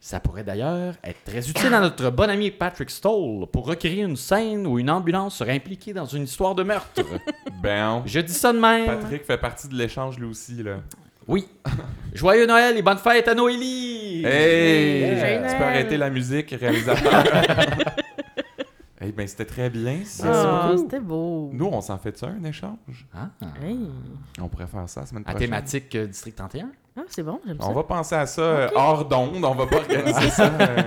Speaker 3: Ça pourrait d'ailleurs être très utile à notre bon ami Patrick Stoll pour requérir une scène où une ambulance serait impliquée dans une histoire de meurtre.
Speaker 1: Ben,
Speaker 3: Je dis ça de même.
Speaker 1: Patrick fait partie de l'échange lui aussi, là.
Speaker 3: Oui. Joyeux Noël et bonne fête à Noélie!
Speaker 1: Hey!
Speaker 2: Joyeux
Speaker 1: Tu
Speaker 2: Noël.
Speaker 1: peux arrêter la musique, réalisateur. Eh ben, c'était très bien. ça.
Speaker 2: Ah, c'était beau.
Speaker 1: Nous, on s'en fait ça, un échange?
Speaker 3: Ah,
Speaker 2: Hey.
Speaker 1: On pourrait faire ça la semaine
Speaker 3: à
Speaker 1: prochaine.
Speaker 3: thématique euh, District 31?
Speaker 2: Ah, c'est bon, j'aime ça.
Speaker 1: On va penser à ça euh, hors d'onde, on va pas organiser ça. euh.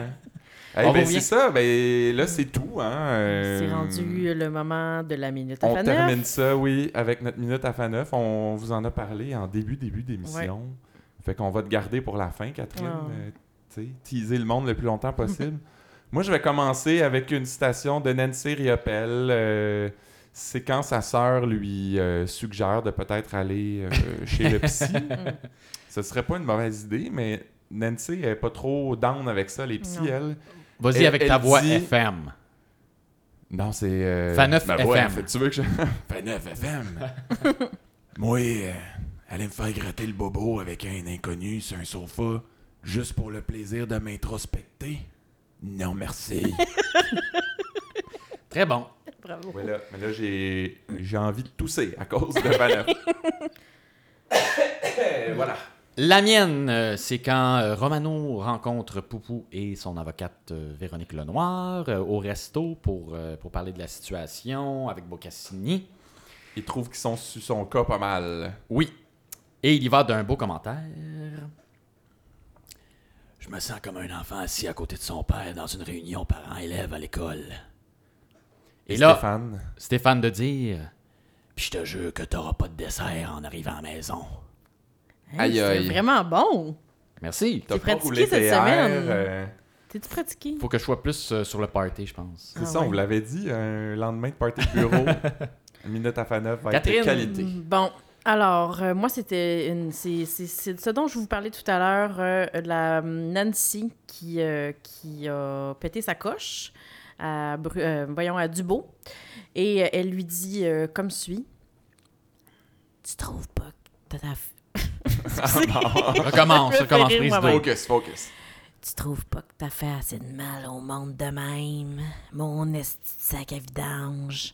Speaker 1: Eh
Speaker 3: On
Speaker 1: ben,
Speaker 3: revient.
Speaker 1: c'est ça, ben, là c'est tout. Hein, euh,
Speaker 2: C'est rendu le moment de la minute à
Speaker 1: On
Speaker 2: Faneuf.
Speaker 1: termine ça, oui, avec notre minute à FA9. On vous en a parlé en début, début d'émission. Fait qu'on va te garder pour la fin, Catherine.
Speaker 2: Ah.
Speaker 1: Euh, tu sais, teaser le monde le plus longtemps possible. Moi, je vais commencer avec une citation de Nancy Riopelle. Euh, c'est quand sa sœur lui euh, suggère de peut-être aller euh, chez le psy. Ce serait pas une mauvaise idée, mais Nancy elle est pas trop down avec ça, les psys,
Speaker 2: Non.
Speaker 1: elle.
Speaker 3: Vas-y
Speaker 1: Elle-
Speaker 3: avec ta
Speaker 1: elle
Speaker 3: voix
Speaker 1: dit-
Speaker 3: FM.
Speaker 1: Non, c'est. Euh,
Speaker 3: Faneuf
Speaker 1: ma voix,
Speaker 3: FM.
Speaker 1: fait- Tu veux que je. Faneuf FM. Moi, euh, allez me faire gratter le bobo avec un inconnu sur un sofa, juste pour le plaisir de m'introspecter. Non, merci.
Speaker 3: Très bon.
Speaker 2: Bravo.
Speaker 1: voilà, mais là, j'ai j'ai envie de tousser à cause de Faneuf. voilà.
Speaker 3: La mienne, euh, c'est quand euh, Romano rencontre Poupou et son avocate euh, Véronique Lenoir euh, au resto pour, euh, pour parler de la situation avec Boccassini.
Speaker 1: Il trouve qu'ils sont sur son cas pas mal.
Speaker 3: Oui. Et il y va d'un beau commentaire. Je me sens comme un enfant assis à côté de son père dans une réunion parents-élèves à l'école. Et, là, Stéphane.
Speaker 1: Stéphane.
Speaker 3: de dire Puis je te jure que t'auras pas de dessert en arrivant à la maison.
Speaker 2: Hey,
Speaker 1: Aïe, aïe.
Speaker 2: C'est vraiment bon
Speaker 3: Merci.
Speaker 1: T'as pas
Speaker 2: pratiqué
Speaker 1: roulé
Speaker 2: cette
Speaker 1: tes
Speaker 2: semaine.
Speaker 1: airs, euh,
Speaker 2: T'es-tu pratiqué?
Speaker 3: Faut que je sois plus euh, sur le party, je pense.
Speaker 1: C'est
Speaker 2: Ah
Speaker 1: ça, on
Speaker 2: ouais.
Speaker 1: vous l'avait dit, un lendemain de party de bureau. Une minute à Faneuf va être de
Speaker 3: Catherine.
Speaker 1: qualité.
Speaker 3: Mmh.
Speaker 2: Mm, Bon, alors, euh, moi, c'était une. C'est c'est- c'est ce dont je vous parlais tout à l'heure, euh, la Nancy qui, euh, qui a pété sa coche à, Bru- euh, voyons, à Dubo. Et euh, elle lui dit euh, comme suit Tu trouves pas que t'as ta. f-
Speaker 1: Ah.
Speaker 3: recommence,
Speaker 2: Je me
Speaker 3: recommence
Speaker 2: fais rire
Speaker 3: prise
Speaker 2: moi-même.
Speaker 3: deux.
Speaker 1: Focus, focus.
Speaker 2: Tu trouves pas que t'as fait assez de mal au monde de même, mon esti de sac à vidange.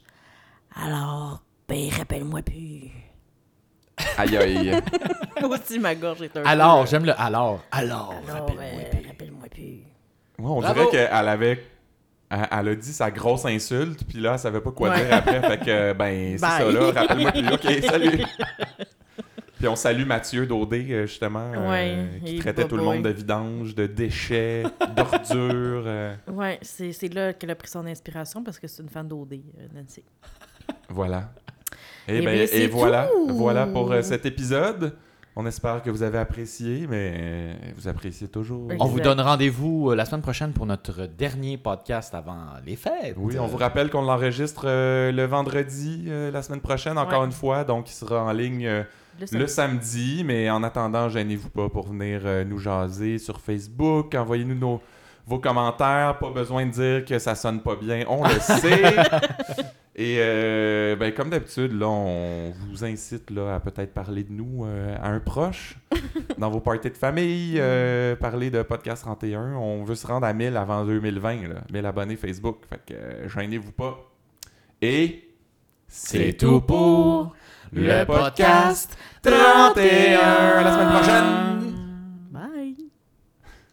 Speaker 2: Alors, ben, rappelle-moi plus.
Speaker 1: Aïe aïe.
Speaker 2: Aussi, ma gorge est un peu-
Speaker 3: Alors, j'aime le alors. Alors,
Speaker 2: Alors,
Speaker 3: rappelle-moi,
Speaker 2: euh,
Speaker 3: puis-
Speaker 2: rappelle-moi plus.
Speaker 1: Ouais, on
Speaker 3: Bravo.
Speaker 1: dirait qu'elle avait. Elle elle a dit sa grosse insulte, puis là, elle savait pas quoi
Speaker 2: Ouais.
Speaker 1: dire après. Fait que, ben, euh,
Speaker 2: Bye.
Speaker 1: c'est ça, là. Rappelle-moi plus. OK, salut. Puis on salue Mathieu Daudé, euh, justement, euh,
Speaker 2: Ouais,
Speaker 1: qui
Speaker 2: et
Speaker 1: traitait tout le
Speaker 2: Boboy.
Speaker 1: monde de vidange, de déchets, d'ordures. euh,
Speaker 2: Ouais, c'est c'est là qu'elle a pris son inspiration parce que c'est une fan d'OD, euh, Nancy.
Speaker 1: voilà. Et,
Speaker 2: Eh
Speaker 1: ben,
Speaker 2: bien,
Speaker 1: et
Speaker 2: c'est
Speaker 1: voilà,
Speaker 2: tout.
Speaker 1: voilà pour euh, cet épisode. On espère que vous avez apprécié, mais euh, vous appréciez toujours.
Speaker 2: Oui.
Speaker 3: On vous
Speaker 2: Exact.
Speaker 3: donne rendez-vous euh, la semaine prochaine pour notre dernier podcast avant les fêtes.
Speaker 1: Oui, on vous
Speaker 3: Euh,
Speaker 1: rappelle qu'on l'enregistre euh, le vendredi euh, la semaine prochaine, encore
Speaker 2: Ouais.
Speaker 1: une fois. Donc, il sera en ligne euh,
Speaker 2: Le
Speaker 1: le
Speaker 2: samedi.
Speaker 1: samedi. Mais en attendant, gênez-vous pas pour venir euh, nous jaser sur Facebook. Envoyez-nous nos- vos commentaires. Pas besoin de dire que ça sonne pas bien. On le sait. Et euh, ben, comme d'habitude, là, on vous incite là, à peut-être parler de nous euh, à un proche dans vos parties de famille, euh, parler de Podcast 31. On veut se rendre à 1000 avant 2020, là, 1000 abonnés Facebook. Fait que euh, gênez-vous pas. Et
Speaker 3: C'est tout pour le podcast 31. La